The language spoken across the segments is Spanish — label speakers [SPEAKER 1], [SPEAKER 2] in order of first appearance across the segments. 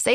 [SPEAKER 1] Say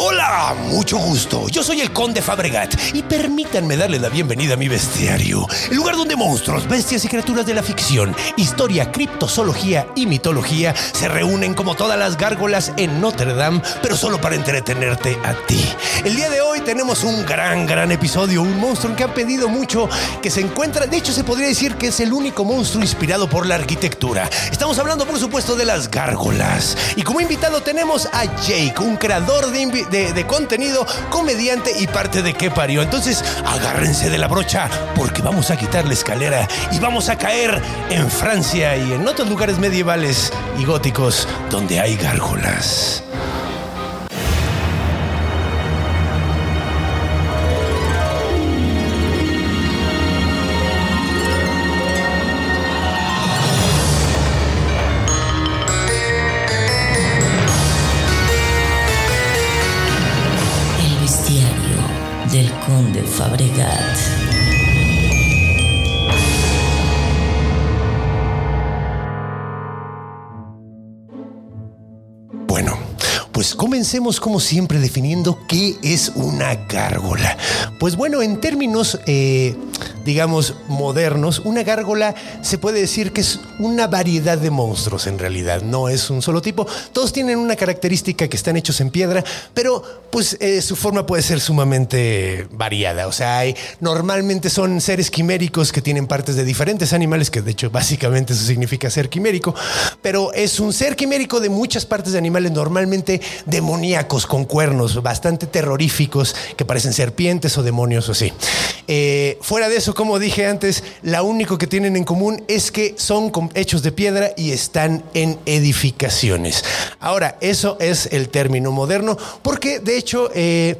[SPEAKER 2] Hola, mucho gusto. Yo soy el Conde Fabregat y permítanme darle la bienvenida a mi bestiario, el lugar donde monstruos, bestias y criaturas de la ficción, historia, criptozoología y mitología se reúnen como todas las gárgolas en Notre Dame, pero solo para entretenerte a ti. El día de hoy tenemos un gran, gran episodio, un monstruo que han pedido mucho, que se encuentra, de hecho se podría decir que es el único monstruo inspirado por la arquitectura. Estamos hablando, por supuesto, de las gárgolas. Y como invitado tenemos a Jake, un creador de, invi- de- de contenido, comediante y parte de qué parió. Entonces, agárrense de la brocha porque vamos a quitar la escalera y vamos a caer en Francia y en otros lugares medievales y góticos donde hay gárgolas.
[SPEAKER 3] El bestiario del conde Fabregat.
[SPEAKER 2] Bueno, pues comencemos como siempre definiendo qué es una gárgola. Pues bueno, en términos, eh, digamos, modernos, una gárgola se puede decir que es una variedad de monstruos en realidad, no es un solo tipo. Todos tienen una característica que están hechos en piedra, pero pues eh, su forma puede ser sumamente variada. O sea, hay, normalmente son seres quiméricos que tienen partes de diferentes animales, que de hecho básicamente eso significa ser quimérico, pero es un ser quimérico de muchas partes de animales normalmente demoníacos, con cuernos, bastante terroríficos, que parecen serpientes o demonios o así. Eh, fuera de eso, como dije antes, la único que tienen en común es que son com- hechos de piedra y están en edificaciones. Ahora, eso es el término moderno, porque de hecho, eh,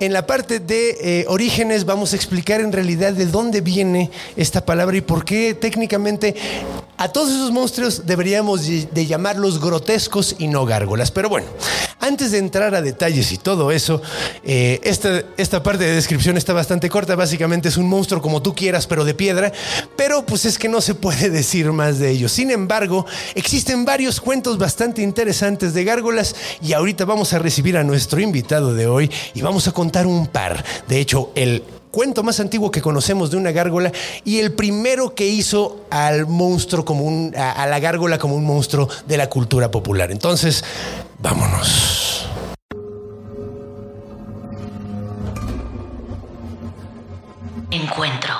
[SPEAKER 2] en la parte de eh, orígenes vamos a explicar en realidad de dónde viene esta palabra y por qué técnicamente a todos esos monstruos deberíamos de de llamarlos grotescos y no gárgolas. Pero bueno, antes de entrar a detalles y todo eso, eh, esta, esta parte de descripción está bastante corta. Básicamente es un monstruo como tú quieras, pero de piedra. Pero pues es que no se puede decir más de ello. Sin embargo, existen varios cuentos bastante interesantes de gárgolas y ahorita vamos a recibir a nuestro invitado de hoy y vamos a contar un par. De hecho, el cuento más antiguo que conocemos de una gárgola y el primero que hizo al monstruo como un, a, a la gárgola como un monstruo de la cultura popular. Entonces, vámonos.
[SPEAKER 3] Encuentro.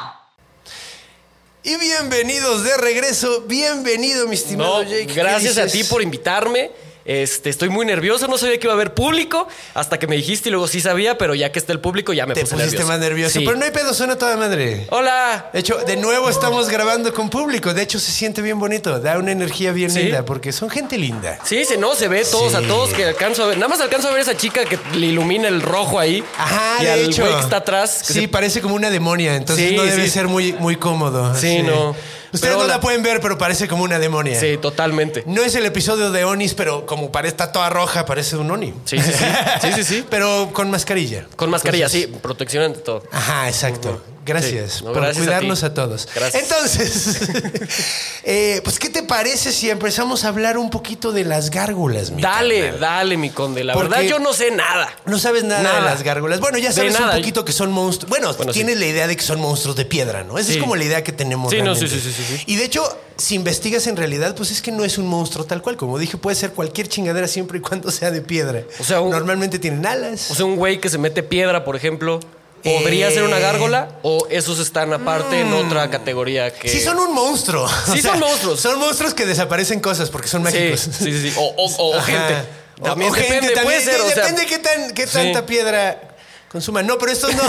[SPEAKER 2] Y bienvenidos de regreso, bienvenido mi estimado
[SPEAKER 4] No,
[SPEAKER 2] Jake. ¿Qué
[SPEAKER 4] gracias a ti
[SPEAKER 2] dices?
[SPEAKER 4] por invitarme. Este, estoy muy nervioso, no sabía que iba a haber público hasta que me dijiste y luego sí sabía, pero ya que está el público ya me
[SPEAKER 2] Te
[SPEAKER 4] puse
[SPEAKER 2] pusiste
[SPEAKER 4] nervioso.
[SPEAKER 2] más nervioso,
[SPEAKER 4] Sí.
[SPEAKER 2] pero no hay pedo, suena toda madre.
[SPEAKER 4] Hola.
[SPEAKER 2] De hecho, de nuevo estamos grabando con público. De hecho, se siente bien bonito. Da una energía bien
[SPEAKER 4] Sí.
[SPEAKER 2] linda porque son gente linda.
[SPEAKER 4] Sí, se no, se ve todos
[SPEAKER 2] Sí.
[SPEAKER 4] a todos que alcanzo a ver. Nada más alcanzo a ver a esa chica que le ilumina el rojo ahí.
[SPEAKER 2] Ajá,
[SPEAKER 4] y
[SPEAKER 2] de
[SPEAKER 4] al
[SPEAKER 2] hecho.
[SPEAKER 4] güey que está atrás. que
[SPEAKER 2] Sí,
[SPEAKER 4] se-
[SPEAKER 2] parece como una demonia, entonces
[SPEAKER 4] Sí,
[SPEAKER 2] no debe
[SPEAKER 4] sí.
[SPEAKER 2] ser muy, muy cómodo.
[SPEAKER 4] Sí, no.
[SPEAKER 2] Ustedes
[SPEAKER 4] Pero
[SPEAKER 2] no la
[SPEAKER 4] la-
[SPEAKER 2] pueden ver, pero parece como una demonia.
[SPEAKER 4] sí, totalmente.
[SPEAKER 2] No es el episodio de Onis, pero como parece, está toda roja, parece un Oni.
[SPEAKER 4] Sí, sí, sí. Sí, sí, sí.
[SPEAKER 2] pero con mascarilla.
[SPEAKER 4] Con mascarilla,
[SPEAKER 2] Entonces- Ah,
[SPEAKER 4] sí, protección ante todo.
[SPEAKER 2] Ajá, exacto. Gracias
[SPEAKER 4] Sí, no,
[SPEAKER 2] por
[SPEAKER 4] gracias a
[SPEAKER 2] cuidarnos
[SPEAKER 4] ti.
[SPEAKER 2] a, todos.
[SPEAKER 4] Gracias.
[SPEAKER 2] Entonces, eh, pues, ¿qué te parece si empezamos a hablar un poquito de las gárgolas, mi
[SPEAKER 4] Dale,
[SPEAKER 2] carnal?
[SPEAKER 4] dale, mi conde. La
[SPEAKER 2] Porque-
[SPEAKER 4] verdad, yo no sé nada.
[SPEAKER 2] No sabes nada, de las gárgolas. Bueno, ya
[SPEAKER 4] De
[SPEAKER 2] sabes un
[SPEAKER 4] nada.
[SPEAKER 2] poquito que son monstruos. Bueno,
[SPEAKER 4] Bueno, sí.
[SPEAKER 2] tienes la idea de que son monstruos de piedra, ¿no? Esa es
[SPEAKER 4] Sí.
[SPEAKER 2] como la idea que tenemos.
[SPEAKER 4] Sí, no,
[SPEAKER 2] realmente.
[SPEAKER 4] sí, sí, sí, sí, sí.
[SPEAKER 2] Y de hecho, si investigas en realidad, pues es que no es un monstruo tal cual. Como dije, puede ser cualquier chingadera siempre y cuando sea de piedra.
[SPEAKER 4] O sea, un-
[SPEAKER 2] normalmente tienen alas.
[SPEAKER 4] O sea, un güey que se mete piedra, por ejemplo. podría
[SPEAKER 2] Eh. Mm.
[SPEAKER 4] ser una gárgola o esos están aparte en otra categoría que.
[SPEAKER 2] Sí, son un monstruo.
[SPEAKER 4] Sí, son monstruos.
[SPEAKER 2] Son monstruos que desaparecen cosas porque son
[SPEAKER 4] Sí,
[SPEAKER 2] mágicos.
[SPEAKER 4] sí, sí, sí. O, o- o
[SPEAKER 2] Ajá.
[SPEAKER 4] gente.
[SPEAKER 2] O-
[SPEAKER 4] También
[SPEAKER 2] o gente,
[SPEAKER 4] depende, puede
[SPEAKER 2] también,
[SPEAKER 4] ser.
[SPEAKER 2] de-
[SPEAKER 4] o sea,
[SPEAKER 2] depende qué, tan, qué
[SPEAKER 4] sí.
[SPEAKER 2] tanta piedra consuman. No, pero estos no.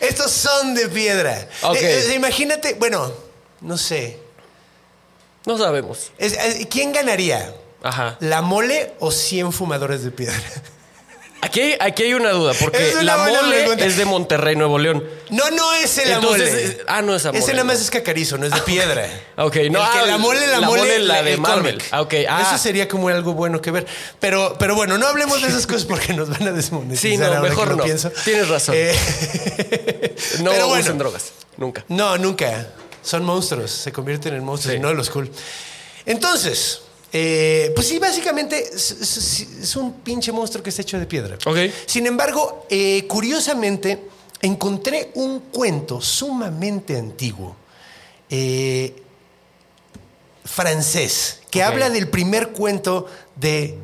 [SPEAKER 2] estos son de piedra.
[SPEAKER 4] Ok.
[SPEAKER 2] Eh, eh, imagínate, bueno, no sé.
[SPEAKER 4] No sabemos.
[SPEAKER 2] Es- eh, ¿Quién ganaría?
[SPEAKER 4] Ajá.
[SPEAKER 2] ¿La mole o 100 fumadores de piedra?
[SPEAKER 4] Aquí, hay- aquí hay una duda, porque
[SPEAKER 2] Es una
[SPEAKER 4] la
[SPEAKER 2] buena
[SPEAKER 4] mole
[SPEAKER 2] pregunta.
[SPEAKER 4] es de Monterrey, Nuevo León.
[SPEAKER 2] No, no es el
[SPEAKER 4] Entonces,
[SPEAKER 2] amole.
[SPEAKER 4] es- ah, no es amole,
[SPEAKER 2] Ese nada más
[SPEAKER 4] no.
[SPEAKER 2] es cacarizo, no es de piedra.
[SPEAKER 4] Ok, no,
[SPEAKER 2] El que
[SPEAKER 4] ah,
[SPEAKER 2] la mole, la,
[SPEAKER 4] la
[SPEAKER 2] mole,
[SPEAKER 4] mole, la de
[SPEAKER 2] el
[SPEAKER 4] Marvel.
[SPEAKER 2] cómic.
[SPEAKER 4] Ah, ok, ah.
[SPEAKER 2] Eso sería como algo bueno que ver. Pero, pero bueno, no hablemos de esas cosas porque nos van a desmonetizar.
[SPEAKER 4] Sí, no,
[SPEAKER 2] ahora que
[SPEAKER 4] mejor
[SPEAKER 2] lo
[SPEAKER 4] no.
[SPEAKER 2] pienso.
[SPEAKER 4] Tienes razón.
[SPEAKER 2] Eh,
[SPEAKER 4] No
[SPEAKER 2] pero bueno,
[SPEAKER 4] usen drogas. Nunca.
[SPEAKER 2] No, nunca. Son monstruos, se convierten en monstruos,
[SPEAKER 4] Sí.
[SPEAKER 2] no los cool. Entonces, eh, pues sí, básicamente es, es- es un pinche monstruo que está hecho de piedra.
[SPEAKER 4] Ok.
[SPEAKER 2] Sin embargo, eh, curiosamente, encontré un cuento sumamente antiguo, eh, francés, que
[SPEAKER 4] Ok.
[SPEAKER 2] habla del primer cuento de...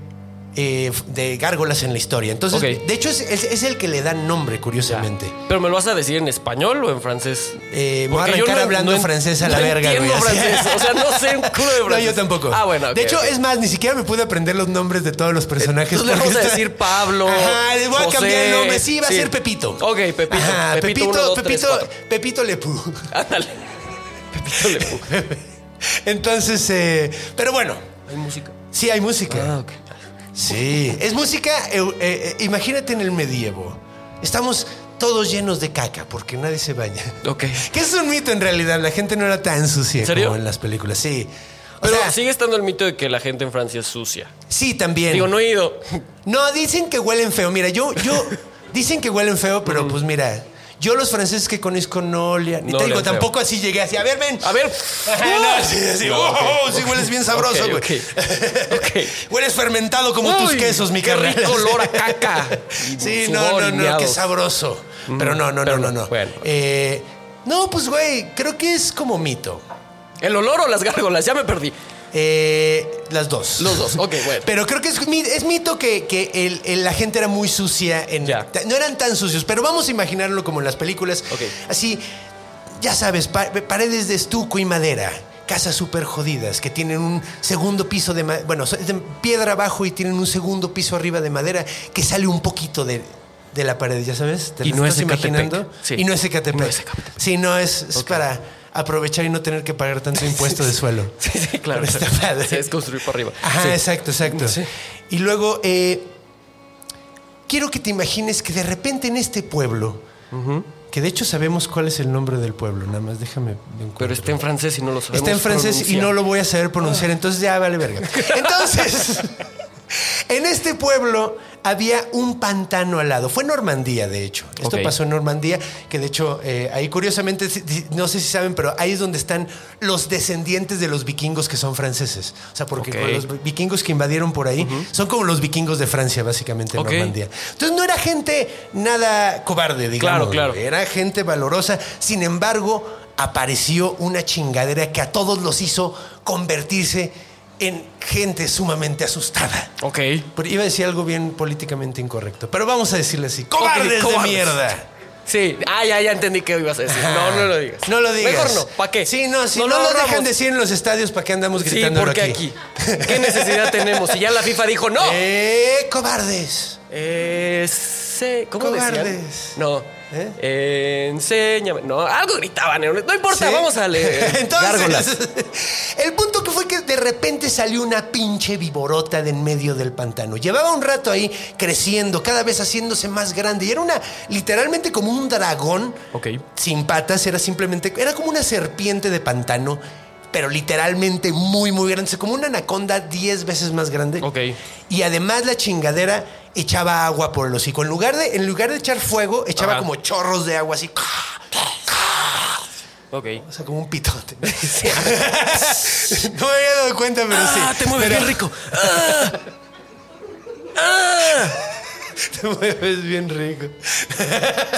[SPEAKER 2] eh, de gárgolas en la historia. Entonces,
[SPEAKER 4] Ok.
[SPEAKER 2] de hecho, es, es- es el que le da nombre, curiosamente.
[SPEAKER 4] Pero me lo vas a decir en español o en francés.
[SPEAKER 2] Eh, me voy a
[SPEAKER 4] Porque yo
[SPEAKER 2] arrancar
[SPEAKER 4] no-
[SPEAKER 2] hablando
[SPEAKER 4] no en-
[SPEAKER 2] francés a la
[SPEAKER 4] no
[SPEAKER 2] verga, güey.
[SPEAKER 4] entiendo
[SPEAKER 2] así.
[SPEAKER 4] francés. O sea, no sé un culo de
[SPEAKER 2] No,
[SPEAKER 4] francés.
[SPEAKER 2] yo tampoco.
[SPEAKER 4] Ah, bueno. ok,
[SPEAKER 2] de hecho,
[SPEAKER 4] ok. Eh,
[SPEAKER 2] es más, ni siquiera me pude aprender los nombres de todos los personajes.
[SPEAKER 4] Entonces le
[SPEAKER 2] porque
[SPEAKER 4] vamos a
[SPEAKER 2] está-
[SPEAKER 4] decir Pablo,
[SPEAKER 2] Ajá, le voy a
[SPEAKER 4] José,
[SPEAKER 2] cambiar el nombre. Sí, va
[SPEAKER 4] sí.
[SPEAKER 2] a ser Pepito.
[SPEAKER 4] Ok, Pepito.
[SPEAKER 2] Ajá,
[SPEAKER 4] Pepito,
[SPEAKER 2] Pepito,
[SPEAKER 4] uno, dos, tres,
[SPEAKER 2] Pepito,
[SPEAKER 4] cuatro. Ah.
[SPEAKER 2] Pepito Lepú.
[SPEAKER 4] Ándale. Pepito Lepú.
[SPEAKER 2] Entonces, eh, pero bueno,
[SPEAKER 4] Hay música.
[SPEAKER 2] sí hay música.
[SPEAKER 4] Ah, ok.
[SPEAKER 2] Sí. Es música, eh, eh, eh, imagínate en el medievo. Estamos todos llenos de caca porque nadie se baña.
[SPEAKER 4] Ok.
[SPEAKER 2] Que es un mito en realidad. La gente no era tan sucia
[SPEAKER 4] ¿En serio?
[SPEAKER 2] como en las películas. Sí. O
[SPEAKER 4] Pero
[SPEAKER 2] sea, sí,
[SPEAKER 4] sigue estando el mito de que la gente en Francia es sucia.
[SPEAKER 2] también.
[SPEAKER 4] Digo, no he ido.
[SPEAKER 2] No, dicen que huelen feo. Mira, yo, yo, dicen que huelen feo, pero pues mira, yo los franceses que conozco no olían. Y
[SPEAKER 4] Mm. No
[SPEAKER 2] te digo,
[SPEAKER 4] olían feo.
[SPEAKER 2] tampoco así llegué así. A ver, ven.
[SPEAKER 4] A ver.
[SPEAKER 2] Ajá, no, sí, sí,
[SPEAKER 4] Ah, No,
[SPEAKER 2] oh,
[SPEAKER 4] ok.
[SPEAKER 2] oh, sí hueles bien sabroso,
[SPEAKER 4] Ok,
[SPEAKER 2] güey.
[SPEAKER 4] ok. Ok.
[SPEAKER 2] Hueles fermentado como tus
[SPEAKER 4] Uy,
[SPEAKER 2] quesos, mi
[SPEAKER 4] qué
[SPEAKER 2] carnal.
[SPEAKER 4] rico olor a caca.
[SPEAKER 2] Sí,
[SPEAKER 4] Y
[SPEAKER 2] no,
[SPEAKER 4] sudor
[SPEAKER 2] no,
[SPEAKER 4] y
[SPEAKER 2] no,
[SPEAKER 4] miados.
[SPEAKER 2] qué sabroso. Pero no, no,
[SPEAKER 4] pero
[SPEAKER 2] no, no,
[SPEAKER 4] no.
[SPEAKER 2] no.
[SPEAKER 4] Bueno.
[SPEAKER 2] Eh, no, pues güey, creo que es como mito.
[SPEAKER 4] ¿El olor o las gárgolas? Ya me perdí.
[SPEAKER 2] Eh, las dos.
[SPEAKER 4] Los dos, ok, bueno.
[SPEAKER 2] Pero creo que es, mi- es mito que, que el- el- la gente era muy sucia. En,
[SPEAKER 4] Ya.
[SPEAKER 2] ta- No eran tan sucios, pero vamos a imaginarlo como en las películas.
[SPEAKER 4] Ok.
[SPEAKER 2] Así, ya sabes, pa- paredes de estuco y madera. Casas súper jodidas que tienen un segundo piso de... ma- Bueno, so- es de piedra abajo y tienen un segundo piso arriba de madera que sale un poquito de, de la pared, ya sabes. ¿Te
[SPEAKER 4] Y
[SPEAKER 2] lo
[SPEAKER 4] no es
[SPEAKER 2] estás
[SPEAKER 4] Ecatepec.
[SPEAKER 2] imaginando?
[SPEAKER 4] Sí.
[SPEAKER 2] Y no es Ecatepec.
[SPEAKER 4] No es Ecatepec.
[SPEAKER 2] Sí, no, es, es para aprovechar y no tener que pagar tanto impuesto de suelo.
[SPEAKER 4] Sí, sí, claro.
[SPEAKER 2] Pero está padre.
[SPEAKER 4] Sí, es construir para arriba.
[SPEAKER 2] Ajá,
[SPEAKER 4] Sí.
[SPEAKER 2] exacto, exacto.
[SPEAKER 4] Sí.
[SPEAKER 2] Y luego, eh, quiero que te imagines que de repente en este pueblo, que de hecho sabemos cuál es el nombre del pueblo, nada más déjame. lo encuentro.
[SPEAKER 4] Pero está en francés y no lo sabemos.
[SPEAKER 2] Está en francés y
[SPEAKER 4] pronunciar.
[SPEAKER 2] no lo voy a saber pronunciar, entonces ya vale verga. Entonces, en este pueblo había un pantano al lado. Fue Normandía, de hecho. Esto
[SPEAKER 4] Ok.
[SPEAKER 2] pasó en Normandía, que de hecho, eh, ahí curiosamente, si- si- no sé si saben, pero ahí es donde están los descendientes de los vikingos que son franceses. O sea, porque
[SPEAKER 4] Ok.
[SPEAKER 2] con los vikingos que invadieron por ahí son como los vikingos de Francia, básicamente, en
[SPEAKER 4] Ok.
[SPEAKER 2] Normandía. Entonces, no era gente nada cobarde, digamos.
[SPEAKER 4] Claro, claro.
[SPEAKER 2] Era gente valorosa. Sin embargo, apareció una chingadera que a todos los hizo convertirse en gente sumamente asustada.
[SPEAKER 4] Ok.
[SPEAKER 2] Pero iba a decir algo bien políticamente incorrecto, pero vamos a decirle así. ¡Cobardes de
[SPEAKER 4] cobardes.
[SPEAKER 2] mierda!
[SPEAKER 4] Sí. Ah, ya, ya entendí qué ibas a decir. No, no lo digas.
[SPEAKER 2] No lo digas.
[SPEAKER 4] Mejor no. ¿Para qué?
[SPEAKER 2] Sí, no, si no, lo
[SPEAKER 4] ahorramos.
[SPEAKER 2] dejan decir en los estadios, ¿para qué andamos
[SPEAKER 4] Sí,
[SPEAKER 2] gritando
[SPEAKER 4] porque aquí. ¿Qué necesidad tenemos? Si ya la FIFA dijo no.
[SPEAKER 2] ¡Eh, cobardes!
[SPEAKER 4] Eh, se- ¿Cómo
[SPEAKER 2] Cobardes.
[SPEAKER 4] decían? No.
[SPEAKER 2] ¿Eh?
[SPEAKER 4] Eh, enséñame. No, algo gritaban. eh, No no importa,
[SPEAKER 2] Sí.
[SPEAKER 4] vamos a leer.
[SPEAKER 2] Entonces,
[SPEAKER 4] Gárgolas.
[SPEAKER 2] el punto que fue que de repente salió una pinche viborota de en medio del pantano. Llevaba un rato ahí creciendo, cada vez haciéndose más grande. Y era una, literalmente como un dragón.
[SPEAKER 4] Ok.
[SPEAKER 2] Sin patas, era simplemente, era como una serpiente de pantano. Pero literalmente muy, muy grande. O sea, Como una anaconda 10 veces más grande.
[SPEAKER 4] Ok.
[SPEAKER 2] Y además la chingadera echaba agua por el hocico. En lugar de, en lugar de echar fuego, echaba
[SPEAKER 4] Ajá.
[SPEAKER 2] como chorros de agua así.
[SPEAKER 4] Ok.
[SPEAKER 2] O sea, como un pitote. no me había dado cuenta, pero
[SPEAKER 4] Ah,
[SPEAKER 2] sí.
[SPEAKER 4] te mueves
[SPEAKER 2] Pero
[SPEAKER 4] bien rico.
[SPEAKER 2] Te mueves bien rico.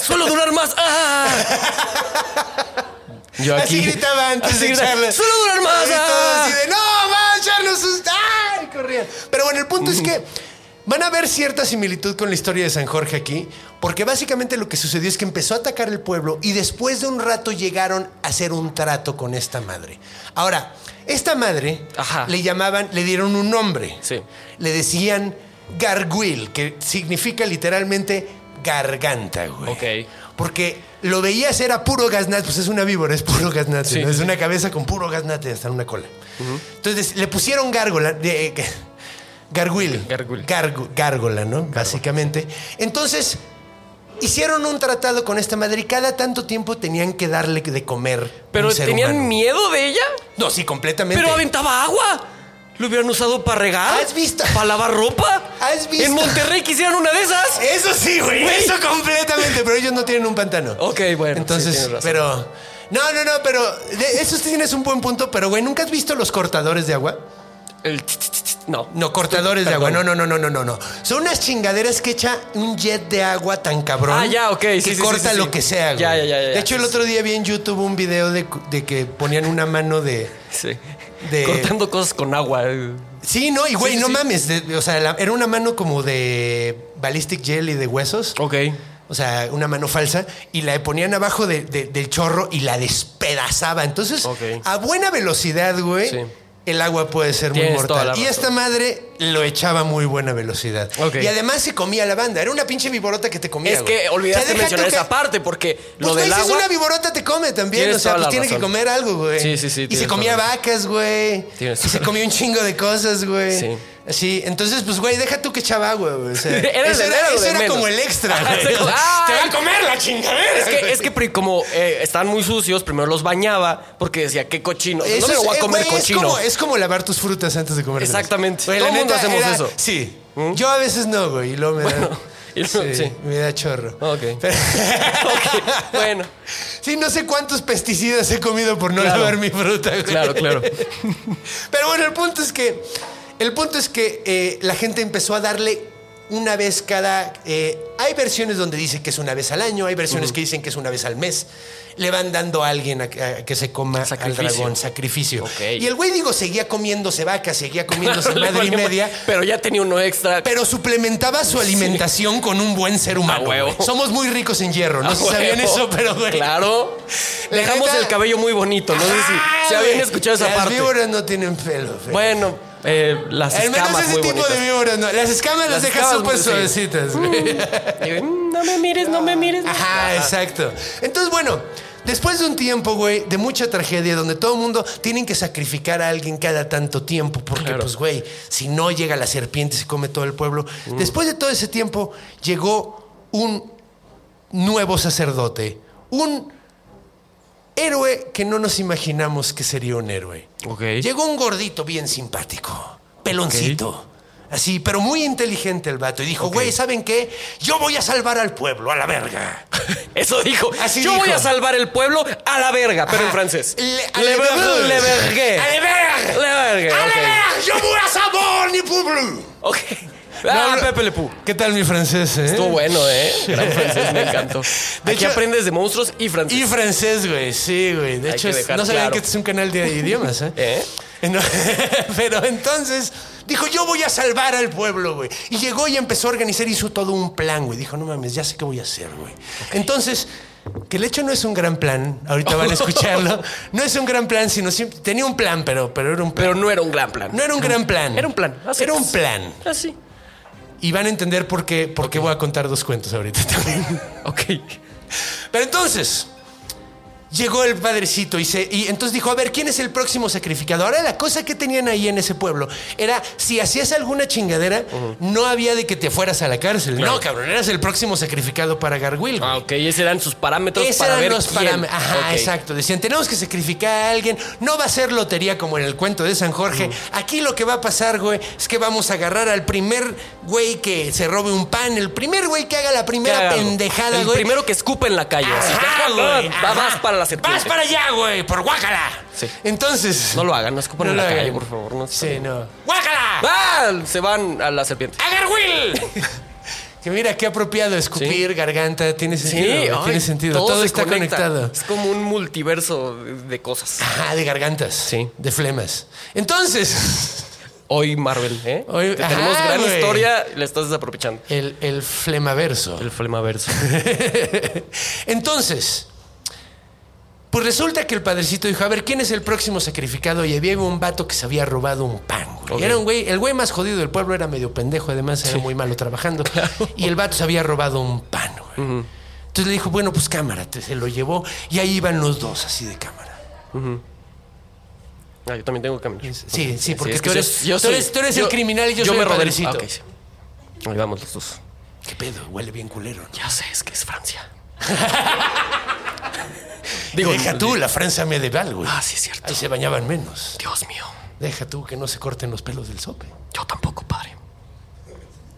[SPEAKER 4] Suelo durar más. ¡Ah! Yo
[SPEAKER 2] Así gritaba antes
[SPEAKER 4] Así
[SPEAKER 2] de
[SPEAKER 4] grita-
[SPEAKER 2] echarle.
[SPEAKER 4] Suelo durar más.
[SPEAKER 2] Y todos
[SPEAKER 4] ¡Ah!
[SPEAKER 2] así de, no, va a echarnos sus... ¡Ay! Corrían. Pero bueno, el punto es que Van a ver cierta similitud con la historia de San Jorge aquí, porque básicamente lo que sucedió es que empezó a atacar el pueblo y después de un rato llegaron a hacer un trato con esta madre. Ahora, esta madre
[SPEAKER 4] Ajá.
[SPEAKER 2] le llamaban, le dieron un nombre.
[SPEAKER 4] Sí.
[SPEAKER 2] Le decían garguil, que significa literalmente garganta, güey.
[SPEAKER 4] Ok.
[SPEAKER 2] Porque lo veías era puro gaznate, pues es una víbora, es puro gaznate,
[SPEAKER 4] Sí,
[SPEAKER 2] ¿no? es
[SPEAKER 4] sí,
[SPEAKER 2] una cabeza con puro gaznate hasta en una cola. Entonces le pusieron gárgola, de, eh, garguil,
[SPEAKER 4] Gargul.
[SPEAKER 2] gargu- gárgola, ¿no? Básicamente. Entonces hicieron un tratado con esta madre y cada tanto tiempo tenían que darle de comer. a un
[SPEAKER 4] Pero
[SPEAKER 2] ser
[SPEAKER 4] tenían
[SPEAKER 2] humano.
[SPEAKER 4] miedo de ella.
[SPEAKER 2] No, sí, completamente.
[SPEAKER 4] Pero aventaba agua. Lo hubieran usado para regar.
[SPEAKER 2] ¿Has visto?
[SPEAKER 4] Para lavar ropa.
[SPEAKER 2] ¿Has visto? Eh.
[SPEAKER 4] En Monterrey quisieran una de esas.
[SPEAKER 2] Eso sí, güey.
[SPEAKER 4] Güey.
[SPEAKER 2] Eso completamente. Pero ellos no tienen un pantano.
[SPEAKER 4] Ok, bueno,
[SPEAKER 2] Entonces,
[SPEAKER 4] sí, tienes razón.
[SPEAKER 2] pero. No, no, no, pero. de- eso sí tienes un buen punto, pero, güey, ¿nunca has visto los cortadores de agua?
[SPEAKER 4] El ch, ch, ch, ch, no.
[SPEAKER 2] No, cortadores de agua.
[SPEAKER 4] Perdón.
[SPEAKER 2] No, no, no, no, no, no, no. Son unas chingaderas que echa un jet de agua tan cabrón.
[SPEAKER 4] Ah, ya, ok,
[SPEAKER 2] Que
[SPEAKER 4] sí, sí, sí,
[SPEAKER 2] corta
[SPEAKER 4] sí, sí.
[SPEAKER 2] lo que sea, güey.
[SPEAKER 4] Ya, ya, ya, ya,
[SPEAKER 2] De hecho, el
[SPEAKER 4] sí,
[SPEAKER 2] otro día vi en YouTube un video de, cu- de que ponían una mano de.
[SPEAKER 4] Sí.
[SPEAKER 2] De-
[SPEAKER 4] Cortando cosas con agua. eh.
[SPEAKER 2] Sí, no, y güey,
[SPEAKER 4] Sí, sí,
[SPEAKER 2] no
[SPEAKER 4] sí.
[SPEAKER 2] mames. de- o sea, la- era una mano como de ballistic gel y de huesos.
[SPEAKER 4] Ok.
[SPEAKER 2] O sea, una mano falsa, y la ponían abajo de- de- del chorro y la despedazaba. Entonces,
[SPEAKER 4] Ok.
[SPEAKER 2] a buena velocidad, güey,
[SPEAKER 4] Sí.
[SPEAKER 2] el agua puede ser muy
[SPEAKER 4] Tienes toda
[SPEAKER 2] mortal.
[SPEAKER 4] la
[SPEAKER 2] Y
[SPEAKER 4] razón.
[SPEAKER 2] esta madre lo echaba a muy buena velocidad.
[SPEAKER 4] Ok.
[SPEAKER 2] Y además se comía la banda. Era una pinche viborota que te comía.
[SPEAKER 4] Es que
[SPEAKER 2] güey. O
[SPEAKER 4] olvidaste
[SPEAKER 2] sea, deja
[SPEAKER 4] mencionar
[SPEAKER 2] tú que-
[SPEAKER 4] esa parte porque
[SPEAKER 2] Pues,
[SPEAKER 4] lo
[SPEAKER 2] güey,
[SPEAKER 4] del
[SPEAKER 2] si es
[SPEAKER 4] agua.
[SPEAKER 2] una viborota te come también.
[SPEAKER 4] Tienes
[SPEAKER 2] O sea, pues
[SPEAKER 4] toda la
[SPEAKER 2] tiene que
[SPEAKER 4] razón.
[SPEAKER 2] comer algo, güey.
[SPEAKER 4] Sí, sí, sí,
[SPEAKER 2] Y se
[SPEAKER 4] tienes
[SPEAKER 2] comía
[SPEAKER 4] toda la
[SPEAKER 2] vacas, güey. Y
[SPEAKER 4] Tienes
[SPEAKER 2] se
[SPEAKER 4] toda la
[SPEAKER 2] comía un chingo de cosas, güey. Sí.
[SPEAKER 4] Sí.
[SPEAKER 2] Así, entonces, pues, güey, deja tú que echaba agua, güey. O sea,
[SPEAKER 4] Era
[SPEAKER 2] eso
[SPEAKER 4] el-
[SPEAKER 2] era,
[SPEAKER 4] era lo
[SPEAKER 2] eso
[SPEAKER 4] de
[SPEAKER 2] era
[SPEAKER 4] menos.
[SPEAKER 2] como el extra, güey.
[SPEAKER 4] Te va-
[SPEAKER 2] Te va a comer la chingadera.
[SPEAKER 4] Es que,
[SPEAKER 2] güey.
[SPEAKER 4] es que pri- como eh, estaban muy sucios, primero los bañaba porque decía, qué cochino. O sea,
[SPEAKER 2] Eso
[SPEAKER 4] no me lo voy
[SPEAKER 2] es- eh,
[SPEAKER 4] a comer
[SPEAKER 2] güey,
[SPEAKER 4] cochino.
[SPEAKER 2] Es como, es como lavar tus frutas antes de comerlas.
[SPEAKER 4] Exactamente.
[SPEAKER 2] Güey,
[SPEAKER 4] Todo
[SPEAKER 2] la
[SPEAKER 4] el mundo
[SPEAKER 2] neta
[SPEAKER 4] hacemos
[SPEAKER 2] era-
[SPEAKER 4] eso. ¿Mm?
[SPEAKER 2] Sí. Yo a veces no, güey. Y luego me da...
[SPEAKER 4] Bueno, y luego-
[SPEAKER 2] sí,
[SPEAKER 4] sí.
[SPEAKER 2] Me da chorro.
[SPEAKER 4] Ok.
[SPEAKER 2] Pero-
[SPEAKER 4] Ok, bueno.
[SPEAKER 2] Sí, no sé cuántos pesticidas he comido por no
[SPEAKER 4] Claro.
[SPEAKER 2] lavar mi fruta. güey.
[SPEAKER 4] Claro, claro.
[SPEAKER 2] Pero bueno, el punto es que. El punto es que eh, la gente empezó a darle una vez cada. eh, hay versiones donde dice que es una vez al año, hay versiones que dicen que es una vez al mes. Le van dando a alguien a, a que se coma
[SPEAKER 4] Sacrificio.
[SPEAKER 2] al dragón, sacrificio.
[SPEAKER 4] Ok.
[SPEAKER 2] Y el güey, digo, seguía comiéndose vacas, seguía comiéndose
[SPEAKER 4] Le
[SPEAKER 2] madre y
[SPEAKER 4] valía ma-
[SPEAKER 2] media.
[SPEAKER 4] Pero ya tenía uno extra.
[SPEAKER 2] Pero suplementaba su alimentación con un buen ser humano.
[SPEAKER 4] huevo.
[SPEAKER 2] güey. Somos muy ricos en hierro, no
[SPEAKER 4] Ah,
[SPEAKER 2] sé si sabían
[SPEAKER 4] huevo.
[SPEAKER 2] eso, pero güey.
[SPEAKER 4] Claro.
[SPEAKER 2] La
[SPEAKER 4] Dejamos
[SPEAKER 2] neta-
[SPEAKER 4] el cabello muy bonito. No sé
[SPEAKER 2] Ah,
[SPEAKER 4] si se habían
[SPEAKER 2] güey.
[SPEAKER 4] escuchado esa
[SPEAKER 2] las
[SPEAKER 4] parte.
[SPEAKER 2] víboras no tienen pelo. güey.
[SPEAKER 4] Bueno, eh, las
[SPEAKER 2] Al menos
[SPEAKER 4] escamas
[SPEAKER 2] ese
[SPEAKER 4] muy
[SPEAKER 2] tipo
[SPEAKER 4] bonitas.
[SPEAKER 2] de víboras no. Las escamas las,
[SPEAKER 4] Las
[SPEAKER 2] deja
[SPEAKER 4] escamas,
[SPEAKER 2] súper
[SPEAKER 4] sí.
[SPEAKER 2] suavecitas. güey.
[SPEAKER 4] Digo, "Mm, No me mires, no me mires. no".
[SPEAKER 2] Ajá, exacto. Entonces, bueno, después de un tiempo, güey, de mucha tragedia, donde todo el mundo tienen que sacrificar a alguien cada tanto tiempo, porque,
[SPEAKER 4] Claro.
[SPEAKER 2] pues, güey, si no llega la serpiente, se come todo el pueblo.
[SPEAKER 4] Mm.
[SPEAKER 2] Después de todo ese tiempo, llegó un nuevo sacerdote, un héroe que no nos imaginamos que sería un héroe.
[SPEAKER 4] Ok.
[SPEAKER 2] Llegó un gordito bien simpático, peloncito. Así, pero muy inteligente el vato. Y dijo, güey, ¿saben qué? Yo voy a salvar al pueblo, a la verga.
[SPEAKER 4] Eso dijo.
[SPEAKER 2] Así
[SPEAKER 4] Yo
[SPEAKER 2] dijo.
[SPEAKER 4] voy a salvar el pueblo a la verga, pero en francés.
[SPEAKER 2] Le,
[SPEAKER 4] Le ver- le vergué.
[SPEAKER 2] A la verga.
[SPEAKER 4] Le vergué,
[SPEAKER 2] A la
[SPEAKER 4] ok.
[SPEAKER 2] verga. Yo voy a salvar mi pueblo.
[SPEAKER 4] Ok. Ah,
[SPEAKER 2] No, no.
[SPEAKER 4] Pepe Le Pew.
[SPEAKER 2] ¿Qué tal mi francés, eh?
[SPEAKER 4] Estuvo bueno, ¿eh? Gran francés, me encantó.
[SPEAKER 2] De
[SPEAKER 4] De
[SPEAKER 2] hecho-
[SPEAKER 4] aprendes de monstruos y francés.
[SPEAKER 2] Y francés, güey. Sí, güey. De
[SPEAKER 4] Hay
[SPEAKER 2] hecho,
[SPEAKER 4] que dejar
[SPEAKER 2] no sabían
[SPEAKER 4] claro.
[SPEAKER 2] que este es un canal de idiomas, ¿eh?
[SPEAKER 4] ¿Eh?
[SPEAKER 2] No, pero entonces dijo, yo voy a salvar al pueblo, güey. Y llegó y empezó a organizar, hizo todo un plan, güey. Dijo, no mames, ya sé qué voy a hacer, güey. Entonces, que el hecho no es un gran plan, ahorita van a escucharlo. No es un gran plan, sino siempre, tenía un plan, pero, pero era un plan.
[SPEAKER 4] Pero no era un gran plan.
[SPEAKER 2] No era un gran plan.
[SPEAKER 4] Era un plan. así
[SPEAKER 2] Era un
[SPEAKER 4] es. Ah,
[SPEAKER 2] plan.
[SPEAKER 4] Así.
[SPEAKER 2] Y van a entender por qué, por qué voy a contar dos cuentos ahorita también.
[SPEAKER 4] Ok.
[SPEAKER 2] Pero entonces llegó el padrecito y, se, y entonces dijo, a ver, ¿quién es el próximo sacrificado? Ahora la cosa que tenían ahí en ese pueblo era, si hacías alguna chingadera, no había de que te fueras a la cárcel. No, cabrón, eras el próximo sacrificado para Gargüil. güey.
[SPEAKER 4] Ah, ok. Esos eran sus parámetros
[SPEAKER 2] Esos
[SPEAKER 4] para
[SPEAKER 2] eran
[SPEAKER 4] ver
[SPEAKER 2] los
[SPEAKER 4] quién.
[SPEAKER 2] paráme- Ajá,
[SPEAKER 4] Ok.
[SPEAKER 2] exacto. Decían, tenemos que sacrificar a alguien. No va a ser lotería como en el cuento de San Jorge. Aquí lo que va a pasar, güey, es que vamos a agarrar al primer güey que se robe un pan, el primer güey que haga la primera
[SPEAKER 4] Cagado.
[SPEAKER 2] pendejada,
[SPEAKER 4] El
[SPEAKER 2] güey.
[SPEAKER 4] primero que escupe en la calle. así,
[SPEAKER 2] Ajá,
[SPEAKER 4] cagado,
[SPEAKER 2] güey,
[SPEAKER 4] va-
[SPEAKER 2] ajá.
[SPEAKER 4] Vas para la serpiente.
[SPEAKER 2] Vas para allá, güey, por guácala.
[SPEAKER 4] Sí.
[SPEAKER 2] Entonces.
[SPEAKER 4] No lo hagan, no escupan en
[SPEAKER 2] lo
[SPEAKER 4] la
[SPEAKER 2] hagan.
[SPEAKER 4] calle, por favor. No
[SPEAKER 2] Sí, no.
[SPEAKER 4] ¡Guácala! ¡Ah! Se van a la serpiente.
[SPEAKER 2] ¡Agar Will! que mira, qué apropiado escupir, garganta. Tiene sentido. güey,
[SPEAKER 4] ay,
[SPEAKER 2] tiene sentido. Todo,
[SPEAKER 4] se
[SPEAKER 2] está
[SPEAKER 4] conecta.
[SPEAKER 2] conectado.
[SPEAKER 4] Es como un multiverso de cosas.
[SPEAKER 2] Ajá, de gargantas.
[SPEAKER 4] Sí.
[SPEAKER 2] De flemas. Entonces.
[SPEAKER 4] hoy Marvel, ¿eh?
[SPEAKER 5] Hoy-
[SPEAKER 4] Que tenemos
[SPEAKER 5] Ajá,
[SPEAKER 4] gran
[SPEAKER 5] güey.
[SPEAKER 4] historia, la estás desaprovechando.
[SPEAKER 5] El, el flemaverso.
[SPEAKER 4] El flemaverso.
[SPEAKER 5] Entonces, pues resulta que el padrecito dijo, a ver, ¿quién es el próximo sacrificado? Y había un vato que se había robado un pan, güey.
[SPEAKER 4] Ok.
[SPEAKER 5] Era un güey, el güey más jodido del pueblo era medio pendejo, además era muy malo trabajando. Y el vato se había robado un pan, güey. Entonces le dijo, bueno, pues cámara, te- se lo llevó. Y ahí iban los dos, así de cámara.
[SPEAKER 4] Ah, yo también tengo que caminar.
[SPEAKER 5] Sí, sí, porque
[SPEAKER 4] es
[SPEAKER 5] tú,
[SPEAKER 4] que yo-
[SPEAKER 5] eres,
[SPEAKER 4] yo
[SPEAKER 5] tú
[SPEAKER 4] soy-
[SPEAKER 5] eres- tú eres
[SPEAKER 4] yo-
[SPEAKER 5] el criminal y yo, soy
[SPEAKER 4] me
[SPEAKER 5] el
[SPEAKER 4] robé
[SPEAKER 5] padrecito.
[SPEAKER 4] Ah, ok, sí. Ahí vamos los dos.
[SPEAKER 5] ¿Qué pedo? Huele bien culero. ¿no?
[SPEAKER 4] Ya sé, es que es Francia. Digo,
[SPEAKER 5] Deja tú, la Francia medieval, güey.
[SPEAKER 4] Ah, sí, es cierto.
[SPEAKER 5] Ahí se bañaban menos.
[SPEAKER 4] Dios mío,
[SPEAKER 5] Deja tú que no se corten los pelos del sope.
[SPEAKER 4] yo tampoco, padre.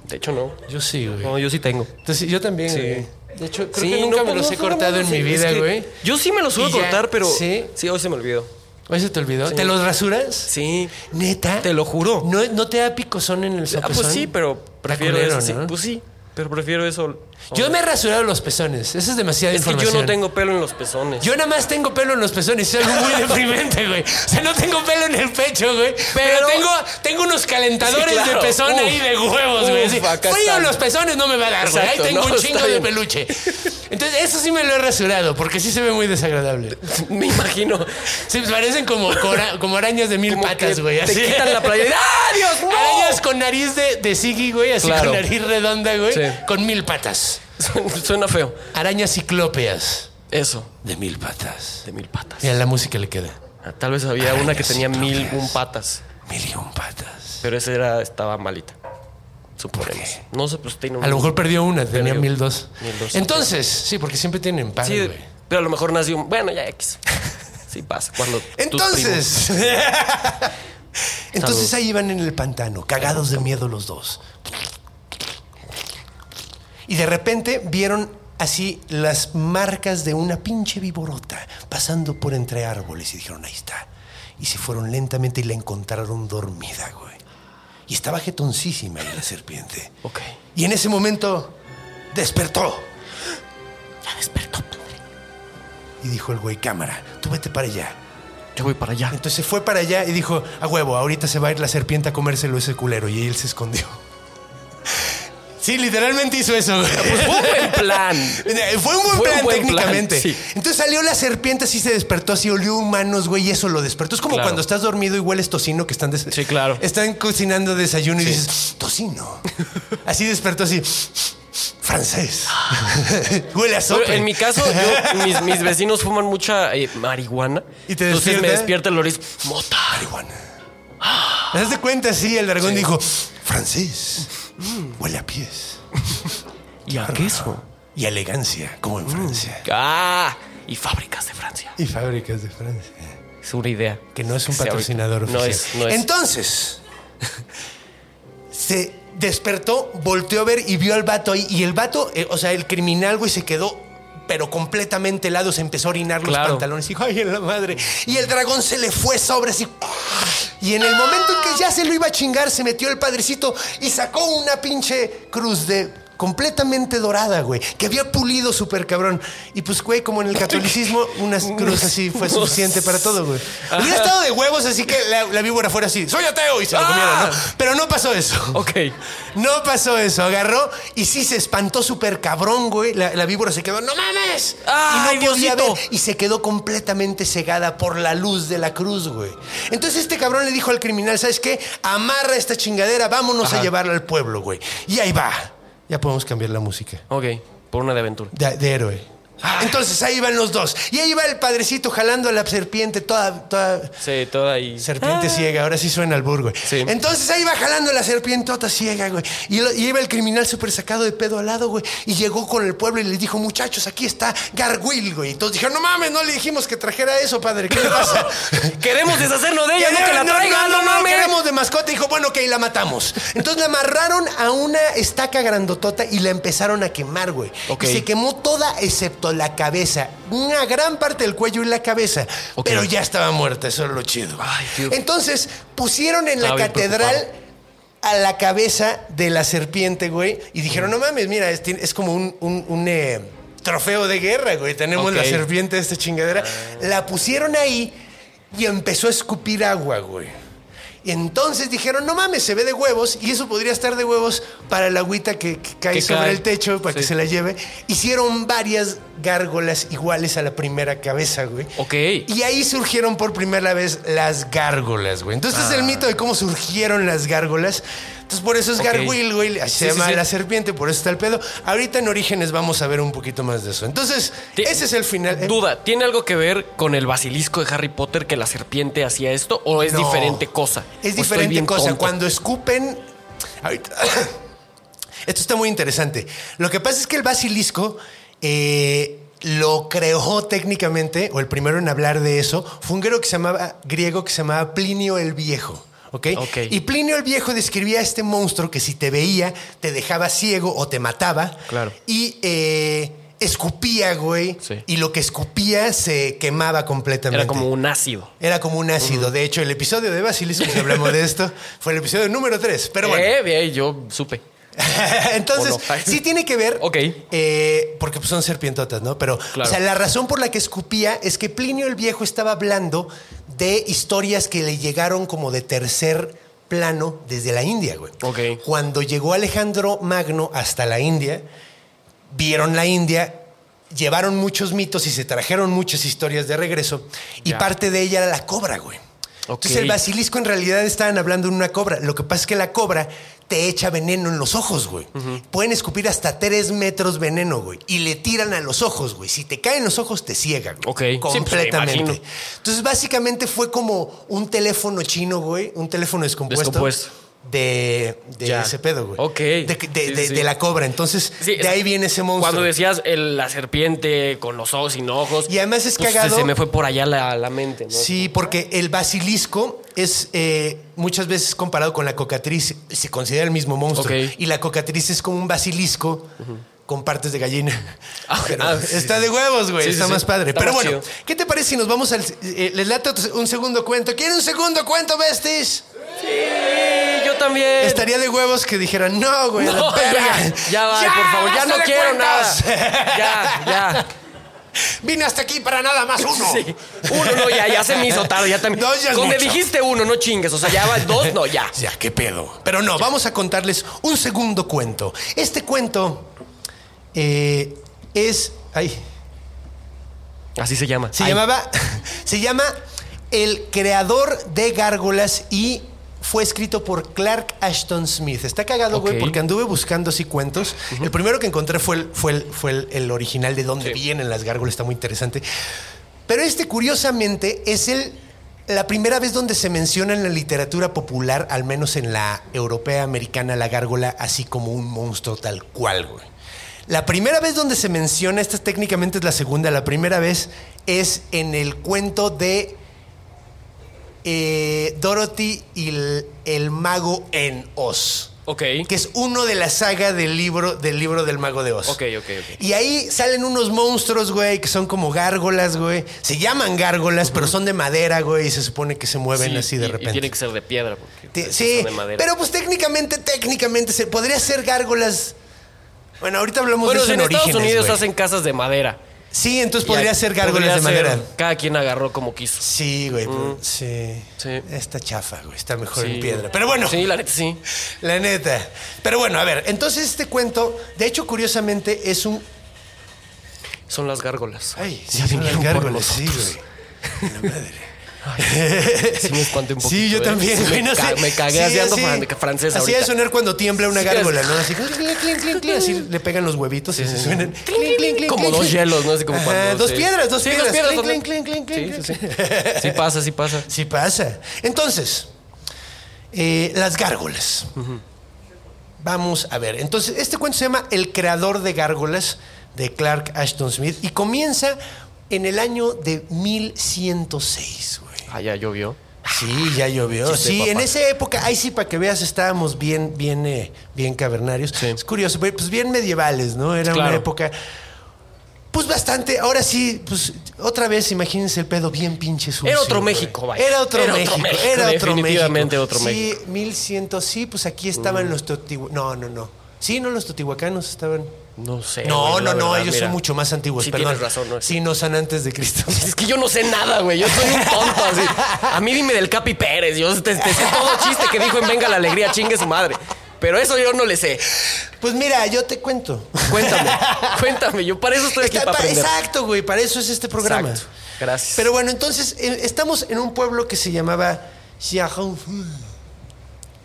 [SPEAKER 4] De hecho, no.
[SPEAKER 5] Yo sí, güey.
[SPEAKER 4] No, yo sí tengo.
[SPEAKER 5] Entonces, yo también,
[SPEAKER 4] Sí.
[SPEAKER 5] güey. De hecho, creo
[SPEAKER 4] Sí,
[SPEAKER 5] que nunca
[SPEAKER 4] no, pues,
[SPEAKER 5] me los
[SPEAKER 4] no,
[SPEAKER 5] he
[SPEAKER 4] no,
[SPEAKER 5] cortado
[SPEAKER 4] no,
[SPEAKER 5] en
[SPEAKER 4] sí,
[SPEAKER 5] mi
[SPEAKER 4] es
[SPEAKER 5] vida,
[SPEAKER 4] que
[SPEAKER 5] güey.
[SPEAKER 4] Yo sí me los suelo
[SPEAKER 5] Y ya,
[SPEAKER 4] cortar, pero.
[SPEAKER 5] sí.
[SPEAKER 4] Sí. hoy se me olvidó.
[SPEAKER 5] ¿Hoy se te olvidó? ¿Te los rasuras?
[SPEAKER 4] Sí.
[SPEAKER 5] ¿Neta?
[SPEAKER 4] Te lo juro.
[SPEAKER 5] ¿No, no te da picozón en el
[SPEAKER 4] Ah,
[SPEAKER 5] sopezón?
[SPEAKER 4] pues sí, pero prefiero
[SPEAKER 5] culero,
[SPEAKER 4] eso. sí.
[SPEAKER 5] ¿no?
[SPEAKER 4] Pues sí, pero prefiero eso.
[SPEAKER 5] Yo me he rasurado los pezones. Eso es demasiada
[SPEAKER 4] Es que yo
[SPEAKER 5] información.
[SPEAKER 4] no tengo pelo en los pezones.
[SPEAKER 5] Yo nada más tengo pelo en los pezones. Es algo muy deprimente, güey. O sea, no tengo pelo en el pecho, güey. Pero,
[SPEAKER 4] Pero-
[SPEAKER 5] tengo, tengo unos calentadores
[SPEAKER 4] Sí, claro.
[SPEAKER 5] de pezón
[SPEAKER 4] Uf.
[SPEAKER 5] ahí de huevos, güey.
[SPEAKER 4] Uf,
[SPEAKER 5] Así,
[SPEAKER 4] acá
[SPEAKER 5] Frío
[SPEAKER 4] están.
[SPEAKER 5] en los pezones no me va a dar, güey. Ahí
[SPEAKER 4] Exacto,
[SPEAKER 5] tengo
[SPEAKER 4] no,
[SPEAKER 5] un chingo
[SPEAKER 4] está
[SPEAKER 5] de
[SPEAKER 4] bien.
[SPEAKER 5] peluche. Entonces, eso sí me lo he rasurado, porque sí se ve muy desagradable.
[SPEAKER 4] me imagino.
[SPEAKER 5] Sí, pues parecen como, cora- como arañas de mil
[SPEAKER 4] Como
[SPEAKER 5] patas,
[SPEAKER 4] que
[SPEAKER 5] güey.
[SPEAKER 4] Te
[SPEAKER 5] así.
[SPEAKER 4] quitan la playa. ¡Ah, Dios no!
[SPEAKER 5] Arañas con nariz de, de Ziggy, güey, así
[SPEAKER 4] Claro.
[SPEAKER 5] con nariz redonda, güey,
[SPEAKER 4] Sí.
[SPEAKER 5] con mil patas.
[SPEAKER 4] Suena- Suena feo.
[SPEAKER 5] Arañas ciclópeas
[SPEAKER 4] Eso,
[SPEAKER 5] de mil patas.
[SPEAKER 4] de mil patas.
[SPEAKER 5] Mira, la música le queda.
[SPEAKER 4] Ah, Tal vez había
[SPEAKER 5] Arañas
[SPEAKER 4] una que tenía
[SPEAKER 5] sin
[SPEAKER 4] mil
[SPEAKER 5] propias.
[SPEAKER 4] un patas,
[SPEAKER 5] Mil y un patas.
[SPEAKER 4] pero esa era, estaba malita. Suponemos. No sé, pues tiene un-
[SPEAKER 5] A lo mejor perdió una, tenía
[SPEAKER 4] Perdió.
[SPEAKER 5] mil dos.
[SPEAKER 4] Mil dos.
[SPEAKER 5] Entonces, sí, porque siempre tienen pan,
[SPEAKER 4] Sí,
[SPEAKER 5] güey.
[SPEAKER 4] pero a lo mejor nació un. Bueno, ya X. Sí pasa. Cuando tus primos-
[SPEAKER 2] Entonces. Entonces ahí van en el pantano, cagados de miedo los dos. Y de repente vieron así las marcas de una pinche viborota pasando por entre árboles y dijeron, ahí está. Y se fueron lentamente y la encontraron dormida, güey. Y estaba jetoncísima ahí la serpiente.
[SPEAKER 4] Ok.
[SPEAKER 2] Y en ese momento despertó.
[SPEAKER 4] Ya despertó, padre.
[SPEAKER 2] Y dijo el güey, cámara, tú vete para allá.
[SPEAKER 4] Yo voy para allá.
[SPEAKER 2] Entonces se fue para allá y dijo, a huevo, ahorita se va a ir la serpiente a comérselo ese culero. Y él se escondió. Sí, literalmente hizo eso. güey.
[SPEAKER 4] Pues Fue un buen plan.
[SPEAKER 2] Fue un buen plan
[SPEAKER 4] Fue un buen plan,
[SPEAKER 2] técnicamente.
[SPEAKER 4] sí.
[SPEAKER 2] Entonces salió la serpiente, así se despertó, así olió humanos, güey, y eso lo despertó. Es como
[SPEAKER 4] Claro.
[SPEAKER 2] cuando estás dormido y hueles tocino que están des-
[SPEAKER 4] Sí, claro.
[SPEAKER 2] están cocinando desayuno y dices, tocino. así despertó así. Francés. Huele a
[SPEAKER 4] Pero
[SPEAKER 2] sope.
[SPEAKER 4] Ah. en mi caso, yo, mis, mis vecinos fuman mucha eh, marihuana.
[SPEAKER 2] ¿Y te
[SPEAKER 4] Entonces me
[SPEAKER 2] despierta?
[SPEAKER 4] despierta el orisco. Mota.
[SPEAKER 2] marihuana. ¿Te das de cuenta? Sí, el dragón dijo, Mm. francés, huele a pies.
[SPEAKER 4] ¿Y a
[SPEAKER 2] queso. Y a elegancia, como en Francia.
[SPEAKER 4] Ah, y fábricas de Francia.
[SPEAKER 2] Mm. Y fábricas de Francia.
[SPEAKER 4] Es una idea.
[SPEAKER 2] Que no es un
[SPEAKER 4] Sí, ahorita.
[SPEAKER 2] patrocinador oficial.
[SPEAKER 4] No es, no es.
[SPEAKER 2] Entonces, se despertó, volteó a ver y vio al vato ahí. Y el vato, eh, o sea, el criminal, güey, se quedó pero completamente helado, se empezó a orinar los
[SPEAKER 4] Claro.
[SPEAKER 2] pantalones y dijo, ay, en la madre. Y el dragón se le fue sobre así. Y en el momento en que ya se lo iba a chingar, se metió el padrecito y sacó una pinche cruz de... Completamente dorada, güey. Que había pulido súper cabrón. Y pues, güey, como en el catolicismo, una cruz así fue suficiente para todo, güey.
[SPEAKER 4] Ah.
[SPEAKER 2] Hubiera estado de huevos, así que la, la víbora fuera así. Soy ateo y se lo comieron, ¿no? Pero no pasó eso.
[SPEAKER 4] Ah. Ok.
[SPEAKER 2] No pasó eso. Agarró y sí se espantó súper cabrón, güey. La, la víbora se quedó, ¡no mames!
[SPEAKER 4] ¡Ay,
[SPEAKER 2] y no podía
[SPEAKER 4] Diosito!
[SPEAKER 2] ver. Y se quedó completamente cegada por la luz de la cruz, güey. Entonces este cabrón le dijo al criminal, ¿sabes qué? Amarra esta chingadera, vámonos a llevarla al pueblo, güey. Y ahí va. Ya podemos cambiar la música.
[SPEAKER 4] Ok. Por una de aventura.
[SPEAKER 2] De, de héroe.
[SPEAKER 4] Ah.
[SPEAKER 2] Entonces ahí van los dos. Y ahí va el padrecito jalando a la serpiente toda... toda
[SPEAKER 4] Sí, toda ahí.
[SPEAKER 2] Serpiente ciega, ahora sí suena al burgo.
[SPEAKER 4] Sí.
[SPEAKER 2] Entonces ahí va jalando la serpientota ciega, güey. Y, lo- y iba el criminal súper sacado de pedo al lado, güey. Y llegó con el pueblo y les dijo, muchachos, aquí está Gargüil, güey. Y todos dijeron, no mames, no le dijimos que trajera eso, padre. ¿Qué le pasa?
[SPEAKER 4] Queremos deshacernos de ella, no que la traigan, no, mames.
[SPEAKER 2] queremos de mascota. Y dijo, bueno, ok, la matamos. Entonces la amarraron a una estaca grandotota y la empezaron a quemar, güey.
[SPEAKER 4] Ok.
[SPEAKER 2] Y se quemó toda excepto la cabeza. Una gran parte del cuello y la cabeza.
[SPEAKER 4] Ok.
[SPEAKER 2] Pero ya estaba muerta, eso es lo chido.
[SPEAKER 4] Ay, Dios.
[SPEAKER 2] Entonces pusieron en la
[SPEAKER 4] Estaba bien
[SPEAKER 2] catedral
[SPEAKER 4] preocupado.
[SPEAKER 2] a la cabeza de la serpiente, güey. Y dijeron, no mames, mira, es, tiene- es como un, un- un, eh, trofeo de guerra, güey. Tenemos la
[SPEAKER 4] Ok. Ah.
[SPEAKER 2] serpiente de esta chingadera. La pusieron ahí y empezó a escupir agua, güey. Entonces dijeron, no mames, se ve de huevos y eso podría estar de huevos para la agüita que, que cae
[SPEAKER 4] Que
[SPEAKER 2] sobre
[SPEAKER 4] cae.
[SPEAKER 2] el techo para que
[SPEAKER 4] Sí.
[SPEAKER 2] se la lleve. Hicieron varias gárgolas iguales a la primera cabeza, güey.
[SPEAKER 4] Ok.
[SPEAKER 2] Y ahí surgieron por primera vez las gárgolas, güey. Entonces este es el mito de cómo surgieron las gárgolas. Entonces por eso es
[SPEAKER 4] Ah. Ok.
[SPEAKER 2] gargüil, güey. Así se
[SPEAKER 4] Sí, sí,
[SPEAKER 2] llama
[SPEAKER 4] sí.
[SPEAKER 2] la serpiente, por eso está el pedo. Ahorita en Orígenes vamos a ver un poquito más de eso. Entonces,
[SPEAKER 4] Ti-
[SPEAKER 2] ese es el final. Eh,
[SPEAKER 4] Duda, ¿tiene algo que ver con el basilisco de Harry Potter que la serpiente hacía esto o es
[SPEAKER 2] No.
[SPEAKER 4] diferente cosa? ¿O
[SPEAKER 2] Es
[SPEAKER 4] estoy
[SPEAKER 2] diferente
[SPEAKER 4] bien
[SPEAKER 2] cosa.
[SPEAKER 4] tonto?
[SPEAKER 2] Cuando escupen. Ahorita. Esto está muy interesante. Lo que pasa es que el basilisco eh, lo creó técnicamente, o el primero en hablar de eso, fue un griego que se llamaba, griego que se llamaba Plinio el Viejo. ¿ok?
[SPEAKER 4] Ok.
[SPEAKER 2] Y Plinio el Viejo describía a este monstruo que si te veía, te dejaba ciego o te mataba.
[SPEAKER 4] Claro.
[SPEAKER 2] Y eh, escupía, güey.
[SPEAKER 4] Sí.
[SPEAKER 2] Y lo que escupía se quemaba completamente.
[SPEAKER 4] Era como un ácido.
[SPEAKER 2] Era como un ácido. De hecho, el episodio de Basilisco, que hablamos de esto, fue el episodio número 3. Pero bueno.
[SPEAKER 4] Eh, bien, yo supe.
[SPEAKER 2] Entonces,
[SPEAKER 4] O no.
[SPEAKER 2] sí tiene que ver.
[SPEAKER 4] Ok.
[SPEAKER 2] eh, porque pues, son serpientotas, ¿no? Pero,
[SPEAKER 4] Claro.
[SPEAKER 2] o sea, la razón por la que escupía es que Plinio el Viejo estaba hablando de historias que le llegaron como de tercer plano desde la India, güey.
[SPEAKER 4] Ok.
[SPEAKER 2] Cuando llegó Alejandro Magno hasta la India, vieron la India, llevaron muchos mitos y se trajeron muchas historias de regreso. Y
[SPEAKER 4] Ya.
[SPEAKER 2] parte de ella era la cobra, güey.
[SPEAKER 4] Ok.
[SPEAKER 2] Entonces el basilisco en realidad estaban hablando de una cobra. Lo que pasa es que la cobra te echa veneno en los ojos, güey. Pueden escupir hasta tres metros veneno, güey. Y le tiran a los ojos, güey. Si te caen los ojos, te ciega, güey.
[SPEAKER 4] Ok. Sí, pues, me
[SPEAKER 2] Completamente.
[SPEAKER 4] imagino.
[SPEAKER 2] Entonces básicamente fue como un teléfono chino, güey. Un teléfono descompuesto.
[SPEAKER 4] Descompuesto.
[SPEAKER 2] De, de
[SPEAKER 4] Ya.
[SPEAKER 2] ese pedo, güey.
[SPEAKER 4] Ok.
[SPEAKER 2] De, de-
[SPEAKER 4] Sí,
[SPEAKER 2] de-
[SPEAKER 4] sí.
[SPEAKER 2] de la cobra. Entonces,
[SPEAKER 4] Sí,
[SPEAKER 2] de ahí
[SPEAKER 4] es-
[SPEAKER 2] viene ese monstruo.
[SPEAKER 4] Cuando decías el- la serpiente con los ojos sin ojos. pues,
[SPEAKER 2] Y además es cagado-
[SPEAKER 4] Se, me fue por allá la, la mente, ¿no?
[SPEAKER 2] Sí, porque el basilisco es eh, muchas veces comparado con la cocatriz, se considera el mismo monstruo.
[SPEAKER 4] Ok.
[SPEAKER 2] Y la cocatriz es como un basilisco con partes de gallina.
[SPEAKER 4] Ah,
[SPEAKER 2] Pero
[SPEAKER 4] ah, sí,
[SPEAKER 2] está
[SPEAKER 4] sí,
[SPEAKER 2] de
[SPEAKER 4] sí.
[SPEAKER 2] huevos, güey.
[SPEAKER 4] Sí, sí,
[SPEAKER 2] está
[SPEAKER 4] sí.
[SPEAKER 2] más padre.
[SPEAKER 4] Está
[SPEAKER 2] Pero
[SPEAKER 4] más
[SPEAKER 2] bueno,
[SPEAKER 4] chido.
[SPEAKER 2] ¿qué te parece si nos vamos al. eh, les late otro- un segundo cuento? ¿Quieren un segundo cuento, besties?
[SPEAKER 4] Eh, yo también.
[SPEAKER 2] Estaría de huevos que dijeran, no, güey, a la
[SPEAKER 4] No,
[SPEAKER 2] verga.
[SPEAKER 4] ya, ya va, por favor, ya
[SPEAKER 2] basta
[SPEAKER 4] no
[SPEAKER 2] de
[SPEAKER 4] quiero
[SPEAKER 2] cuentos.
[SPEAKER 4] nada. Ya, ya.
[SPEAKER 2] Vine hasta aquí para nada más uno.
[SPEAKER 4] Sí. Uno, no, ya, ya se me hizo tarde, ya también.
[SPEAKER 2] Dos ya es
[SPEAKER 4] Donde
[SPEAKER 2] mucho.
[SPEAKER 4] dijiste uno, no chingues. O sea, ya va dos, no, ya.
[SPEAKER 2] Ya, qué pedo. Pero no, vamos a contarles un segundo cuento. Este cuento eh, es. Ay,
[SPEAKER 4] Así se llama.
[SPEAKER 2] se
[SPEAKER 4] Ay,
[SPEAKER 2] llamaba. Se llama El creador de gárgolas y fue escrito por Clark Ashton Smith. Está cagado, güey,
[SPEAKER 4] Ok.
[SPEAKER 2] porque anduve buscando así cuentos. El primero que encontré fue el, fue el, fue el, el original de dónde vienen las gárgolas. Está muy interesante. Pero este, curiosamente, es el, la primera vez donde se menciona en la literatura popular, al menos en la europea americana, la gárgola, así como un monstruo tal cual, güey. La primera vez donde se menciona, esta técnicamente es la segunda, la primera vez es en el cuento de eh, Dorothy y el, el mago en Oz.
[SPEAKER 4] Ok.
[SPEAKER 2] Que es uno de la saga del libro del, libro del mago de Oz.
[SPEAKER 4] Ok, ok, ok.
[SPEAKER 2] Y ahí salen unos monstruos, güey, que son como gárgolas, güey. Se llaman gárgolas, pero son de madera, güey, y se supone que se mueven
[SPEAKER 4] Sí,
[SPEAKER 2] así
[SPEAKER 4] y-
[SPEAKER 2] de
[SPEAKER 4] y
[SPEAKER 2] repente.
[SPEAKER 4] tiene que ser de piedra. Porque
[SPEAKER 2] Te-
[SPEAKER 4] pues,
[SPEAKER 2] sí,
[SPEAKER 4] son de madera.
[SPEAKER 2] pero pues técnicamente, técnicamente, se podría hacer gárgolas. Bueno, ahorita hablamos
[SPEAKER 4] bueno,
[SPEAKER 2] de eso
[SPEAKER 4] si en
[SPEAKER 2] en,
[SPEAKER 4] Estados
[SPEAKER 2] orígenes,
[SPEAKER 4] Unidos
[SPEAKER 2] güey.
[SPEAKER 4] hacen casas de madera.
[SPEAKER 2] Sí, entonces podría
[SPEAKER 4] Y-
[SPEAKER 2] hacer gárgolas
[SPEAKER 4] podría
[SPEAKER 2] de
[SPEAKER 4] ser-
[SPEAKER 2] madera.
[SPEAKER 4] Cada quien agarró como quiso.
[SPEAKER 2] Sí, güey, pues, sí.
[SPEAKER 4] Mm. Sí.
[SPEAKER 2] Está chafa, güey, está mejor
[SPEAKER 4] Sí.
[SPEAKER 2] en piedra. Pero bueno,
[SPEAKER 4] Sí, la neta, sí.
[SPEAKER 2] La neta. Pero bueno, a ver, entonces este cuento, de hecho, curiosamente, es un.
[SPEAKER 4] Son las gárgolas.
[SPEAKER 2] Ay,
[SPEAKER 4] Ya
[SPEAKER 2] son las
[SPEAKER 4] vinieron por
[SPEAKER 2] gárgolas, sí,
[SPEAKER 4] nosotros.
[SPEAKER 2] güey.
[SPEAKER 4] Sí, me espanté un poquito.
[SPEAKER 2] Sí, yo
[SPEAKER 4] ¿eh?
[SPEAKER 2] también,
[SPEAKER 4] Sí,
[SPEAKER 2] güey,
[SPEAKER 4] me,
[SPEAKER 2] no
[SPEAKER 4] ca-
[SPEAKER 2] sé.
[SPEAKER 4] me cagué
[SPEAKER 2] Sí,
[SPEAKER 4] haciendo
[SPEAKER 2] así.
[SPEAKER 4] fran- francés
[SPEAKER 2] Así
[SPEAKER 4] ahorita.
[SPEAKER 2] de sonar cuando tiembla una
[SPEAKER 4] Sí,
[SPEAKER 2] gárgola,
[SPEAKER 4] es-
[SPEAKER 2] ¿no? Así, clin, clin, clin, clin, así le pegan los huevitos y se suenan. clin, clin, clin,
[SPEAKER 4] Como
[SPEAKER 2] clin,
[SPEAKER 4] dos
[SPEAKER 2] clin.
[SPEAKER 4] hielos, ¿no? Así como
[SPEAKER 2] Ajá,
[SPEAKER 4] cuando...
[SPEAKER 2] Dos
[SPEAKER 4] sí.
[SPEAKER 2] piedras, dos
[SPEAKER 4] Sí,
[SPEAKER 2] piedras. clin,
[SPEAKER 4] también.
[SPEAKER 2] clin, clin, clin, clin,
[SPEAKER 4] Sí, sí,
[SPEAKER 2] clin.
[SPEAKER 4] sí. Sí pasa, sí pasa.
[SPEAKER 2] Sí pasa. Entonces, eh, las gárgolas. Vamos a ver. Entonces, este cuento se llama El creador de gárgolas de Clark Ashton Smith y comienza en el año de 1106, güey.
[SPEAKER 4] Ah, ya llovió.
[SPEAKER 2] Sí, ya llovió.
[SPEAKER 4] Chiste,
[SPEAKER 2] Sí,
[SPEAKER 4] papá.
[SPEAKER 2] en esa época, ahí sí, para que veas, estábamos bien, bien, eh, bien cavernarios.
[SPEAKER 4] Sí.
[SPEAKER 2] Es curioso, güey, pues bien medievales, ¿no? Era
[SPEAKER 4] Claro.
[SPEAKER 2] una época, pues bastante, ahora sí, pues otra vez, imagínense el pedo bien pinche sucio.
[SPEAKER 4] Era otro
[SPEAKER 2] güey.
[SPEAKER 4] México, vaya.
[SPEAKER 2] Era otro
[SPEAKER 4] Era otro
[SPEAKER 2] México,
[SPEAKER 4] México,
[SPEAKER 2] era otro
[SPEAKER 4] definitivamente otro Mm.
[SPEAKER 2] México. Sí, 1100, sí, pues aquí estaban los Totihuacanos. No, no, no. Sí, no, los Totihuacanos estaban...
[SPEAKER 4] No sé.
[SPEAKER 2] No,
[SPEAKER 4] Eh, güey, la
[SPEAKER 2] no, no,
[SPEAKER 4] verdad,
[SPEAKER 2] ellos
[SPEAKER 4] mira.
[SPEAKER 2] son mucho más antiguos,
[SPEAKER 4] Sí,
[SPEAKER 2] perdón.
[SPEAKER 4] tienes razón, ¿no?
[SPEAKER 2] Sí, no son antes de Cristo.
[SPEAKER 4] Pues Es que yo no sé nada, güey. Yo soy un tonto así. A mí dime del Capi Pérez. Yo te, te sé todo chiste que dijo en Venga la Alegría, chingue su madre. Pero eso yo no le sé.
[SPEAKER 2] Pues mira, yo te cuento.
[SPEAKER 4] Cuéntame, cuéntame. Yo para eso estoy aquí
[SPEAKER 2] Está-
[SPEAKER 4] para
[SPEAKER 2] pa-
[SPEAKER 4] aprender.
[SPEAKER 2] exacto, güey, para eso es este programa.
[SPEAKER 4] Exacto. Gracias.
[SPEAKER 2] Pero bueno, entonces eh, estamos en un pueblo que se llamaba Xiahou.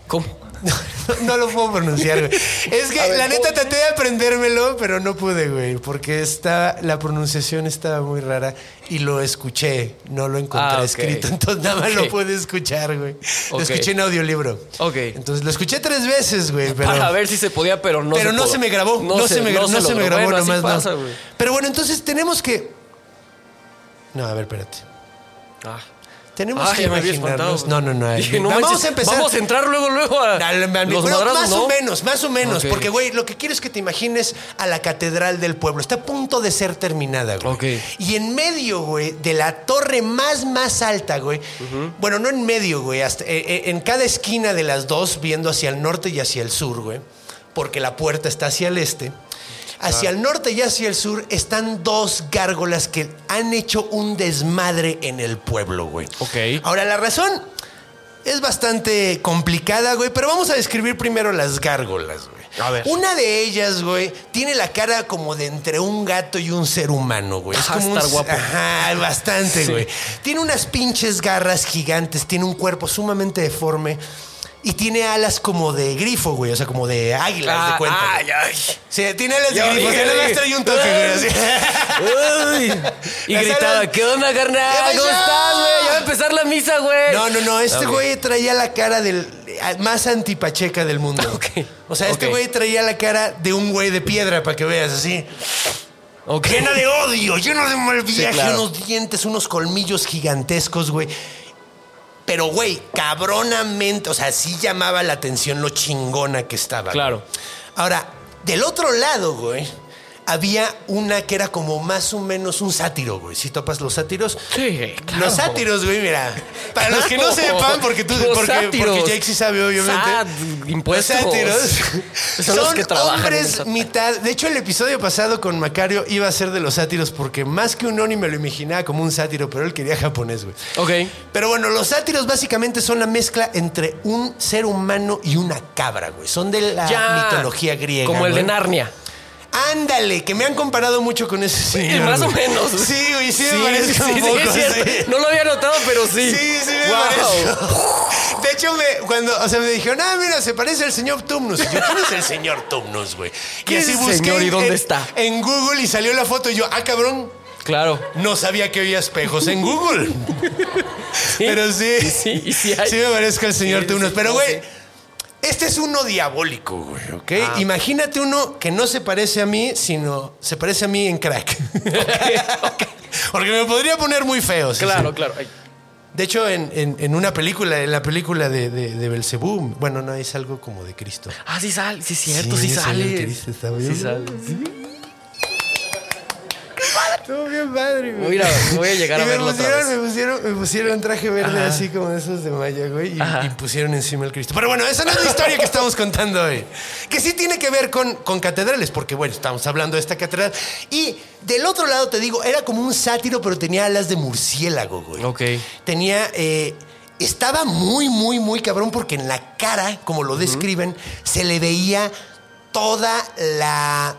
[SPEAKER 4] ¿Cómo?
[SPEAKER 2] No, no lo puedo pronunciar, güey. Es que la neta traté de aprendérmelo, pero no pude, güey, porque está, la pronunciación estaba muy rara y lo escuché, no lo encontré
[SPEAKER 4] Ah, ok.
[SPEAKER 2] escrito, entonces nada más
[SPEAKER 4] Ok.
[SPEAKER 2] lo pude escuchar, güey. Lo
[SPEAKER 4] Ok.
[SPEAKER 2] escuché en audiolibro.
[SPEAKER 4] Ok.
[SPEAKER 2] Entonces lo escuché tres veces, güey, pero...
[SPEAKER 4] para ver si se podía, pero no
[SPEAKER 2] pero
[SPEAKER 4] se
[SPEAKER 2] no
[SPEAKER 4] pudo.
[SPEAKER 2] se me grabó, no, se, me, gra- no se me
[SPEAKER 4] logró.
[SPEAKER 2] grabó
[SPEAKER 4] Bueno, así
[SPEAKER 2] nomás,
[SPEAKER 4] pasa,
[SPEAKER 2] no.
[SPEAKER 4] güey.
[SPEAKER 2] Pero bueno, entonces tenemos que... No, a ver, espérate.
[SPEAKER 4] Ah.
[SPEAKER 2] Tenemos
[SPEAKER 4] Ah,
[SPEAKER 2] que
[SPEAKER 4] ya me había
[SPEAKER 2] imaginarnos.
[SPEAKER 4] espantado.
[SPEAKER 2] No, no, no.
[SPEAKER 4] Dije,
[SPEAKER 2] vamos
[SPEAKER 4] manches,
[SPEAKER 2] a empezar.
[SPEAKER 4] Vamos a entrar luego, luego a,
[SPEAKER 2] Al- al-
[SPEAKER 4] los
[SPEAKER 2] bueno,
[SPEAKER 4] madrazos,
[SPEAKER 2] más
[SPEAKER 4] ¿no?
[SPEAKER 2] o menos, más o menos.
[SPEAKER 4] Ok.
[SPEAKER 2] Porque, güey, lo que quiero es que te imagines a la catedral del pueblo. Está a punto de ser terminada, güey.
[SPEAKER 4] Ok.
[SPEAKER 2] Y en medio, güey, de la torre más, más alta, güey. Bueno, no en medio, güey. hasta- eh, eh, en cada esquina de las dos, viendo hacia el norte y hacia el sur, güey. Porque la puerta está hacia el este. Hacia el norte y hacia el sur están dos gárgolas que han hecho un desmadre en el pueblo, güey.
[SPEAKER 4] Ok.
[SPEAKER 2] Ahora, la razón es bastante complicada, güey, pero vamos a describir primero las gárgolas, güey.
[SPEAKER 4] A ver.
[SPEAKER 2] Una de ellas, güey, tiene la cara como de entre un gato y un ser humano, güey. Es
[SPEAKER 4] Ah,
[SPEAKER 2] como
[SPEAKER 4] estar
[SPEAKER 2] un-
[SPEAKER 4] guapo.
[SPEAKER 2] Ajá, bastante,
[SPEAKER 4] Sí.
[SPEAKER 2] güey. Tiene unas pinches garras gigantes, tiene un cuerpo sumamente deforme y tiene alas como de grifo, güey, o sea, como de águila, haz de
[SPEAKER 4] Ah,
[SPEAKER 2] cuenta.
[SPEAKER 4] ay,
[SPEAKER 2] güey.
[SPEAKER 4] ay.
[SPEAKER 2] Sí, tiene alas de
[SPEAKER 4] Ya
[SPEAKER 2] grifo, o sea,
[SPEAKER 4] dije,
[SPEAKER 2] nada más
[SPEAKER 4] dije.
[SPEAKER 2] trae un toque, güey. así.
[SPEAKER 4] Ay. Y
[SPEAKER 2] Las
[SPEAKER 4] gritaba,
[SPEAKER 2] alas-
[SPEAKER 4] ¿qué onda, carnal?
[SPEAKER 2] ¡Ya pasó!
[SPEAKER 4] ¿Cómo estás, güey? Ya va a empezar la misa, güey.
[SPEAKER 2] No, no, no. Este
[SPEAKER 4] Ok.
[SPEAKER 2] güey traía la cara del más antipacheca del mundo.
[SPEAKER 4] Ok.
[SPEAKER 2] O sea, este
[SPEAKER 4] Ok.
[SPEAKER 2] güey traía la cara de un güey de piedra, para que veas, así.
[SPEAKER 4] Ok.
[SPEAKER 2] Lleno de odio, lleno de mal viaje,
[SPEAKER 4] claro.
[SPEAKER 2] unos dientes, unos colmillos gigantescos, güey. Pero, güey, cabronamente, o sea, sí llamaba la atención lo chingona que estaba. güey.
[SPEAKER 4] Claro.
[SPEAKER 2] Ahora, del otro lado, güey, había una que era como más o menos un sátiro, güey. Si topas los sátiros,
[SPEAKER 4] Sí, claro.
[SPEAKER 2] los sátiros, güey, mira. Para los que no sepan, porque tú,
[SPEAKER 4] Los
[SPEAKER 2] porque,
[SPEAKER 4] sátiros.
[SPEAKER 2] porque Jake sí sabe, obviamente.
[SPEAKER 4] Sad, impuestos.
[SPEAKER 2] Los sátiros
[SPEAKER 4] Son
[SPEAKER 2] son,
[SPEAKER 4] los que trabajan en el
[SPEAKER 2] hombres
[SPEAKER 4] sátiro.
[SPEAKER 2] mitad. De hecho, el episodio pasado con Macario iba a ser de los sátiros, porque más que un oni me lo imaginaba como un sátiro, pero él quería japonés, güey.
[SPEAKER 4] Ok.
[SPEAKER 2] Pero bueno, los sátiros básicamente son la mezcla entre un ser humano y una cabra, güey. Son de la
[SPEAKER 4] Ya.
[SPEAKER 2] mitología griega.
[SPEAKER 4] Como el de
[SPEAKER 2] güey.
[SPEAKER 4] Narnia.
[SPEAKER 2] Ándale, que me han comparado mucho con ese
[SPEAKER 4] Sí,
[SPEAKER 2] señor.
[SPEAKER 4] más o
[SPEAKER 2] güey.
[SPEAKER 4] menos.
[SPEAKER 2] Sí, güey, sí, me parece
[SPEAKER 4] sí,
[SPEAKER 2] un
[SPEAKER 4] sí,
[SPEAKER 2] poco,
[SPEAKER 4] es cierto.
[SPEAKER 2] sí.
[SPEAKER 4] No lo había notado, pero sí.
[SPEAKER 2] Sí, sí, me
[SPEAKER 4] Guau.
[SPEAKER 2] pareció. De hecho, me, cuando, o sea, me dijeron, ah, mira, se parece al señor Tumnus. Y yo, ¿quién es el señor Tumnus, güey? Y
[SPEAKER 4] ¿Quién es
[SPEAKER 2] así
[SPEAKER 4] el
[SPEAKER 2] busqué
[SPEAKER 4] señor y
[SPEAKER 2] en-
[SPEAKER 4] dónde
[SPEAKER 2] en-
[SPEAKER 4] está?
[SPEAKER 2] En Google y salió la foto y yo, ah, cabrón,
[SPEAKER 4] Claro.
[SPEAKER 2] no sabía que había espejos en Google. Pero sí.
[SPEAKER 4] Y sí, y sí hay.
[SPEAKER 2] Sí me parezco al señor
[SPEAKER 4] Sí,
[SPEAKER 2] Tumnus.
[SPEAKER 4] sí,
[SPEAKER 2] Pero,
[SPEAKER 4] no,
[SPEAKER 2] güey,
[SPEAKER 4] sí.
[SPEAKER 2] este es uno diabólico, güey, ¿ok?
[SPEAKER 4] Ah.
[SPEAKER 2] Imagínate uno que no se parece a mí, sino se parece a mí en crack. Porque me podría poner muy feo. sí,
[SPEAKER 4] Claro,
[SPEAKER 2] sí.
[SPEAKER 4] claro. Ay.
[SPEAKER 2] De hecho, en, en- en una película, en la película de, de, de Belcebú, bueno, no, es algo como de Cristo.
[SPEAKER 4] Ah, sí sale. Sí, es cierto,
[SPEAKER 2] Sí,
[SPEAKER 4] sí,
[SPEAKER 2] sí, el que
[SPEAKER 4] sale.
[SPEAKER 2] dice está bien.
[SPEAKER 4] Sí sale.
[SPEAKER 2] Estuvo bien padre,
[SPEAKER 4] Voy a ir a- voy a llegar
[SPEAKER 2] y
[SPEAKER 4] a verlo
[SPEAKER 2] me
[SPEAKER 4] otra
[SPEAKER 2] pusieron,
[SPEAKER 4] vez.
[SPEAKER 2] me pusieron, me pusieron traje verde así como de esos de malla, güey, y, y pusieron encima el Cristo. Pero bueno, esa no es la historia que estamos contando hoy. Que sí tiene que ver con, con catedrales, porque bueno, estamos hablando de esta catedral. Y del otro lado, te digo, era como un sátiro, pero tenía alas de murciélago, güey.
[SPEAKER 4] Ok.
[SPEAKER 2] Tenía. eh, estaba muy, muy, muy cabrón, porque en la cara, como lo describen, se le veía toda la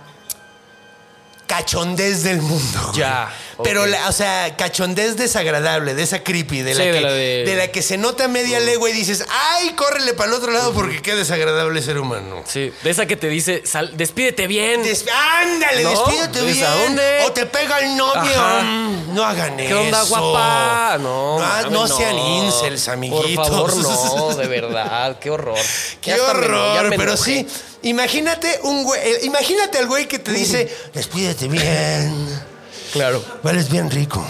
[SPEAKER 2] cachondez del mundo. güey.
[SPEAKER 4] Ya,
[SPEAKER 2] Pero,
[SPEAKER 4] ok.
[SPEAKER 2] la- o sea, cachondez desagradable, de esa creepy, de,
[SPEAKER 4] Sí,
[SPEAKER 2] la,
[SPEAKER 4] de
[SPEAKER 2] que,
[SPEAKER 4] la de-
[SPEAKER 2] de la que se nota media legua y dices, ¡ay, córrele para el otro lado porque qué desagradable ser humano!
[SPEAKER 4] Sí, de esa que te dice, sal, despídete bien.
[SPEAKER 2] Des- ¡Ándale,
[SPEAKER 4] No,
[SPEAKER 2] despídete
[SPEAKER 4] ¿ves
[SPEAKER 2] bien!
[SPEAKER 4] a dónde?
[SPEAKER 2] ¡O te pega el novio!
[SPEAKER 4] Ajá.
[SPEAKER 2] Mm, No hagan eso.
[SPEAKER 4] ¿Qué onda, guapa? No,
[SPEAKER 2] No,
[SPEAKER 4] mames,
[SPEAKER 2] no sean incels, amiguitos.
[SPEAKER 4] Por favor, no, de verdad. Qué horror.
[SPEAKER 2] Qué
[SPEAKER 4] Ya hasta me- ya
[SPEAKER 2] horror,
[SPEAKER 4] me
[SPEAKER 2] pero
[SPEAKER 4] enojé.
[SPEAKER 2] sí. Imagínate un güey, eh, imagínate al güey que te dice, despídete bien,
[SPEAKER 4] Claro.
[SPEAKER 2] vales bien rico.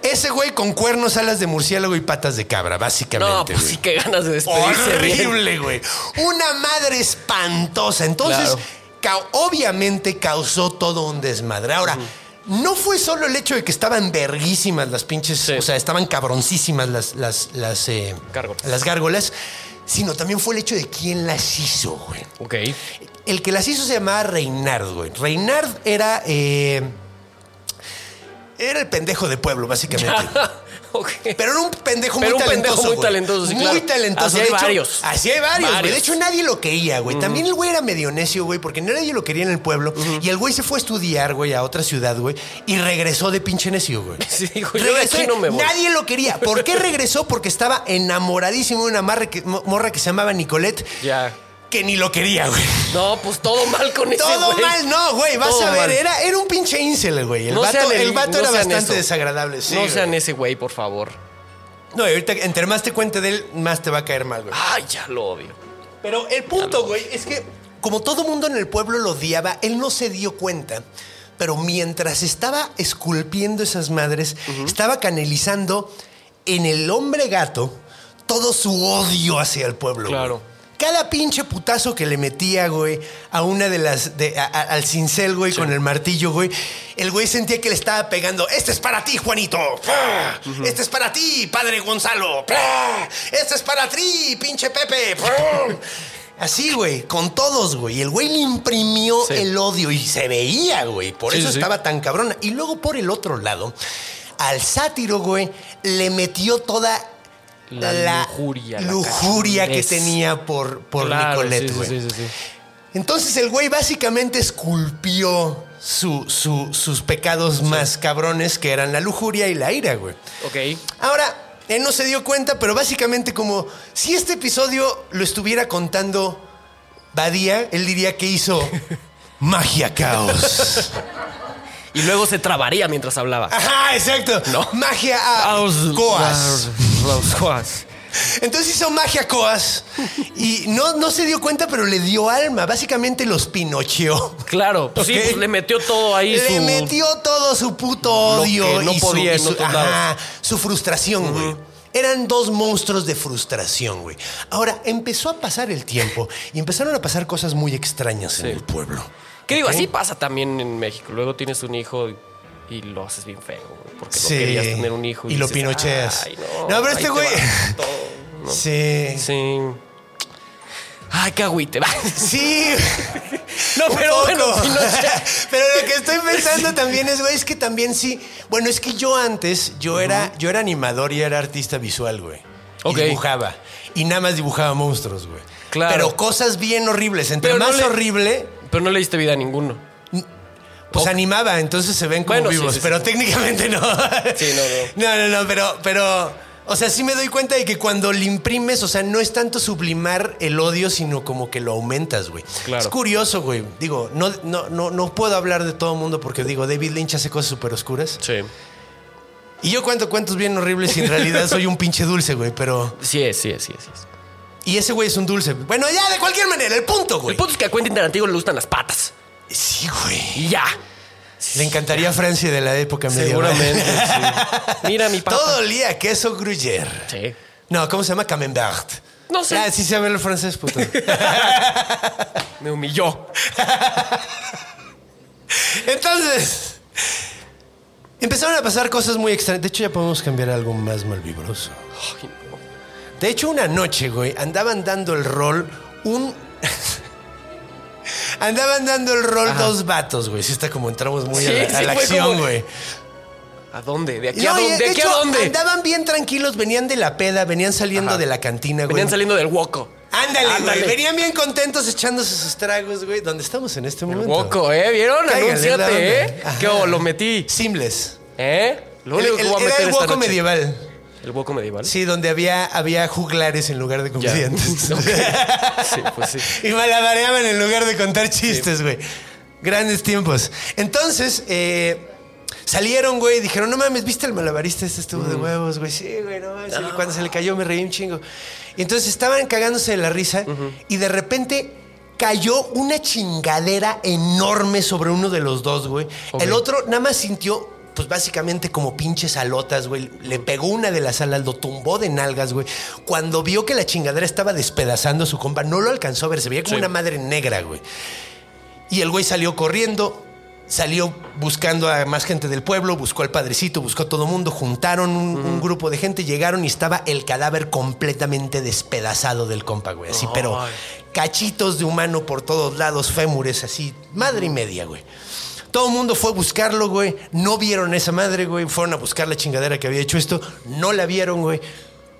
[SPEAKER 2] Ese güey con cuernos, alas de murciélago y patas de cabra, básicamente.
[SPEAKER 4] No, pues
[SPEAKER 2] güey.
[SPEAKER 4] sí, qué ganas de despedirse. bien.
[SPEAKER 2] Horrible, güey. Una madre espantosa. Entonces,
[SPEAKER 4] Claro.
[SPEAKER 2] ca- obviamente causó todo un desmadre. Ahora, no fue solo el hecho de que estaban verguísimas las pinches,
[SPEAKER 4] Sí.
[SPEAKER 2] o sea, estaban cabroncísimas las, las, las, eh,
[SPEAKER 4] Gárgolas.
[SPEAKER 2] las gárgolas, sino también fue el hecho de quién las hizo, güey.
[SPEAKER 4] Ok.
[SPEAKER 2] El que las hizo se llamaba Reinard, güey. Reinard era. eh, era el pendejo de pueblo, básicamente.
[SPEAKER 4] Ok.
[SPEAKER 2] Pero era un pendejo
[SPEAKER 4] Pero
[SPEAKER 2] muy
[SPEAKER 4] un pendejo
[SPEAKER 2] talentoso.
[SPEAKER 4] muy
[SPEAKER 2] güey.
[SPEAKER 4] talentoso, sí,
[SPEAKER 2] muy
[SPEAKER 4] claro.
[SPEAKER 2] talentoso.
[SPEAKER 4] Así
[SPEAKER 2] De
[SPEAKER 4] hay
[SPEAKER 2] hecho,
[SPEAKER 4] varios.
[SPEAKER 2] Así hay varios, güey.
[SPEAKER 4] Varios.
[SPEAKER 2] De hecho, nadie lo quería, güey. También el güey era medio necio, güey, porque nadie lo quería en el pueblo. Y el güey se fue a estudiar, güey, a otra ciudad, güey. Y regresó de pinche necio, güey.
[SPEAKER 4] Sí, dijo, yo de aquí no me voy.
[SPEAKER 2] Nadie lo quería. ¿Por qué regresó? Porque estaba enamoradísimo de una marra que- mo- morra que se llamaba Nicolette,
[SPEAKER 4] Ya.
[SPEAKER 2] que ni lo quería, güey.
[SPEAKER 4] No, pues todo mal con ese
[SPEAKER 2] Todo
[SPEAKER 4] güey.
[SPEAKER 2] mal, no, güey. Vas
[SPEAKER 4] Todo
[SPEAKER 2] a ver,
[SPEAKER 4] mal.
[SPEAKER 2] era, era un pinche incel, güey. El
[SPEAKER 4] No
[SPEAKER 2] vato,
[SPEAKER 4] sean el-
[SPEAKER 2] el vato
[SPEAKER 4] no
[SPEAKER 2] era
[SPEAKER 4] sean
[SPEAKER 2] bastante
[SPEAKER 4] eso.
[SPEAKER 2] desagradable. sí,
[SPEAKER 4] no
[SPEAKER 2] güey.
[SPEAKER 4] sean ese güey, por favor.
[SPEAKER 2] No, y ahorita entre más te cuente de él, más te va a caer mal, güey.
[SPEAKER 4] Ay, ya lo odio.
[SPEAKER 2] Pero el punto, güey, es que como todo mundo en el pueblo lo odiaba, él no se dio cuenta. Pero mientras estaba esculpiendo esas madres, estaba canalizando en el hombre gato todo su odio hacia el pueblo. güey.
[SPEAKER 4] Claro.
[SPEAKER 2] Cada pinche putazo que le metía, güey, a una de las. de- a- a- al cincel, güey, con el martillo, güey. El güey sentía que le estaba pegando. Este es para ti, Juanito. ¡Pah! Este es para ti, padre Gonzalo. ¡Pah! Este es para ti, pinche Pepe. ¡Pum! Así, güey, con todos, güey. Y El güey le imprimió
[SPEAKER 4] Sí.
[SPEAKER 2] el odio y se veía, güey. Por
[SPEAKER 4] Sí,
[SPEAKER 2] eso
[SPEAKER 4] sí, sí.
[SPEAKER 2] estaba tan cabrona. Y luego, por el otro lado, al sátiro, güey, le metió toda
[SPEAKER 4] La lujuria, la
[SPEAKER 2] lujuria que
[SPEAKER 4] cachonez.
[SPEAKER 2] tenía por, por
[SPEAKER 4] Claro,
[SPEAKER 2] Nicolette,
[SPEAKER 4] sí,
[SPEAKER 2] güey.
[SPEAKER 4] sí, sí, sí, sí.
[SPEAKER 2] Entonces el güey básicamente esculpió su- su- sus pecados más cabrones que eran la lujuria y la ira, güey.
[SPEAKER 4] Ok.
[SPEAKER 2] Ahora, él no se dio cuenta, pero básicamente como si este episodio lo estuviera contando Badía, él diría que hizo magia caos.
[SPEAKER 4] Y luego se trabaría mientras hablaba.
[SPEAKER 2] Ajá, exacto. Magia a- coas.
[SPEAKER 4] Los coas.
[SPEAKER 2] Entonces hizo magia coas y no, no se dio cuenta, pero le dio alma. Básicamente los pinocheó.
[SPEAKER 4] Claro, pues sí,
[SPEAKER 2] Ok.
[SPEAKER 4] pues le metió todo ahí
[SPEAKER 2] Le
[SPEAKER 4] su-
[SPEAKER 2] metió todo su puto
[SPEAKER 4] Lo que
[SPEAKER 2] odio
[SPEAKER 4] no
[SPEAKER 2] y,
[SPEAKER 4] podía en
[SPEAKER 2] su, y su,
[SPEAKER 4] otros lados.
[SPEAKER 2] ajá, su frustración, güey. Eran dos monstruos de frustración, güey. Ahora, empezó a pasar el tiempo y empezaron a pasar cosas muy extrañas en el pueblo.
[SPEAKER 4] ¿Qué digo?
[SPEAKER 2] Ok.
[SPEAKER 4] Así pasa también en México. Luego tienes un hijo y, y lo haces bien feo, güey, porque
[SPEAKER 2] Sí.
[SPEAKER 4] no querías tener un hijo.
[SPEAKER 2] Y lo
[SPEAKER 4] dices,
[SPEAKER 2] pinocheas.
[SPEAKER 4] "Ay, no,
[SPEAKER 2] No, pero
[SPEAKER 4] ahí
[SPEAKER 2] este
[SPEAKER 4] te
[SPEAKER 2] güey-
[SPEAKER 4] va todo", ¿no?
[SPEAKER 2] Sí. Sí.
[SPEAKER 4] Sí. Ay, qué agüite. va.
[SPEAKER 2] No,
[SPEAKER 4] pero bueno, Pinochet.
[SPEAKER 2] pero lo que estoy pensando también es, güey, es que también sí. Bueno, es que yo antes, yo, era, yo era animador y era artista visual, güey. Y
[SPEAKER 4] Ok.
[SPEAKER 2] dibujaba. Y nada más dibujaba monstruos, güey.
[SPEAKER 4] Claro.
[SPEAKER 2] Pero cosas bien horribles. Entre
[SPEAKER 4] Pero no
[SPEAKER 2] más
[SPEAKER 4] le-
[SPEAKER 2] horrible,
[SPEAKER 4] Pero no le diste vida a ninguno.
[SPEAKER 2] Pues
[SPEAKER 4] Ok.
[SPEAKER 2] animaba, entonces se ven como
[SPEAKER 4] Bueno, sí,
[SPEAKER 2] vivos,
[SPEAKER 4] sí, sí,
[SPEAKER 2] pero
[SPEAKER 4] sí.
[SPEAKER 2] técnicamente no.
[SPEAKER 4] Sí, no,
[SPEAKER 2] no. No, no, pero, pero. O sea, sí me doy cuenta de que cuando le imprimes, o sea, no es tanto sublimar el odio, sino como que lo aumentas, güey.
[SPEAKER 4] Claro.
[SPEAKER 2] Es curioso, güey. Digo, no, no, no, no puedo hablar de todo el mundo porque digo, David Lynch hace cosas súper oscuras.
[SPEAKER 4] Sí.
[SPEAKER 2] Y yo cuento cuentos bien horribles y en realidad soy un pinche dulce, güey, pero.
[SPEAKER 4] Sí es, sí es, sí es. sí es.
[SPEAKER 2] Y ese güey es un dulce. Bueno, ya, de cualquier manera, el punto, güey.
[SPEAKER 4] El punto es que a Quentin Tarantino le gustan las patas.
[SPEAKER 2] Sí, güey.
[SPEAKER 4] Y ya.
[SPEAKER 2] Le encantaría Francia de la época medieval.
[SPEAKER 4] Seguramente. sí. Mira mi pata.
[SPEAKER 2] Todo olía a queso gruyere.
[SPEAKER 4] Sí.
[SPEAKER 2] No, ¿cómo se llama? Camembert.
[SPEAKER 4] No sé.
[SPEAKER 2] Ah, sí se habla el francés, puto.
[SPEAKER 4] Me humilló.
[SPEAKER 2] Entonces, empezaron a pasar cosas muy extrañas. De hecho, ya podemos cambiar a algo más malvibroso.
[SPEAKER 4] Ay, no.
[SPEAKER 2] De hecho, una noche, güey, andaban dando el rol un... andaban dando el rol dos vatos, güey. Sí está como entramos muy a
[SPEAKER 4] Sí,
[SPEAKER 2] la, a
[SPEAKER 4] sí,
[SPEAKER 2] la
[SPEAKER 4] fue
[SPEAKER 2] acción,
[SPEAKER 4] como-
[SPEAKER 2] güey.
[SPEAKER 4] ¿A dónde? ¿De aquí
[SPEAKER 2] No,
[SPEAKER 4] a
[SPEAKER 2] y
[SPEAKER 4] dónde? ¿De
[SPEAKER 2] de
[SPEAKER 4] aquí
[SPEAKER 2] hecho,
[SPEAKER 4] a dónde?
[SPEAKER 2] Andaban bien tranquilos, venían de la peda, venían saliendo
[SPEAKER 4] Ajá.
[SPEAKER 2] de la cantina, güey.
[SPEAKER 4] Venían saliendo del hueco.
[SPEAKER 2] Ándale, güey.
[SPEAKER 4] Ándale.
[SPEAKER 2] Venían bien contentos echándose sus tragos, güey. ¿Dónde estamos en este momento?
[SPEAKER 4] Hueco, ¿eh? ¿Vieron?
[SPEAKER 2] Cáigale, la onda.
[SPEAKER 4] Anúnciate, ¿eh?
[SPEAKER 2] Ajá.
[SPEAKER 4] ¿Qué hubo? Lo metí.
[SPEAKER 2] Simples.
[SPEAKER 4] ¿Eh? Lo
[SPEAKER 2] El-
[SPEAKER 4] único que
[SPEAKER 2] el-
[SPEAKER 4] voy a
[SPEAKER 2] era
[SPEAKER 4] meter
[SPEAKER 2] el
[SPEAKER 4] esta
[SPEAKER 2] hueco
[SPEAKER 4] noche.
[SPEAKER 2] medieval.
[SPEAKER 4] ¿El hueco medieval?
[SPEAKER 2] Sí, donde había, había juglares en lugar de
[SPEAKER 4] Ya.
[SPEAKER 2] comediantes.
[SPEAKER 4] Ok. Sí, pues sí.
[SPEAKER 2] y malabareaban en lugar de contar chistes, güey. Grandes tiempos. Entonces, eh, salieron, güey, dijeron, no mames, ¿viste el malabarista? Este estuvo
[SPEAKER 4] Mm.
[SPEAKER 2] de huevos, güey. Sí, güey, no mames. Y Cuando se le cayó me reí un chingo. Y entonces estaban cagándose de la risa y de repente cayó una chingadera enorme sobre uno de los dos, güey.
[SPEAKER 4] Ok.
[SPEAKER 2] El otro nada más sintió... Pues básicamente como pinches alotas, güey. Le pegó una de las alas, lo tumbó de nalgas, güey. Cuando vio que la chingadera estaba despedazando a su compa, no lo alcanzó a ver. Se veía como
[SPEAKER 4] Sí.
[SPEAKER 2] una madre negra, güey. Y el güey salió corriendo. salió buscando a más gente del pueblo, buscó al padrecito, buscó a todo mundo, juntaron un, un grupo de gente, llegaron y estaba el cadáver completamente despedazado del compa, güey. Así, pero cachitos de humano por todos lados, fémures, así, madre y media, güey. Todo el mundo fue a buscarlo, güey. No vieron esa madre, güey. Fueron a buscar la chingadera que había hecho esto. No la vieron, güey.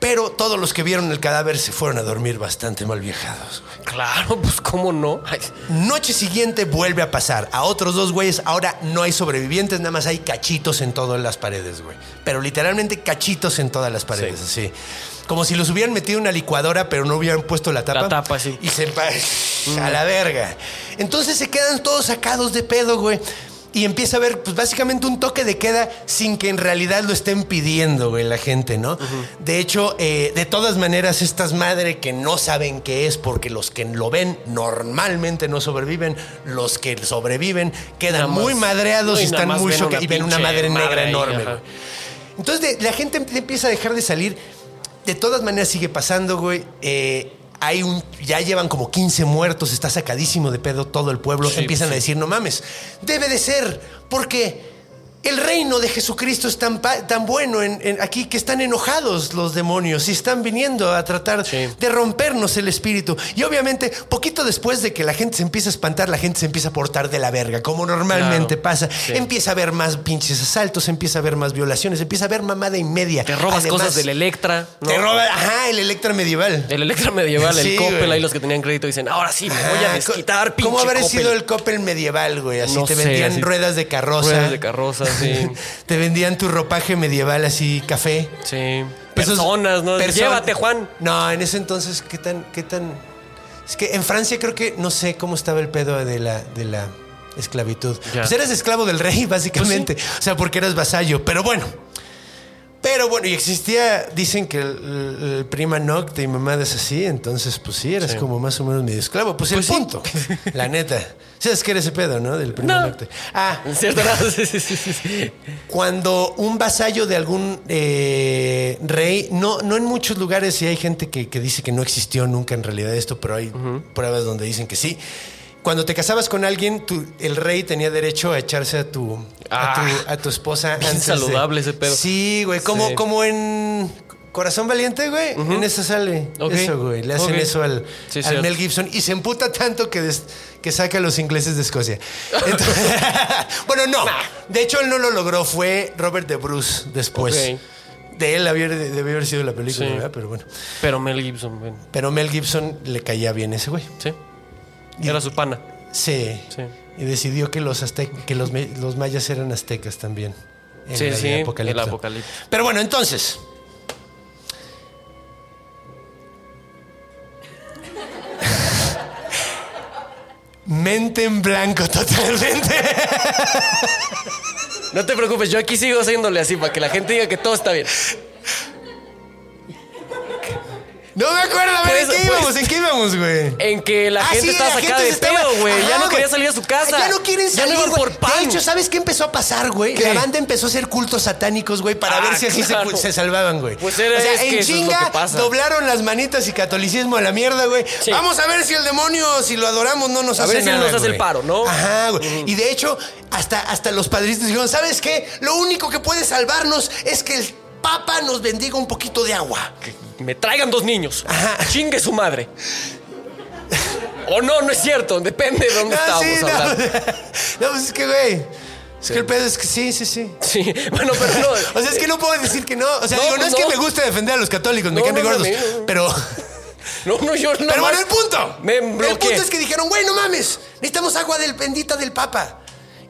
[SPEAKER 2] Pero todos los que vieron el cadáver se fueron a dormir bastante mal viajados.
[SPEAKER 4] Claro, pues cómo no. Ay,
[SPEAKER 2] Noche siguiente vuelve a pasar. A otros dos güeyes ahora no hay sobrevivientes, nada más hay cachitos en todas las paredes, güey. Pero literalmente cachitos en todas las paredes, así. Como si los hubieran metido en una licuadora, pero no hubieran puesto la tapa.
[SPEAKER 4] La tapa, sí.
[SPEAKER 2] Y se pa- a la verga. Entonces se quedan todos sacados de pedo, güey. Y empieza a haber, pues básicamente un toque de queda sin que en realidad lo estén pidiendo, güey, la gente, ¿no? De hecho, eh, de todas maneras, estas madre que no saben qué es, porque los que lo ven normalmente no sobreviven, los que sobreviven
[SPEAKER 4] nada
[SPEAKER 2] quedan
[SPEAKER 4] más-
[SPEAKER 2] muy madreados
[SPEAKER 4] no,
[SPEAKER 2] y
[SPEAKER 4] nada
[SPEAKER 2] están
[SPEAKER 4] más
[SPEAKER 2] muy
[SPEAKER 4] ven
[SPEAKER 2] chocados y ven una
[SPEAKER 4] pinche
[SPEAKER 2] madre negra
[SPEAKER 4] ahí,
[SPEAKER 2] enorme,
[SPEAKER 4] ajá.
[SPEAKER 2] güey. Entonces de- la gente em- empieza a dejar de salir. De todas maneras sigue pasando, güey. Eh, hay un, ya llevan como 15 muertos, está sacadísimo de pedo todo el pueblo.
[SPEAKER 4] Sí,
[SPEAKER 2] Empiezan a
[SPEAKER 4] sí.
[SPEAKER 2] decir, no mames, debe de ser, porque el reino de Jesucristo es tan, pa- tan bueno en- en- aquí que están enojados los demonios y están viniendo a tratar
[SPEAKER 4] Sí.
[SPEAKER 2] de rompernos el espíritu. Y obviamente, poquito después de que la gente se empieza a espantar, la gente se empieza a portar de la verga, como normalmente
[SPEAKER 4] Claro.
[SPEAKER 2] pasa.
[SPEAKER 4] Sí.
[SPEAKER 2] Empieza a haber más pinches asaltos, empieza a haber más violaciones, empieza a haber mamada y media.
[SPEAKER 4] Te robas
[SPEAKER 2] Además,
[SPEAKER 4] cosas del Electra. ¿no?
[SPEAKER 2] Te roba, ajá, el Electra medieval.
[SPEAKER 4] El Electra medieval,
[SPEAKER 2] Sí,
[SPEAKER 4] el Coppel,
[SPEAKER 2] güey.
[SPEAKER 4] ahí los que tenían crédito dicen, ahora sí, me voy a
[SPEAKER 2] Ajá,
[SPEAKER 4] desquitar, pinche
[SPEAKER 2] Ah, ¿Cómo habrá
[SPEAKER 4] Coppel".
[SPEAKER 2] sido el Coppel medieval, güey? Así
[SPEAKER 4] No
[SPEAKER 2] te
[SPEAKER 4] sé,
[SPEAKER 2] vendían
[SPEAKER 4] así-
[SPEAKER 2] ruedas de carroza.
[SPEAKER 4] Ruedas de carroza, sí.
[SPEAKER 2] te vendían tu ropaje medieval así, café.
[SPEAKER 4] Sí.
[SPEAKER 2] Esos-
[SPEAKER 4] Personas, ¿no?
[SPEAKER 2] Pues perso-
[SPEAKER 4] Llévate, Juan.
[SPEAKER 2] No, en ese entonces, ¿qué tan, qué tan? Es que en Francia creo que no sé cómo estaba el pedo de la, de la esclavitud.
[SPEAKER 4] Ya. Pues
[SPEAKER 2] Pues eras esclavo del rey, básicamente. O sea, porque eras vasallo. Pero bueno. Pero bueno, y existía, dicen que el, el prima nocte y mamadas así, entonces pues sí, eras como más o menos medio esclavo. Pues, el punto, la neta. ¿Sabes qué era ese pedo, no? Del prima
[SPEAKER 4] No.
[SPEAKER 2] nocte. Ah,
[SPEAKER 4] ¿Cierto? Sí, sí, sí, sí, sí.
[SPEAKER 2] cuando un vasallo de algún eh, rey, no, no en muchos lugares, y hay gente que, que dice que no existió nunca en realidad esto, pero hay pruebas donde dicen que sí. Cuando te casabas con alguien, tú- el rey tenía derecho a echarse a tu, a
[SPEAKER 4] Ah,
[SPEAKER 2] tu, a tu esposa.
[SPEAKER 4] bien
[SPEAKER 2] antes de-
[SPEAKER 4] saludable ese pedo.
[SPEAKER 2] Sí, güey. Como,
[SPEAKER 4] Sí.
[SPEAKER 2] como en Corazón Valiente, güey. En eso sale.
[SPEAKER 4] Ok.
[SPEAKER 2] Eso, güey. Le hacen
[SPEAKER 4] Ok.
[SPEAKER 2] eso al,
[SPEAKER 4] Sí,
[SPEAKER 2] al
[SPEAKER 4] cierto.
[SPEAKER 2] Mel Gibson y se emputa tanto que, des- que saca a los ingleses de Escocia. Entonces- bueno, no. De hecho, él no lo logró. Fue Robert de Bruce después. De él había- debió haber sido la película,
[SPEAKER 4] Sí.
[SPEAKER 2] ¿verdad? Pero bueno.
[SPEAKER 4] Pero Mel Gibson, bueno,
[SPEAKER 2] Pero Mel Gibson le caía bien ese güey.
[SPEAKER 4] sí. Era su pana.
[SPEAKER 2] Sí.
[SPEAKER 4] Sí.
[SPEAKER 2] Y decidió que los aztec- que los, me- los mayas eran aztecas también. En
[SPEAKER 4] Sí,
[SPEAKER 2] la de
[SPEAKER 4] sí, el
[SPEAKER 2] Apocalipto.
[SPEAKER 4] Apocalipto.
[SPEAKER 2] Pero bueno, entonces. Mente en blanco totalmente.
[SPEAKER 4] No te preocupes, yo aquí sigo haciéndole así para que la gente diga que todo está bien.
[SPEAKER 2] No me acuerdo, a ver, ¿en
[SPEAKER 4] Pues,
[SPEAKER 2] qué íbamos?
[SPEAKER 4] pues,
[SPEAKER 2] ¿En qué íbamos, güey?
[SPEAKER 4] En que la
[SPEAKER 2] Ah,
[SPEAKER 4] gente
[SPEAKER 2] sí,
[SPEAKER 4] estaba
[SPEAKER 2] la
[SPEAKER 4] sacada
[SPEAKER 2] gente
[SPEAKER 4] de
[SPEAKER 2] se estaba-
[SPEAKER 4] pedo, güey.
[SPEAKER 2] Ajá,
[SPEAKER 4] Ya no quería salir a su casa.
[SPEAKER 2] Ya no quieren salir.
[SPEAKER 4] Ya no iban
[SPEAKER 2] güey.
[SPEAKER 4] por pan.
[SPEAKER 2] De hecho, ¿sabes qué empezó a pasar, güey?
[SPEAKER 4] ¿Qué?
[SPEAKER 2] La banda empezó a hacer cultos satánicos, güey, para
[SPEAKER 4] Ah,
[SPEAKER 2] ver si así se-
[SPEAKER 4] claro.
[SPEAKER 2] se, salvaban, güey.
[SPEAKER 4] Pues era-
[SPEAKER 2] o sea,
[SPEAKER 4] es que
[SPEAKER 2] en
[SPEAKER 4] eso es lo
[SPEAKER 2] chinga
[SPEAKER 4] que pasa.
[SPEAKER 2] doblaron las manitas y catolicismo a la mierda, güey.
[SPEAKER 4] Sí.
[SPEAKER 2] Vamos a ver si el demonio, si lo adoramos, no nos
[SPEAKER 4] A
[SPEAKER 2] hace
[SPEAKER 4] ver si
[SPEAKER 2] nada,
[SPEAKER 4] nos hace el
[SPEAKER 2] güey.
[SPEAKER 4] paro, ¿no?
[SPEAKER 2] Ajá, güey. Y de hecho, hasta, hasta los padritos dijeron, ¿sabes qué? Lo único que puede salvarnos es que el Papa nos bendiga un poquito de agua.
[SPEAKER 4] Me traigan dos niños. Chingue su madre. O no, no es cierto. Depende de dónde
[SPEAKER 2] Ah, sí,
[SPEAKER 4] estábamos hablando.
[SPEAKER 2] No, pues es que, güey. Es que el pedo es que sí, sí, sí.
[SPEAKER 4] Sí, bueno, pero no.
[SPEAKER 2] O sea, es que no puedo decir que no. O sea,
[SPEAKER 4] Eh. No,
[SPEAKER 2] digo, no,
[SPEAKER 4] pues
[SPEAKER 2] es que
[SPEAKER 4] no.
[SPEAKER 2] me guste defender a los católicos, me
[SPEAKER 4] No,
[SPEAKER 2] caen de
[SPEAKER 4] no, no,
[SPEAKER 2] gordos.
[SPEAKER 4] no, no.
[SPEAKER 2] Pero,
[SPEAKER 4] No, no, yo no.
[SPEAKER 2] pero bueno, el punto.
[SPEAKER 4] Me
[SPEAKER 2] el
[SPEAKER 4] bloqueé.
[SPEAKER 2] punto es que dijeron, güey, no mames, necesitamos agua del bendita del Papa.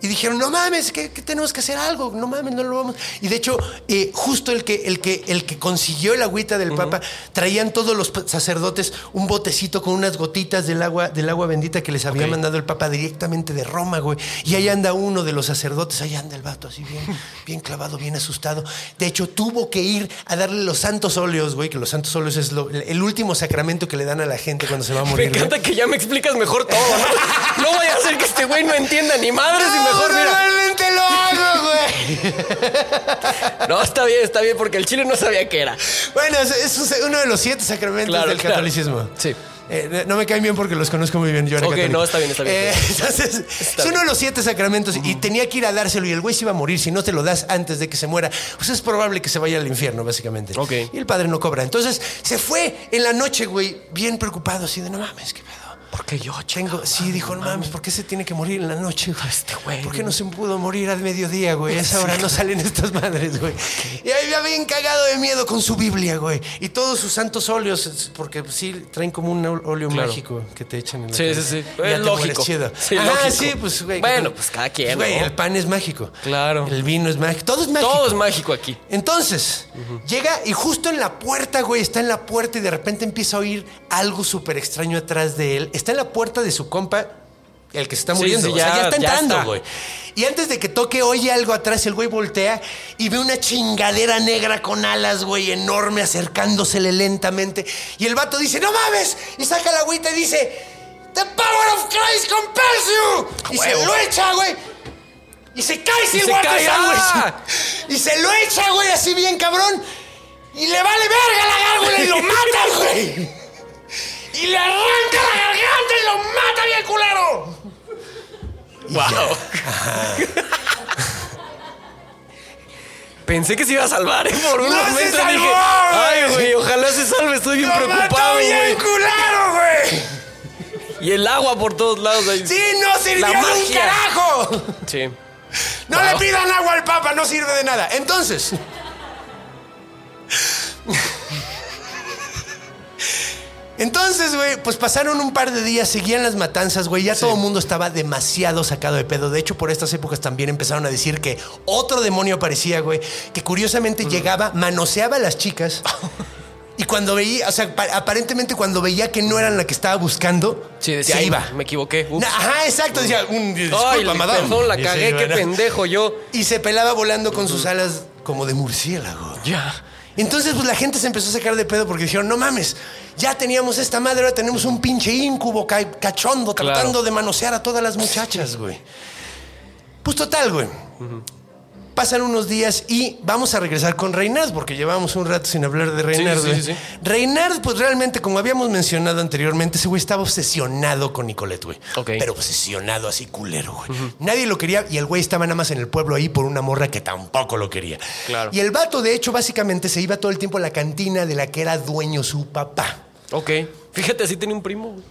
[SPEAKER 2] Y dijeron, no mames, que, que tenemos que hacer algo, no mames, no lo vamos. Y de hecho, eh, justo el que, el, que, el que consiguió el agüita del Papa, traían todos los pa- sacerdotes un botecito con unas gotitas del agua, del agua bendita que les había
[SPEAKER 4] Ok.
[SPEAKER 2] mandado el Papa directamente de Roma, güey. Y ahí anda uno de los sacerdotes, ahí anda el vato así bien, bien clavado, bien asustado. De hecho, tuvo que ir a darle los santos óleos, güey, que los santos óleos es lo- el último sacramento que le dan a la gente cuando se va a
[SPEAKER 4] Me
[SPEAKER 2] morir. güey.
[SPEAKER 4] encanta que ya me explicas mejor todo, ¿no? No vaya a ser que este güey no entienda ni madres y mejor, mira.
[SPEAKER 2] realmente lo hago, güey.
[SPEAKER 4] No, está bien, está bien, porque el chile no sabía qué era.
[SPEAKER 2] Bueno, es, es un- uno de los siete sacramentos
[SPEAKER 4] Claro,
[SPEAKER 2] del
[SPEAKER 4] claro.
[SPEAKER 2] catolicismo.
[SPEAKER 4] Sí.
[SPEAKER 2] Eh, no me caen bien porque los conozco muy bien. Yo era
[SPEAKER 4] Ok,
[SPEAKER 2] católico. Eh,
[SPEAKER 4] no, está bien, está bien, está bien.
[SPEAKER 2] entonces, es uno de los siete sacramentos y tenía que ir a dárselo y el güey se iba a morir. Si no te lo das antes de que se muera, pues es probable que se vaya al infierno, básicamente.
[SPEAKER 4] Ok.
[SPEAKER 2] Y el padre no cobra. Entonces, se fue en la noche, güey, bien preocupado, así de no mames, qué pedo.
[SPEAKER 4] Porque yo,
[SPEAKER 2] Tengo, sí, dijo, no mames, ¿por qué se tiene que morir en la noche, güey?
[SPEAKER 4] Este güey,
[SPEAKER 2] ¿Por qué
[SPEAKER 4] güey.
[SPEAKER 2] no se pudo morir al mediodía, güey? A esa hora no salen estas madres, güey. Y ahí ya bien cagado de miedo con su Biblia, güey. Y todos sus santos óleos, es- porque pues, sí, traen como un ol- óleo
[SPEAKER 4] Claro.
[SPEAKER 2] mágico que te echan en la
[SPEAKER 4] Sí,
[SPEAKER 2] cara.
[SPEAKER 4] sí, sí.
[SPEAKER 2] Y ya
[SPEAKER 4] Es
[SPEAKER 2] te
[SPEAKER 4] lógico.
[SPEAKER 2] mueres chido.
[SPEAKER 4] Sí,
[SPEAKER 2] Ah,
[SPEAKER 4] lógico.
[SPEAKER 2] sí, pues, güey.
[SPEAKER 4] Bueno, pues, cada quien,
[SPEAKER 2] Güey,
[SPEAKER 4] ¿no?
[SPEAKER 2] el pan es mágico.
[SPEAKER 4] Claro.
[SPEAKER 2] El vino es mágico. Todo es mágico.
[SPEAKER 4] Todo es mágico aquí.
[SPEAKER 2] Entonces, llega y justo en la puerta, güey, está en la puerta y de repente empieza a oír algo súper extraño atrás de él. Está en la puerta de su compa, el que se está
[SPEAKER 4] Sí,
[SPEAKER 2] muriendo.
[SPEAKER 4] sí,
[SPEAKER 2] o sea,
[SPEAKER 4] ya-
[SPEAKER 2] ya está
[SPEAKER 4] ya
[SPEAKER 2] entrando,
[SPEAKER 4] está.
[SPEAKER 2] güey. Y antes de que toque, oye algo atrás, el güey voltea y ve una chingadera negra con alas, güey, enorme, acercándosele lentamente. Y el vato dice, no mames, y saca la agüita y dice, The power of Christ compels you. Y se
[SPEAKER 4] Huevo.
[SPEAKER 2] lo echa, güey. Y se cae sin
[SPEAKER 4] se cae, ¡ah!
[SPEAKER 2] güey. Y se lo echa, güey, así bien cabrón. Y le vale verga la gárgola y lo mata, güey. Y le arranca la garganta y lo mata bien culero.
[SPEAKER 4] Wow. Pensé que se iba a salvar ¿eh? por un
[SPEAKER 2] ¡No se
[SPEAKER 4] momento.
[SPEAKER 2] salvó,
[SPEAKER 4] dije,
[SPEAKER 2] güey!
[SPEAKER 4] ay, güey, ojalá se salve, estoy bien
[SPEAKER 2] ¡Lo mató
[SPEAKER 4] preocupado,
[SPEAKER 2] bien
[SPEAKER 4] güey.
[SPEAKER 2] culero, güey!
[SPEAKER 4] Y el agua por todos lados ahí.
[SPEAKER 2] ¡Sí, no sirvió de un
[SPEAKER 4] magia.
[SPEAKER 2] carajo!
[SPEAKER 4] Sí.
[SPEAKER 2] No le pidan agua al Papa, no sirve de nada. Entonces. Entonces, güey, pues pasaron un par de días, seguían las matanzas, güey. Ya todo el mundo estaba demasiado sacado de pedo. De hecho, por estas épocas también empezaron a decir que otro demonio aparecía, güey, que
[SPEAKER 4] Mm.
[SPEAKER 2] curiosamente llegaba, manoseaba a las chicas. Y cuando veía, o sea, pa- aparentemente cuando veía que no eran la que estaba buscando,
[SPEAKER 4] Sí, decía,
[SPEAKER 2] se
[SPEAKER 4] "Ay,
[SPEAKER 2] iba.
[SPEAKER 4] Me equivoqué. Ups.
[SPEAKER 2] Na- Ajá, exacto. Decía, un, disculpa,
[SPEAKER 4] Ay,
[SPEAKER 2] madame".
[SPEAKER 4] perdón, la
[SPEAKER 2] Y
[SPEAKER 4] cagué,
[SPEAKER 2] se
[SPEAKER 4] qué
[SPEAKER 2] iba, ¿no?
[SPEAKER 4] pendejo yo.
[SPEAKER 2] Y se pelaba volando con sus alas como de murciélago.
[SPEAKER 4] Ya.
[SPEAKER 2] Entonces, pues la gente se empezó a sacar de pedo porque dijeron, no mames, ya teníamos esta madre, ahora tenemos un pinche incubo ca- cachondo
[SPEAKER 4] Claro.
[SPEAKER 2] tratando de manosear a todas las muchachas, güey. Pues total, güey. Pasan unos días y vamos a regresar con Reinard, porque llevamos un rato sin hablar de Reinard.
[SPEAKER 4] sí,
[SPEAKER 2] güey.
[SPEAKER 4] sí, sí.
[SPEAKER 2] Reinard, pues realmente, como habíamos mencionado anteriormente, ese güey estaba obsesionado con Nicolette, güey.
[SPEAKER 4] Ok.
[SPEAKER 2] Pero obsesionado así culero, güey. Nadie lo quería y el güey estaba nada más en el pueblo ahí por una morra que tampoco lo quería.
[SPEAKER 4] Claro.
[SPEAKER 2] Y el vato, de hecho, básicamente se iba todo el tiempo a la cantina de la que era dueño su papá.
[SPEAKER 4] Ok. Fíjate, así tenía un primo, güey.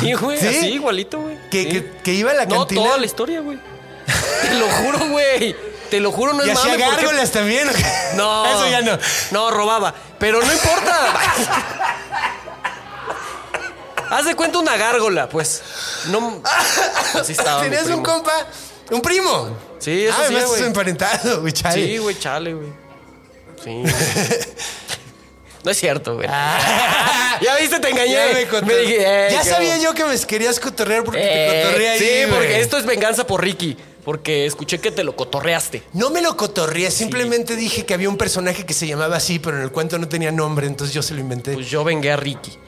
[SPEAKER 4] Sí, güey.
[SPEAKER 2] ¿Sí?
[SPEAKER 4] Así, igualito, güey.
[SPEAKER 2] Que,
[SPEAKER 4] Sí.
[SPEAKER 2] que- que iba a la
[SPEAKER 4] No,
[SPEAKER 2] cantina.
[SPEAKER 4] toda la historia, güey. Te lo juro, güey. Te lo juro, no
[SPEAKER 2] y
[SPEAKER 4] es
[SPEAKER 2] hacía
[SPEAKER 4] mame. porque-
[SPEAKER 2] gárgolas también. ¿o qué?
[SPEAKER 4] No.
[SPEAKER 2] Eso ya no.
[SPEAKER 4] No, robaba. Pero no importa. Haz de cuenta una gárgola, pues. No. Así estaba. mi
[SPEAKER 2] Tenías un
[SPEAKER 4] primo.
[SPEAKER 2] compa, un primo.
[SPEAKER 4] Sí, eso
[SPEAKER 2] ah,
[SPEAKER 4] sí,
[SPEAKER 2] además
[SPEAKER 4] güey.
[SPEAKER 2] es emparentado, güey, chale.
[SPEAKER 4] Sí, güey, chale, güey. Sí. güey. No es cierto, güey. Ya viste, te engañé.
[SPEAKER 2] Ah. Ya, me cotor-
[SPEAKER 4] Me dije, "Ey,
[SPEAKER 2] Ya
[SPEAKER 4] qué
[SPEAKER 2] sabía
[SPEAKER 4] hubo".
[SPEAKER 2] yo que me querías cotorrear porque
[SPEAKER 4] Eh,
[SPEAKER 2] te cotorreé ahí.
[SPEAKER 4] Sí,
[SPEAKER 2] güey.
[SPEAKER 4] porque esto es venganza por Ricky. Porque escuché que te lo cotorreaste.
[SPEAKER 2] No me lo cotorreé, simplemente dije que había un personaje que se llamaba así, pero en el cuento no tenía nombre, entonces yo se lo inventé.
[SPEAKER 4] Pues yo vengué a Ricky.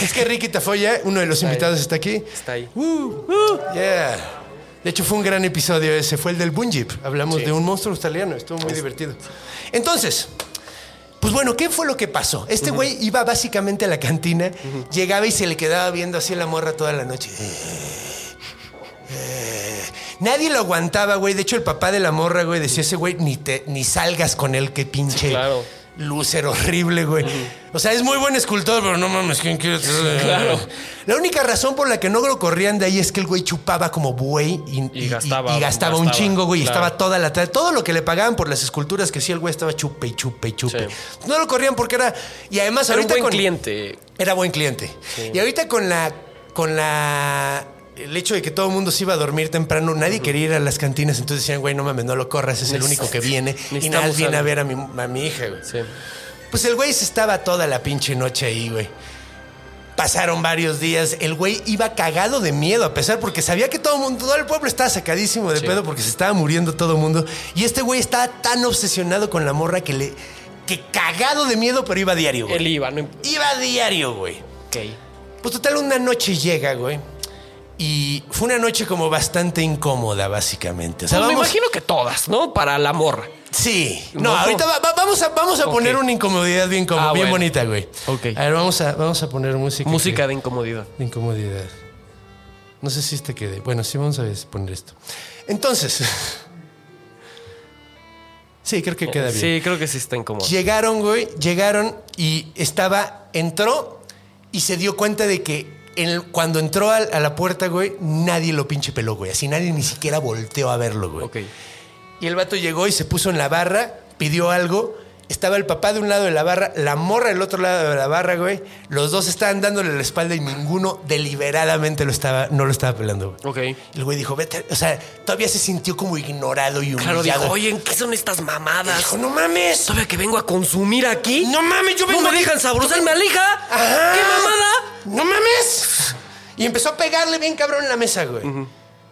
[SPEAKER 2] es que Ricky Tafoya, uno de los invitados, está aquí. Uh,
[SPEAKER 4] Está ahí.
[SPEAKER 2] Yeah. De hecho, fue un gran episodio ese. Fue el del Bunjip. Hablamos de un monstruo australiano. Estuvo muy divertido. Entonces, pues bueno, ¿qué fue lo que pasó? Este güey iba básicamente a la cantina, llegaba y se le quedaba viendo así a la morra toda la noche. Eh, Nadie lo aguantaba, güey. De hecho, el papá de la morra, güey, decía ese güey, ni, te, ni salgas con él, que pinche.
[SPEAKER 4] claro.
[SPEAKER 2] Lúcer horrible, güey. O sea, es muy buen escultor, pero no mames, ¿quién quiere? Claro. La única razón por la que no lo corrían de ahí es que el güey chupaba como buey y, y- y-
[SPEAKER 4] gastaba-
[SPEAKER 2] y gastaba un
[SPEAKER 4] gastaba,
[SPEAKER 2] chingo, güey. y
[SPEAKER 4] claro.
[SPEAKER 2] Estaba toda la tarde. Todo lo que le pagaban por las esculturas que sí, el güey estaba chupe y chupe y chupe.
[SPEAKER 4] Sí.
[SPEAKER 2] No lo corrían porque era. Y además,
[SPEAKER 4] Era un
[SPEAKER 2] ahorita
[SPEAKER 4] buen
[SPEAKER 2] con-
[SPEAKER 4] cliente.
[SPEAKER 2] era buen cliente. Y ahorita con la. con la. El hecho de que todo el mundo se iba a dormir temprano, nadie quería ir a las cantinas, entonces decían, güey, no mames, no lo corras, es el único que viene. Y nadie
[SPEAKER 4] necesitamos
[SPEAKER 2] viene a
[SPEAKER 4] algo.
[SPEAKER 2] ver a mi, a mi hija, güey.
[SPEAKER 4] Sí.
[SPEAKER 2] Pues el güey se estaba toda la pinche noche ahí, güey. Pasaron varios días, el güey iba cagado de miedo, a pesar porque sabía que todo el mundo, todo el pueblo estaba sacadísimo de
[SPEAKER 4] Sí.
[SPEAKER 2] pedo porque se estaba muriendo todo el mundo. Y este güey estaba tan obsesionado con la morra que le. que cagado de miedo, pero iba a diario, güey.
[SPEAKER 4] Él iba, no imp-
[SPEAKER 2] Iba a diario, güey.
[SPEAKER 4] Ok.
[SPEAKER 2] Pues total, una noche llega, güey. Y fue una noche como bastante incómoda, básicamente. O sea,
[SPEAKER 4] Pues me
[SPEAKER 2] vamos-
[SPEAKER 4] imagino que todas, ¿no? Para la morra.
[SPEAKER 2] Sí.
[SPEAKER 4] No,
[SPEAKER 2] No,
[SPEAKER 4] no.
[SPEAKER 2] ahorita va- va- vamos a, vamos a poner una incomodidad bien, como-
[SPEAKER 4] Ah,
[SPEAKER 2] bien
[SPEAKER 4] bueno.
[SPEAKER 2] bonita, güey.
[SPEAKER 4] Ok.
[SPEAKER 2] A ver, vamos a, vamos a poner música.
[SPEAKER 4] Música
[SPEAKER 2] que-
[SPEAKER 4] de incomodidad.
[SPEAKER 2] de incomodidad. No sé si te quede. Bueno, sí, vamos a ver, poner esto. Entonces. sí, creo que queda bien.
[SPEAKER 4] Sí, creo que sí está incómodo.
[SPEAKER 2] Llegaron, güey, llegaron y estaba, entró y se dio cuenta de que en el- cuando entró al- a, la puerta, güey, nadie lo pinche peló, güey. Así nadie ni siquiera volteó a verlo, güey.
[SPEAKER 4] Ok.
[SPEAKER 2] Y el vato llegó y se puso en la barra, pidió algo. Estaba el papá de un lado de la barra, la morra del otro lado de la barra, güey. Los dos estaban dándole la espalda y ninguno deliberadamente lo estaba, no lo estaba pelando, güey.
[SPEAKER 4] Ok.
[SPEAKER 2] El güey dijo, vete. O sea, todavía se sintió como ignorado y humillado.
[SPEAKER 4] Claro, dijo, oye, ¿en ¿qué son estas mamadas?
[SPEAKER 2] Dijo, no mames.
[SPEAKER 4] ¿Sabe que vengo a consumir aquí?
[SPEAKER 2] No mames, yo vengo
[SPEAKER 4] No me
[SPEAKER 2] aquí-
[SPEAKER 4] dejan saborizarme a la hija.
[SPEAKER 2] Ajá.
[SPEAKER 4] ¿Qué mamada?
[SPEAKER 2] ¡No mames! Y empezó a pegarle bien cabrón en la mesa, güey.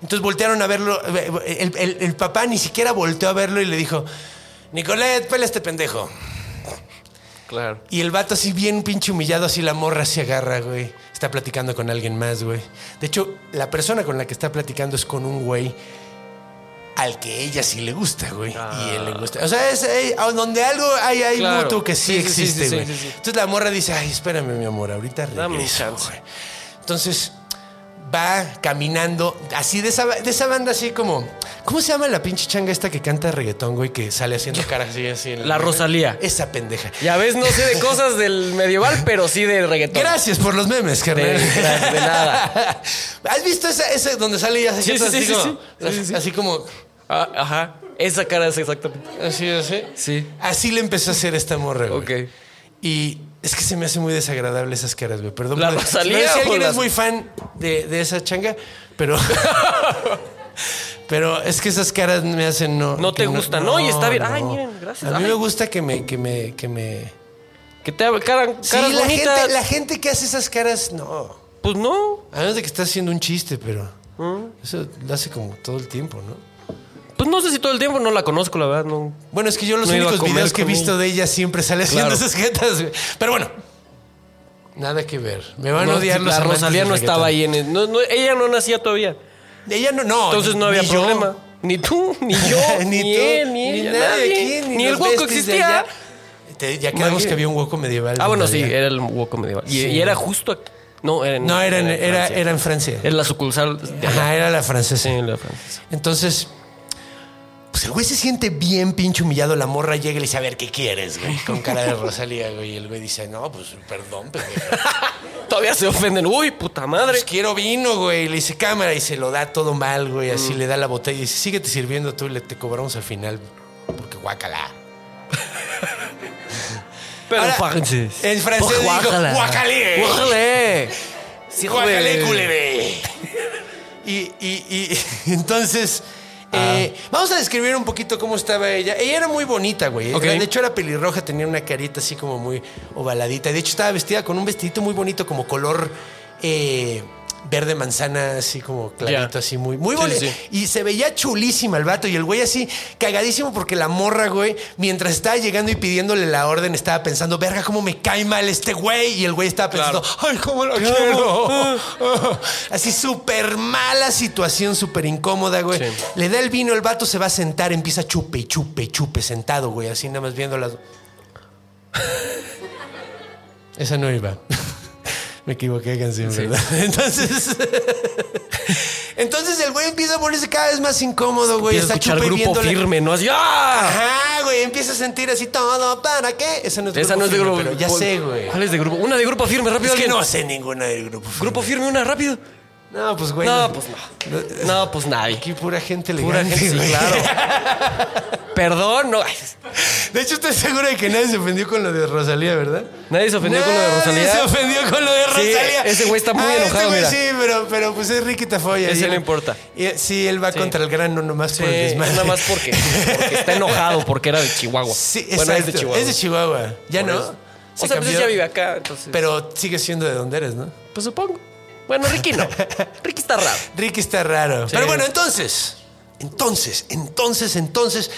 [SPEAKER 2] Entonces voltearon a verlo. eh, El, el- el papá ni siquiera volteó a verlo y le dijo: Nicolet, pela a este pendejo.
[SPEAKER 4] Claro.
[SPEAKER 2] Y el vato así bien pinche humillado, así la morra se agarra, güey. Está platicando con alguien más, güey. De hecho, la persona con la que está platicando es con un güey al que ella sí le gusta, güey. Y él le gusta. O sea, es eh, a donde algo hay, hay
[SPEAKER 4] Ah. Claro.
[SPEAKER 2] mutuo que sí,
[SPEAKER 4] Sí, sí, sí,
[SPEAKER 2] existe,
[SPEAKER 4] sí, sí,
[SPEAKER 2] güey.
[SPEAKER 4] sí, sí.
[SPEAKER 2] Entonces la morra dice, ay, espérame, mi amor, ahorita regreso,
[SPEAKER 4] Dame un chance.
[SPEAKER 2] güey". Entonces va caminando así de esa, de esa banda así como... ¿Cómo se llama la pinche changa esta que canta reggaetón, güey? Que sale haciendo caras así, así. en
[SPEAKER 4] La Rosalía.
[SPEAKER 2] Esa pendeja.
[SPEAKER 4] Ya ves, no sé de cosas del medieval, pero sí del reggaetón.
[SPEAKER 2] Gracias por los memes, carnal.
[SPEAKER 4] De- de nada.
[SPEAKER 2] ¿Has visto esa, esa donde sale y hace
[SPEAKER 4] Sí,
[SPEAKER 2] cosas
[SPEAKER 4] sí,
[SPEAKER 2] así,
[SPEAKER 4] sí,
[SPEAKER 2] como,
[SPEAKER 4] sí, sí. Sí, sí.
[SPEAKER 2] así como
[SPEAKER 4] Ah, ajá. Esa cara es exactamente.
[SPEAKER 2] así así?
[SPEAKER 4] Sí.
[SPEAKER 2] Así le empezó a hacer esta morra, güey.
[SPEAKER 4] Ok.
[SPEAKER 2] Y es que se me hace muy desagradable esas caras, güey. Perdón.
[SPEAKER 4] ¿La
[SPEAKER 2] por-
[SPEAKER 4] Rosalía
[SPEAKER 2] No sé si
[SPEAKER 4] o
[SPEAKER 2] alguien
[SPEAKER 4] las-
[SPEAKER 2] es muy fan de, de esa changa, pero Pero es que esas caras me hacen no
[SPEAKER 4] No
[SPEAKER 2] que
[SPEAKER 4] te gustan. No, y está bien. Ay, miren, gracias.
[SPEAKER 2] A mí
[SPEAKER 4] Ay.
[SPEAKER 2] me gusta que me que me que me
[SPEAKER 4] Que te hagan cara- caras
[SPEAKER 2] Sí, la
[SPEAKER 4] bonitas.
[SPEAKER 2] gente, la gente que hace esas caras no.
[SPEAKER 4] Pues no.
[SPEAKER 2] A menos de que estás haciendo un chiste, pero eso lo hace como todo el tiempo, ¿no?
[SPEAKER 4] Pues no sé si todo el tiempo no la conozco, la verdad, no.
[SPEAKER 2] Bueno, es que yo los
[SPEAKER 4] No he ido a
[SPEAKER 2] únicos
[SPEAKER 4] comer
[SPEAKER 2] videos que he
[SPEAKER 4] con
[SPEAKER 2] visto
[SPEAKER 4] ella.
[SPEAKER 2] de ella siempre sale haciendo
[SPEAKER 4] Claro.
[SPEAKER 2] esas jetas, güey. Pero bueno, nada que ver. Me van a
[SPEAKER 4] No,
[SPEAKER 2] odiar los
[SPEAKER 4] la
[SPEAKER 2] amantes
[SPEAKER 4] Rosalía
[SPEAKER 2] del
[SPEAKER 4] no estaba
[SPEAKER 2] reggaetón.
[SPEAKER 4] ahí en el- no, no, ella no nacía todavía.
[SPEAKER 2] Ella no, no.
[SPEAKER 4] Entonces no
[SPEAKER 2] ni
[SPEAKER 4] había
[SPEAKER 2] yo.
[SPEAKER 4] problema. Ni tú, ni yo, ni,
[SPEAKER 2] tú,
[SPEAKER 4] él, ni, ella, nadie.
[SPEAKER 2] aquí,
[SPEAKER 4] ni el
[SPEAKER 2] los
[SPEAKER 4] hueco
[SPEAKER 2] besties de
[SPEAKER 4] existía.
[SPEAKER 2] allá. Te- ya quedamos
[SPEAKER 4] Imagínate.
[SPEAKER 2] que había un hueco medieval.
[SPEAKER 4] Ah, bueno, sí,
[SPEAKER 2] todavía.
[SPEAKER 4] era el hueco medieval. Y,
[SPEAKER 2] Sí.
[SPEAKER 4] y era justo aquí. No, era en,
[SPEAKER 2] No, era en, era,
[SPEAKER 4] Francia.
[SPEAKER 2] era en Francia.
[SPEAKER 4] Era la sucursal de allá.
[SPEAKER 2] Ajá, era la francesa.
[SPEAKER 4] Sí, la francesa.
[SPEAKER 2] Entonces, pues el güey se siente bien pinche humillado. La morra llega y le dice, a ver, ¿qué quieres, güey? Con cara de Rosalía, güey. Y el güey dice, no, pues perdón, pero
[SPEAKER 4] Todavía se ofenden. Uy, puta madre.
[SPEAKER 2] pues quiero vino, güey. Le dice, cámara. Y se lo da todo mal, güey. Así le da la botella. Y dice, síguete sirviendo tú. y Le te cobramos al final. Porque guácala.
[SPEAKER 4] Pero
[SPEAKER 2] Ahora,
[SPEAKER 4] francés.
[SPEAKER 2] en francés dijo,
[SPEAKER 4] guácala.
[SPEAKER 2] guácale.
[SPEAKER 4] Guácale. Sí,
[SPEAKER 2] Guácale,
[SPEAKER 4] joder.
[SPEAKER 2] culere. Y, y- y- entonces,
[SPEAKER 4] Ah.
[SPEAKER 2] eh, vamos a describir un poquito cómo estaba ella. Ella era muy bonita, güey.
[SPEAKER 4] Ok.
[SPEAKER 2] De hecho, era pelirroja, tenía una carita así como muy ovaladita. De hecho, estaba vestida con un vestidito muy bonito, como color eh, verde manzana, así como clarito,
[SPEAKER 4] Ya.
[SPEAKER 2] así muy, muy
[SPEAKER 4] Sí,
[SPEAKER 2] bonita.
[SPEAKER 4] sí, sí.
[SPEAKER 2] Y se veía chulísima el vato. Y el güey así cagadísimo porque la morra, güey, mientras estaba llegando y pidiéndole la orden, estaba pensando, verga, cómo me cae mal este güey. Y el güey estaba pensando, ay, cómo lo quiero. Así súper mala situación, súper incómoda, güey.
[SPEAKER 4] Sí.
[SPEAKER 2] Le da el vino, el vato se va a sentar, empieza a chupe y chupe y chupe, sentado, güey, así nada más viéndolas. Esa no iba. Me equivoqué, canción, ¿verdad? Entonces. Entonces el güey empieza a ponerse cada vez más incómodo, güey. Está
[SPEAKER 4] Empieza a escuchar
[SPEAKER 2] chupe y
[SPEAKER 4] grupo
[SPEAKER 2] viéndole-
[SPEAKER 4] firme, ¿no? Así, ¡ah!
[SPEAKER 2] Ajá, güey. Empieza a sentir así todo. ¿Para qué? Esa no es,
[SPEAKER 4] Esa
[SPEAKER 2] grupo
[SPEAKER 4] no es de
[SPEAKER 2] firme,
[SPEAKER 4] grupo.
[SPEAKER 2] pero ya sé, güey.
[SPEAKER 4] ¿Cuál es de grupo? Una de grupo firme, rápido.
[SPEAKER 2] Es que
[SPEAKER 4] alguien.
[SPEAKER 2] no sé ninguna del grupo. firme.
[SPEAKER 4] Grupo firme, una, rápido.
[SPEAKER 2] No, pues, güey.
[SPEAKER 4] No, pues no. No, pues nadie.
[SPEAKER 2] Aquí pura gente
[SPEAKER 4] Pura
[SPEAKER 2] elegante,
[SPEAKER 4] gente, sí,
[SPEAKER 2] güey.
[SPEAKER 4] claro. Perdón, no. ay,
[SPEAKER 2] De hecho, estoy seguro de que nadie se ofendió con lo de Rosalía, ¿verdad?
[SPEAKER 4] Nadie se ofendió con lo de Rosalía.
[SPEAKER 2] Nadie se ofendió con lo de Rosalía.
[SPEAKER 4] ese güey está muy
[SPEAKER 2] este
[SPEAKER 4] enojado,
[SPEAKER 2] güey
[SPEAKER 4] mira.
[SPEAKER 2] Sí, pero, pero pues es Ricky Tafoya.
[SPEAKER 4] Ese
[SPEAKER 2] Y él-
[SPEAKER 4] no importa.
[SPEAKER 2] y- sí, él va contra el grano nomás por el
[SPEAKER 4] Sí,
[SPEAKER 2] desmadre.
[SPEAKER 4] nada más porque, porque está enojado, porque era de Chihuahua.
[SPEAKER 2] Sí,
[SPEAKER 4] bueno, es de
[SPEAKER 2] exacto.
[SPEAKER 4] Chihuahua.
[SPEAKER 2] Es de Chihuahua. Ya
[SPEAKER 4] Por
[SPEAKER 2] no.
[SPEAKER 4] eso.
[SPEAKER 2] Se
[SPEAKER 4] o sea, pues
[SPEAKER 2] cambió.
[SPEAKER 4] ya vive acá, entonces.
[SPEAKER 2] Pero sigue siendo de donde eres, ¿no?
[SPEAKER 4] pues supongo. Bueno, Ricky no. Ricky está raro.
[SPEAKER 2] Ricky está raro. Pero bueno, entonces. Entonces, entonces, entonces.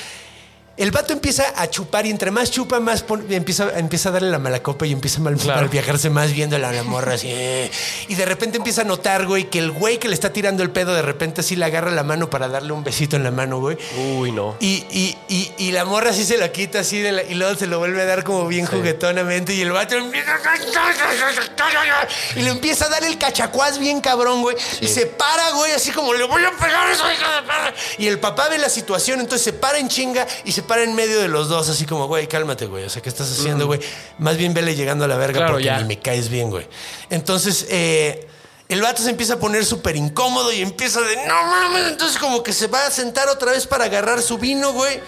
[SPEAKER 2] El vato empieza a chupar y entre más chupa, más pon- empieza, empieza a darle la mala copa y empieza a mal
[SPEAKER 4] Claro.
[SPEAKER 2] a viajarse más viendo a la morra así. eh. Y de repente empieza a notar, güey, que el güey que le está tirando el pedo de repente así le agarra la mano para darle un besito en la mano, güey.
[SPEAKER 4] Uy, no.
[SPEAKER 2] Y, y, y, y la morra así se lo quita así de la- y luego se lo vuelve a dar como bien juguetonamente y el vato empieza a- y le empieza a dar el cachacuás bien cabrón, güey. Y se para, güey, así como le voy a pegar a esa hija de perra. Y el papá ve la situación, entonces se para en chinga y se para en medio de los dos, así como, güey, cálmate, güey. O sea, ¿qué estás haciendo, güey? Más bien vele llegando a la verga
[SPEAKER 4] Claro,
[SPEAKER 2] porque
[SPEAKER 4] ya.
[SPEAKER 2] ni me caes bien, güey. Entonces, eh, el vato se empieza a poner súper incómodo y empieza de, no mames, entonces como que se va a sentar otra vez para agarrar su vino, güey.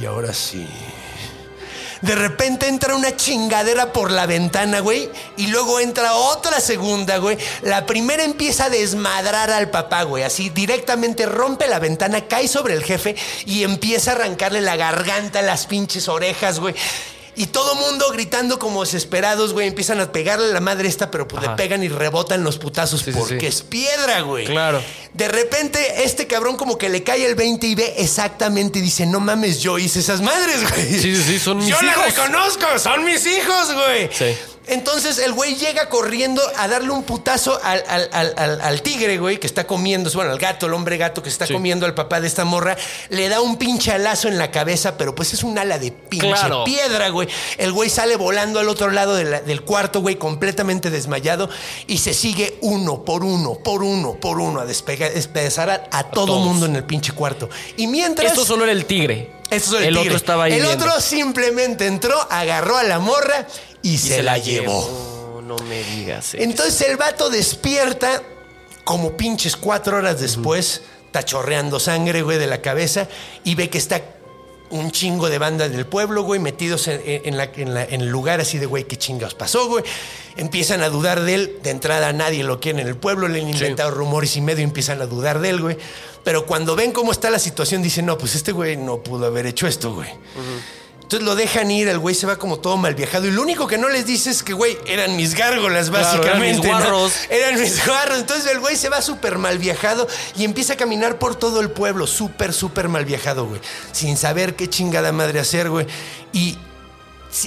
[SPEAKER 2] Y ahora sí. De repente entra una chingadera por la ventana, güey. Y luego entra otra segunda, güey. La primera empieza a desmadrar al papá, güey. Así directamente rompe la ventana, cae sobre el jefe y empieza a arrancarle la garganta, las pinches orejas, güey. Y todo mundo gritando como desesperados, güey. Empiezan a pegarle a la madre esta, pero pues le
[SPEAKER 4] Ajá.
[SPEAKER 2] pegan y rebotan los putazos
[SPEAKER 4] Sí, sí,
[SPEAKER 2] porque
[SPEAKER 4] sí.
[SPEAKER 2] es piedra, güey.
[SPEAKER 4] Claro.
[SPEAKER 2] De repente, este cabrón como que le cae el 20 y ve exactamente y dice, no mames, yo hice esas madres, güey.
[SPEAKER 4] Sí, sí, sí, son mis
[SPEAKER 2] Yo
[SPEAKER 4] hijos.
[SPEAKER 2] las reconozco, son mis hijos, güey.
[SPEAKER 4] Sí.
[SPEAKER 2] Entonces el güey llega corriendo a darle un putazo al, al- al- al- al tigre, güey, que está comiendo, bueno, al gato, el hombre gato que está
[SPEAKER 4] Sí.
[SPEAKER 2] comiendo al papá de esta morra, le da un pinche alazo en la cabeza, pero pues es un ala de pinche
[SPEAKER 4] Claro.
[SPEAKER 2] piedra, güey. El güey sale volando al otro lado de la- del cuarto, güey, completamente desmayado, y se sigue uno por uno, por uno, por uno, a despegar, despedazar a, a todo
[SPEAKER 4] todos.
[SPEAKER 2] mundo en el pinche cuarto. Y mientras...
[SPEAKER 4] Esto solo era el tigre.
[SPEAKER 2] Eso es el,
[SPEAKER 4] otro
[SPEAKER 2] tigre.
[SPEAKER 4] estaba ahí.
[SPEAKER 2] El
[SPEAKER 4] viendo.
[SPEAKER 2] otro simplemente entró, agarró a la morra y, se, la llevó.
[SPEAKER 4] No no me digas. eso.
[SPEAKER 2] Entonces el vato despierta como pinches cuatro horas después, tachorreando sangre, güey, de la cabeza y ve que está un chingo de banda del pueblo, güey, metidos en, en la- en la- en el lugar así de, güey, qué chingados pasó, güey. Empiezan a dudar de él. De entrada nadie lo quiere en el pueblo, le han inventado rumores y medio, empiezan a dudar de él, güey. Pero cuando ven cómo está la situación, dicen, no, pues este güey no pudo haber hecho esto, güey. Entonces lo dejan ir, el güey se va como todo mal viajado. Y lo único que no les dice es que, güey, eran mis gárgolas,
[SPEAKER 4] Claro, eran
[SPEAKER 2] básicamente.
[SPEAKER 4] mis
[SPEAKER 2] ¿no?
[SPEAKER 4] guarros.
[SPEAKER 2] Eran mis guarros. Entonces el güey se va súper mal viajado y empieza a caminar por todo el pueblo, súper, súper mal viajado, güey. Sin saber qué chingada madre hacer, güey. Y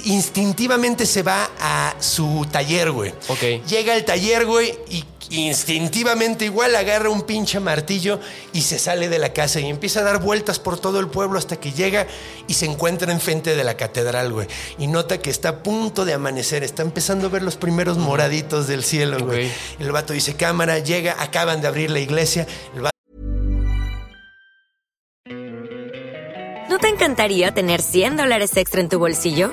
[SPEAKER 2] instintivamente se va a su taller, güey.
[SPEAKER 4] Ok.
[SPEAKER 2] Llega al taller, güey, y instintivamente igual agarra un pinche martillo y se sale de la casa y empieza a dar vueltas por todo el pueblo hasta que llega y se encuentra enfrente de la catedral, güey. Y nota que está a punto de amanecer, está empezando a ver los primeros moraditos del cielo, güey.
[SPEAKER 4] Ok.
[SPEAKER 2] El vato dice, cámara, llega, acaban de abrir la iglesia, el vato
[SPEAKER 6] ¿No te encantaría tener 100 dólares extra en tu bolsillo?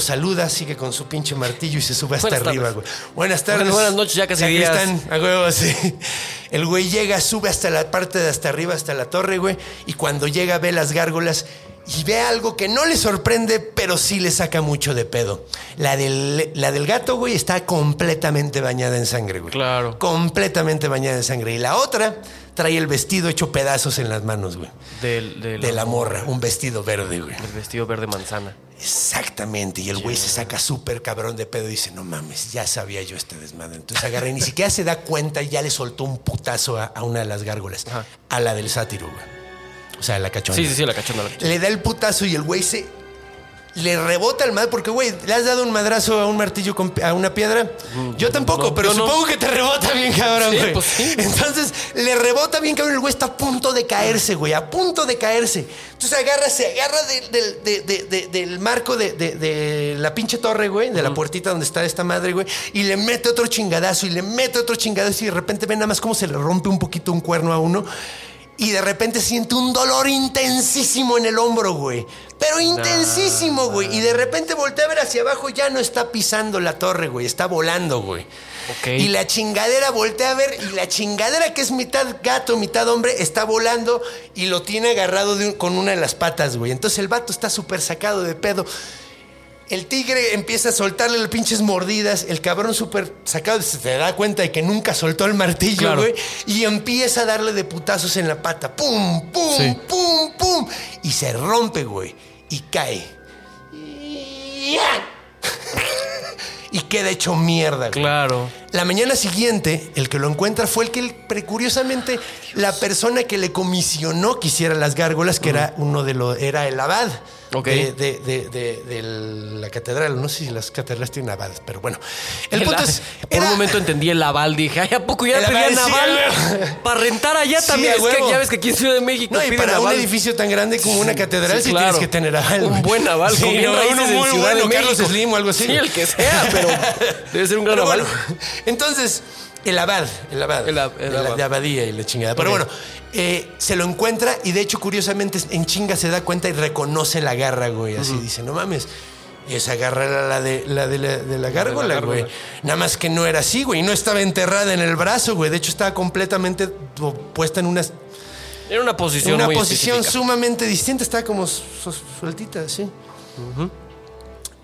[SPEAKER 2] saluda, sigue con su pinche martillo y se sube hasta
[SPEAKER 4] Buenas
[SPEAKER 2] arriba,
[SPEAKER 4] tardes.
[SPEAKER 2] güey. Buenas tardes.
[SPEAKER 4] Buenas- buenas noches, ya casi
[SPEAKER 2] Aquí
[SPEAKER 4] días.
[SPEAKER 2] están, a huevo, sí. El güey llega, sube hasta la parte de hasta arriba, hasta la torre, güey. Y cuando llega, ve las gárgolas y ve algo que no le sorprende, pero sí le saca mucho de pedo. La del, la del gato, güey, está completamente bañada en sangre, güey.
[SPEAKER 4] Claro.
[SPEAKER 2] Completamente bañada en sangre. Y la otra trae el vestido hecho pedazos en las manos, güey.
[SPEAKER 4] Del, del-
[SPEAKER 2] De la morra, un vestido verde, güey.
[SPEAKER 4] El vestido verde manzana.
[SPEAKER 2] Exactamente. Y el güey se saca súper cabrón de pedo y dice, no mames, ya sabía yo este desmadre. Entonces agarra y ni siquiera se da cuenta y ya le soltó un putazo a, a una de las gárgolas.
[SPEAKER 4] Ajá.
[SPEAKER 2] A la del sátiro, güey. O sea, a la cachona.
[SPEAKER 4] Sí, sí, sí, la cachonda. la cachonda.
[SPEAKER 2] Le da el putazo y el güey se... Le rebota el madre, porque güey, le has dado un madrazo a un martillo, con, a una piedra. Yo tampoco,
[SPEAKER 4] Mm, no,
[SPEAKER 2] pero
[SPEAKER 4] yo no.
[SPEAKER 2] supongo que te rebota bien, cabrón,
[SPEAKER 4] Sí,
[SPEAKER 2] güey.
[SPEAKER 4] pues sí.
[SPEAKER 2] Entonces le rebota bien, cabrón. El güey está a punto de caerse, güey, a punto de caerse. Entonces agarra, se agarra del- del- de- de- de- del marco de, de- de la pinche torre, güey, de la puertita donde está esta madre, güey, y le mete otro chingadazo y le mete otro chingadazo. Y de repente ve nada más cómo se le rompe un poquito un cuerno a uno. Y de repente siente un dolor intensísimo en el hombro, güey. Pero intensísimo, güey. Y de repente voltea a ver hacia abajo, ya no está pisando la torre, güey. Está volando, güey.
[SPEAKER 4] Ok.
[SPEAKER 2] Y la chingadera voltea a ver y la chingadera que es mitad gato, mitad hombre, está volando y lo tiene agarrado de un- con una de las patas, güey. Entonces el vato está súper sacado de pedo. El tigre empieza a soltarle las pinches mordidas. El cabrón súper sacado se te da cuenta de que nunca soltó el martillo,
[SPEAKER 4] Claro.
[SPEAKER 2] güey. Y empieza a darle de putazos en la pata. ¡Pum, pum,
[SPEAKER 4] Sí.
[SPEAKER 2] pum, pum! Y se rompe, güey. Y cae. ¡Ya! y queda hecho mierda, güey.
[SPEAKER 4] Claro.
[SPEAKER 2] La mañana siguiente, el que lo encuentra fue el que, el- curiosamente, la persona que le comisionó que hiciera las gárgolas, que era uno de los, era el abad
[SPEAKER 4] Ok.
[SPEAKER 2] de, de- de- de- de la catedral. No sé si las catedrales tienen abadas, pero bueno. El,
[SPEAKER 4] El-
[SPEAKER 2] punto es.
[SPEAKER 4] Por
[SPEAKER 2] era-
[SPEAKER 4] un momento entendí el aval. Dije, ay, ¿a poco ya
[SPEAKER 2] El aval,
[SPEAKER 4] pedían
[SPEAKER 2] sí,
[SPEAKER 4] aval?
[SPEAKER 2] a huevo.
[SPEAKER 4] para rentar allá
[SPEAKER 2] Sí,
[SPEAKER 4] también.
[SPEAKER 2] a
[SPEAKER 4] Es que
[SPEAKER 2] huevo.
[SPEAKER 4] ya ves que aquí en Ciudad de México.
[SPEAKER 2] No, y
[SPEAKER 4] piden
[SPEAKER 2] para un
[SPEAKER 4] aval.
[SPEAKER 2] edificio tan grande como una catedral, sí,
[SPEAKER 4] Sí, claro.
[SPEAKER 2] tienes que tener aval.
[SPEAKER 4] Un
[SPEAKER 2] güey.
[SPEAKER 4] buen aval.
[SPEAKER 2] Sí,
[SPEAKER 4] con bien
[SPEAKER 2] no,
[SPEAKER 4] raíces
[SPEAKER 2] uno
[SPEAKER 4] en
[SPEAKER 2] muy
[SPEAKER 4] Ciudad de
[SPEAKER 2] bueno, Carlos
[SPEAKER 4] México.
[SPEAKER 2] Slim o algo así.
[SPEAKER 4] Sí, el que sea, pero debe ser un gran
[SPEAKER 2] Pero
[SPEAKER 4] aval.
[SPEAKER 2] bueno, entonces, el abad, el abad,
[SPEAKER 4] El ab-
[SPEAKER 2] de
[SPEAKER 4] el
[SPEAKER 2] la-
[SPEAKER 4] abad.
[SPEAKER 2] de abadía y la chingada. Pero
[SPEAKER 4] Ok.
[SPEAKER 2] bueno, eh, se lo encuentra y de hecho, curiosamente, en chinga se da cuenta y reconoce la garra, güey. Así dice, no mames. Y esa garra era la de la, de la, de la gárgola,
[SPEAKER 4] gárgola.
[SPEAKER 2] güey. Nada más que no era así, güey. No estaba enterrada en el brazo, güey. De hecho, estaba completamente do- puesta en una,
[SPEAKER 4] Era una posición
[SPEAKER 2] una
[SPEAKER 4] muy
[SPEAKER 2] posición
[SPEAKER 4] específica.
[SPEAKER 2] sumamente distinta. Estaba como su- sueltita, sí.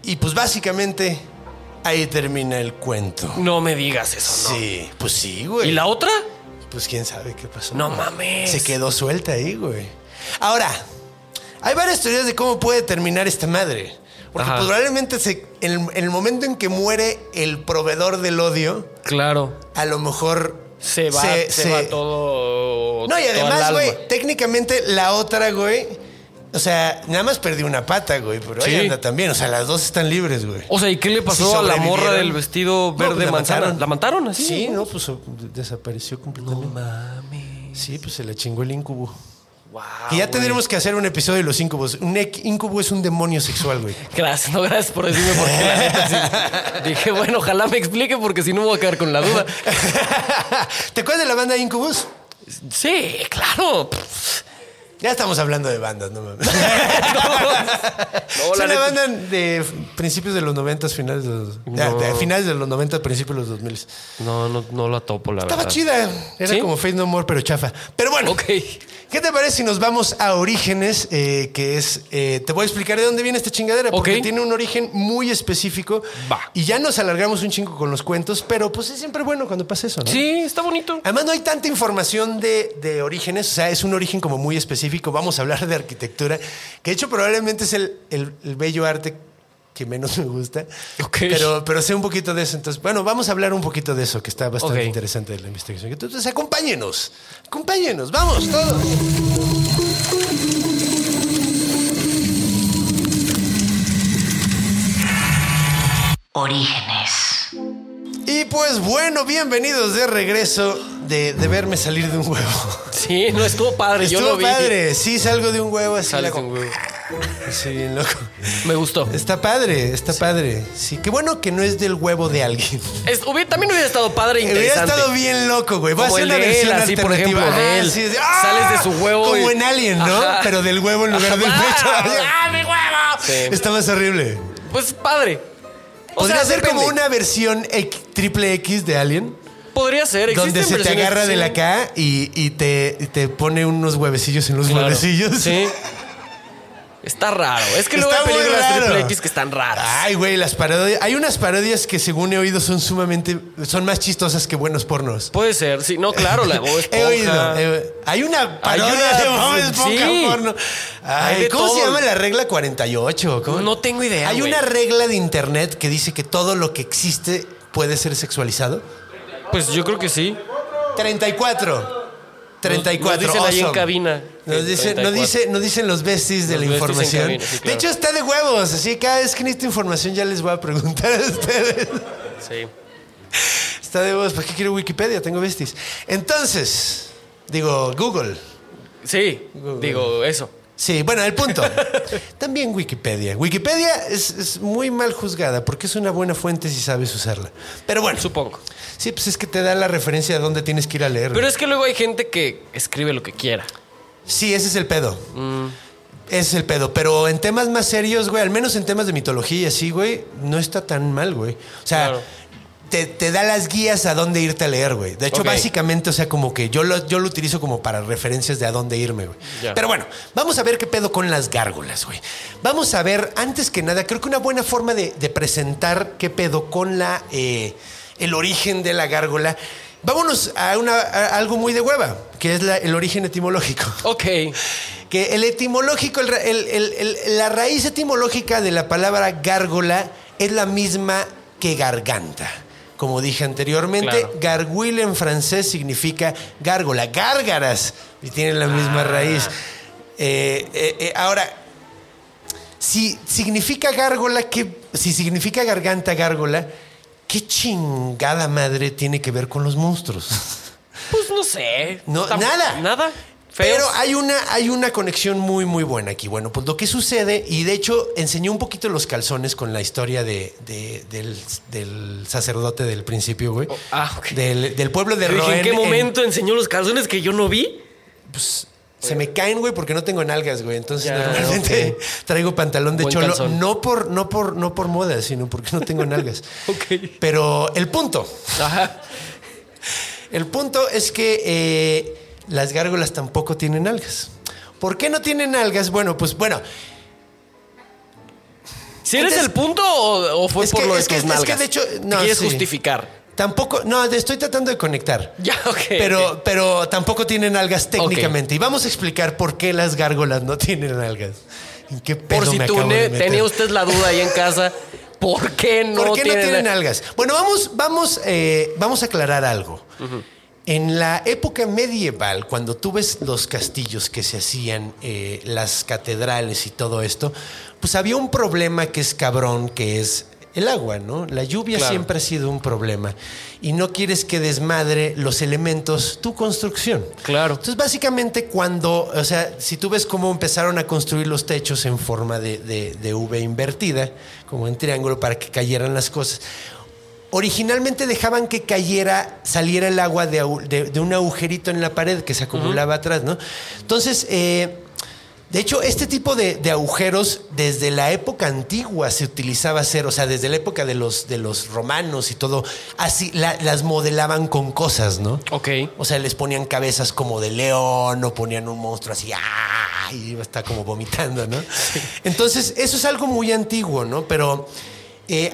[SPEAKER 2] Y pues básicamente ahí termina el cuento.
[SPEAKER 4] No me digas eso, ¿no?
[SPEAKER 2] Sí, pues sí, güey.
[SPEAKER 4] ¿Y la otra?
[SPEAKER 2] Pues quién sabe qué pasó.
[SPEAKER 4] No mames.
[SPEAKER 2] Se quedó suelta ahí, güey. Ahora, hay varias teorías de cómo puede terminar esta madre. Porque
[SPEAKER 4] Ajá.
[SPEAKER 2] probablemente se- en, en el momento en que muere el proveedor del odio,
[SPEAKER 4] Claro.
[SPEAKER 2] a lo mejor
[SPEAKER 4] Se va, se, va todo.
[SPEAKER 2] No, y
[SPEAKER 4] toda el
[SPEAKER 2] además,
[SPEAKER 4] alma.
[SPEAKER 2] güey, técnicamente la otra, güey. O sea, nada más perdió una pata, güey, pero ahí
[SPEAKER 4] Sí.
[SPEAKER 2] anda también. O sea, las dos están libres, güey.
[SPEAKER 4] O sea, ¿y qué le pasó
[SPEAKER 2] Si
[SPEAKER 4] a la
[SPEAKER 2] sobrevivieron.
[SPEAKER 4] morra del vestido
[SPEAKER 2] No,
[SPEAKER 4] verde
[SPEAKER 2] pues la
[SPEAKER 4] manzana?
[SPEAKER 2] mataron.
[SPEAKER 4] ¿La mataron así?
[SPEAKER 2] Sí, no, pues so- desapareció completamente. Sí, pues se la chingó el incubo.
[SPEAKER 4] Wow,
[SPEAKER 2] Que ya tendremos que hacer un episodio de los incubos. Un ec- incubo es un demonio sexual, güey.
[SPEAKER 4] Gracias, no, gracias por decirme por qué. La neta, sí. Dije, bueno, ojalá me explique porque si no me voy a quedar con la duda.
[SPEAKER 2] ¿Te acuerdas de la banda Incubus?
[SPEAKER 4] Sí, claro.
[SPEAKER 2] Ya estamos hablando de bandas, no mames.
[SPEAKER 4] No,
[SPEAKER 2] es
[SPEAKER 4] la
[SPEAKER 2] una
[SPEAKER 4] neta.
[SPEAKER 2] banda de principios de los 90, finales de los... de- de- finales de los 90, principios de los 2000.
[SPEAKER 4] No, no, no la topo, la
[SPEAKER 2] Estaba
[SPEAKER 4] verdad.
[SPEAKER 2] chida. Era
[SPEAKER 4] ¿Sí?
[SPEAKER 2] como Faith No More, pero chafa. Pero bueno.
[SPEAKER 4] Ok.
[SPEAKER 2] ¿Qué te parece si nos vamos a Orígenes? eh, que es. eh, te voy a explicar de dónde viene esta chingadera, porque
[SPEAKER 4] Ok.
[SPEAKER 2] tiene un origen muy específico.
[SPEAKER 4] Va.
[SPEAKER 2] Y ya nos alargamos un chingo con los cuentos, pero pues es siempre bueno cuando pasa eso, ¿no?
[SPEAKER 4] Sí, está bonito.
[SPEAKER 2] Además, no hay tanta información de, de orígenes, o sea, es un origen como muy específico. Vamos a hablar de arquitectura, que de hecho probablemente es el, el- el bello arte que menos me gusta.
[SPEAKER 4] Ok.
[SPEAKER 2] Pero, pero sé un poquito de eso. Entonces, bueno, vamos a hablar un poquito de eso, que está bastante
[SPEAKER 4] Ok.
[SPEAKER 2] interesante de la investigación. Entonces, acompáñenos, acompáñenos, vamos, todos.
[SPEAKER 3] Orígenes.
[SPEAKER 2] Y pues bueno, bienvenidos de regreso de, de verme salir de un huevo.
[SPEAKER 4] Sí, no estuvo padre. yo
[SPEAKER 2] Estuvo
[SPEAKER 4] lo vi.
[SPEAKER 2] padre, sí, salgo de un huevo así.
[SPEAKER 4] Sales
[SPEAKER 2] la-
[SPEAKER 4] un huevo.
[SPEAKER 2] Sí, bien loco.
[SPEAKER 4] Me gustó.
[SPEAKER 2] Está padre, está padre. Sí, qué bueno que no es del huevo de alguien.
[SPEAKER 4] Es- hubiera- también hubiera estado padre e
[SPEAKER 2] Hubiera
[SPEAKER 4] interesante.
[SPEAKER 2] estado bien loco, güey. Va a
[SPEAKER 4] Como
[SPEAKER 2] ser
[SPEAKER 4] el
[SPEAKER 2] una
[SPEAKER 4] de él,
[SPEAKER 2] versión
[SPEAKER 4] así, por
[SPEAKER 2] alternativa.
[SPEAKER 4] ejemplo, de
[SPEAKER 2] Ah,
[SPEAKER 4] él.
[SPEAKER 2] sí, sí.
[SPEAKER 4] Sales de su huevo
[SPEAKER 2] Como
[SPEAKER 4] y-
[SPEAKER 2] en Alien, ¿no?
[SPEAKER 4] Ajá.
[SPEAKER 2] Pero del huevo en lugar del
[SPEAKER 4] Ajá.
[SPEAKER 2] pecho.
[SPEAKER 4] ¡Ah, mi huevo!
[SPEAKER 2] Está más horrible.
[SPEAKER 4] Pues padre. O
[SPEAKER 2] Podría
[SPEAKER 4] sea,
[SPEAKER 2] ser como
[SPEAKER 4] depende.
[SPEAKER 2] una versión X- triple X de Alien,
[SPEAKER 4] Podría ser, existen
[SPEAKER 2] donde se te
[SPEAKER 4] versiones-
[SPEAKER 2] agarra de la
[SPEAKER 4] sí.
[SPEAKER 2] acá y, y te, y te pone unos huevecillos en los
[SPEAKER 4] Claro.
[SPEAKER 2] huevecillos.
[SPEAKER 4] Sí. Está raro. Es que luego
[SPEAKER 2] Está
[SPEAKER 4] hay
[SPEAKER 2] muy
[SPEAKER 4] películas
[SPEAKER 2] raro.
[SPEAKER 4] triple X que están raras.
[SPEAKER 2] Ay, güey, las parodias. Hay unas parodias que, según he oído, son sumamente. son más chistosas que buenos pornos.
[SPEAKER 4] Puede ser, sí. No, claro, la voz
[SPEAKER 2] He oído. he- hay una parodia
[SPEAKER 4] una-
[SPEAKER 2] de Bob Esponja
[SPEAKER 4] sí.
[SPEAKER 2] porno. Ay,
[SPEAKER 4] Hay de
[SPEAKER 2] ¿Cómo se
[SPEAKER 4] todo.
[SPEAKER 2] llama la regla 48? ¿Cómo?
[SPEAKER 4] No tengo idea,
[SPEAKER 2] Hay
[SPEAKER 4] güey.
[SPEAKER 2] una regla de internet que dice que todo lo que existe puede ser sexualizado.
[SPEAKER 4] Pues yo creo que sí.
[SPEAKER 2] 34. 34.
[SPEAKER 4] nos dicen ahí en
[SPEAKER 2] awesome.
[SPEAKER 4] cabina.
[SPEAKER 2] Nos
[SPEAKER 4] Sí,
[SPEAKER 2] dice, no,
[SPEAKER 4] 34.
[SPEAKER 2] dice, no dicen los besties de
[SPEAKER 4] Los
[SPEAKER 2] la
[SPEAKER 4] besties en
[SPEAKER 2] información.
[SPEAKER 4] cabina, sí,
[SPEAKER 2] De
[SPEAKER 4] claro.
[SPEAKER 2] hecho, está de huevos. Así que cada vez que necesito información ya les voy a preguntar a ustedes.
[SPEAKER 4] Sí.
[SPEAKER 2] Está de huevos. ¿Para qué quiero Wikipedia? Tengo besties. Entonces, digo, Google.
[SPEAKER 4] Sí. Digo, eso.
[SPEAKER 2] Sí, bueno, el punto. También Wikipedia. Wikipedia es, es muy mal juzgada porque es una buena fuente si sabes usarla. Pero bueno,
[SPEAKER 4] Supongo.
[SPEAKER 2] sí, pues es que te da la referencia de dónde tienes que ir a leer.
[SPEAKER 4] Pero es que luego hay gente que escribe lo que quiera.
[SPEAKER 2] Sí, ese es el pedo.
[SPEAKER 4] Mm.
[SPEAKER 2] Ese es el pedo. Pero en temas más serios, güey, al menos en temas de mitología, sí, güey, no está tan mal, güey. O sea,
[SPEAKER 4] Claro.
[SPEAKER 2] te, te da las guías a dónde irte a leer, güey. De hecho,
[SPEAKER 4] Ok.
[SPEAKER 2] básicamente, o sea, como que yo lo, yo lo utilizo como para referencias de a dónde irme, güey.
[SPEAKER 4] Ya.
[SPEAKER 2] Pero bueno, vamos a ver qué pedo con las gárgolas, güey. Vamos a ver, antes que nada, creo que una buena forma de, de presentar qué pedo con la eh, el origen de la gárgola. Vámonos a, una, a algo muy de hueva, que es la- el origen etimológico.
[SPEAKER 4] Ok.
[SPEAKER 2] Que el etimológico, el ra- el- el- el- la raíz etimológica de la palabra gárgola es la misma que garganta. Como dije anteriormente,
[SPEAKER 4] Claro.
[SPEAKER 2] gargüila en francés significa gárgola, gárgaras, y tiene la misma raíz. Eh, eh, eh, ahora, si significa gárgola, que, si significa garganta, gárgola, ¿qué chingada madre tiene que ver con los monstruos?
[SPEAKER 4] Pues no sé.
[SPEAKER 2] No,
[SPEAKER 4] Tam-
[SPEAKER 2] nada.
[SPEAKER 4] Nada. Feos.
[SPEAKER 2] Pero hay una, hay una conexión muy, muy buena aquí. Bueno, pues lo que sucede, y de hecho enseñó un poquito los calzones con la historia de, de- del, del sacerdote del principio, güey.
[SPEAKER 4] ah, ok.
[SPEAKER 2] del, del pueblo de
[SPEAKER 4] Yo dije,
[SPEAKER 2] Roen.
[SPEAKER 4] ¿En qué momento enseñó los calzones que yo no vi?
[SPEAKER 2] se me caen, güey, porque no tengo nalgas, güey. Entonces
[SPEAKER 4] Ya,
[SPEAKER 2] normalmente traigo pantalón de
[SPEAKER 4] Buen
[SPEAKER 2] cholo.
[SPEAKER 4] calzón.
[SPEAKER 2] No por, no, por, no por moda, sino porque no tengo nalgas.
[SPEAKER 4] Ok.
[SPEAKER 2] Pero el punto.
[SPEAKER 4] Ajá.
[SPEAKER 2] El punto es que eh, las gárgolas tampoco tienen algas. ¿Por qué no tienen algas? Bueno, pues bueno,
[SPEAKER 4] ¿Si eres
[SPEAKER 2] Entonces-
[SPEAKER 4] el punto o, o fue
[SPEAKER 2] Es
[SPEAKER 4] por
[SPEAKER 2] que-
[SPEAKER 4] lo de
[SPEAKER 2] es que-
[SPEAKER 4] tus
[SPEAKER 2] es que de
[SPEAKER 4] nalgas?
[SPEAKER 2] hecho,
[SPEAKER 4] ¿Te
[SPEAKER 2] no,
[SPEAKER 4] quieres
[SPEAKER 2] sí.
[SPEAKER 4] justificar.
[SPEAKER 2] tampoco, no, te estoy tratando de conectar.
[SPEAKER 4] Ya, ok.
[SPEAKER 2] Pero, pero tampoco tienen algas técnicamente. Y vamos a explicar por qué las gárgolas no tienen algas. ¿En qué pedo
[SPEAKER 4] Por si
[SPEAKER 2] me
[SPEAKER 4] tú
[SPEAKER 2] acabo de
[SPEAKER 4] ne-
[SPEAKER 2] meter?
[SPEAKER 4] tenía usted la duda ahí en casa, ¿por qué no
[SPEAKER 2] ¿Por qué
[SPEAKER 4] tienen
[SPEAKER 2] no tienen algas? Bueno, vamos, vamos, eh, vamos a aclarar algo. En la época medieval, cuando tú ves los castillos que se hacían, eh, las catedrales y todo esto, pues había un problema que es cabrón, que es el agua, ¿no? La lluvia
[SPEAKER 4] Claro.
[SPEAKER 2] siempre ha sido un problema y no quieres que desmadre los elementos tu construcción.
[SPEAKER 4] Claro.
[SPEAKER 2] Entonces, básicamente, cuando, o sea, si tú ves cómo empezaron a construir los techos en forma de, de- de V invertida, como en triángulo, para que cayeran las cosas. Originalmente dejaban que cayera, saliera el agua de, au- de- de un agujerito en la pared que se acumulaba atrás, ¿no? Entonces, eh, de hecho, este tipo de, de agujeros desde la época antigua se utilizaba hacer, o sea, desde la época de los, de los romanos y todo, así la- las modelaban con cosas, ¿no?
[SPEAKER 4] Ok.
[SPEAKER 2] O sea, les ponían cabezas como de león o ponían un monstruo así, ¡ah! Y iba a estar como vomitando, ¿no? Entonces, eso es algo muy antiguo, ¿no? Pero eh,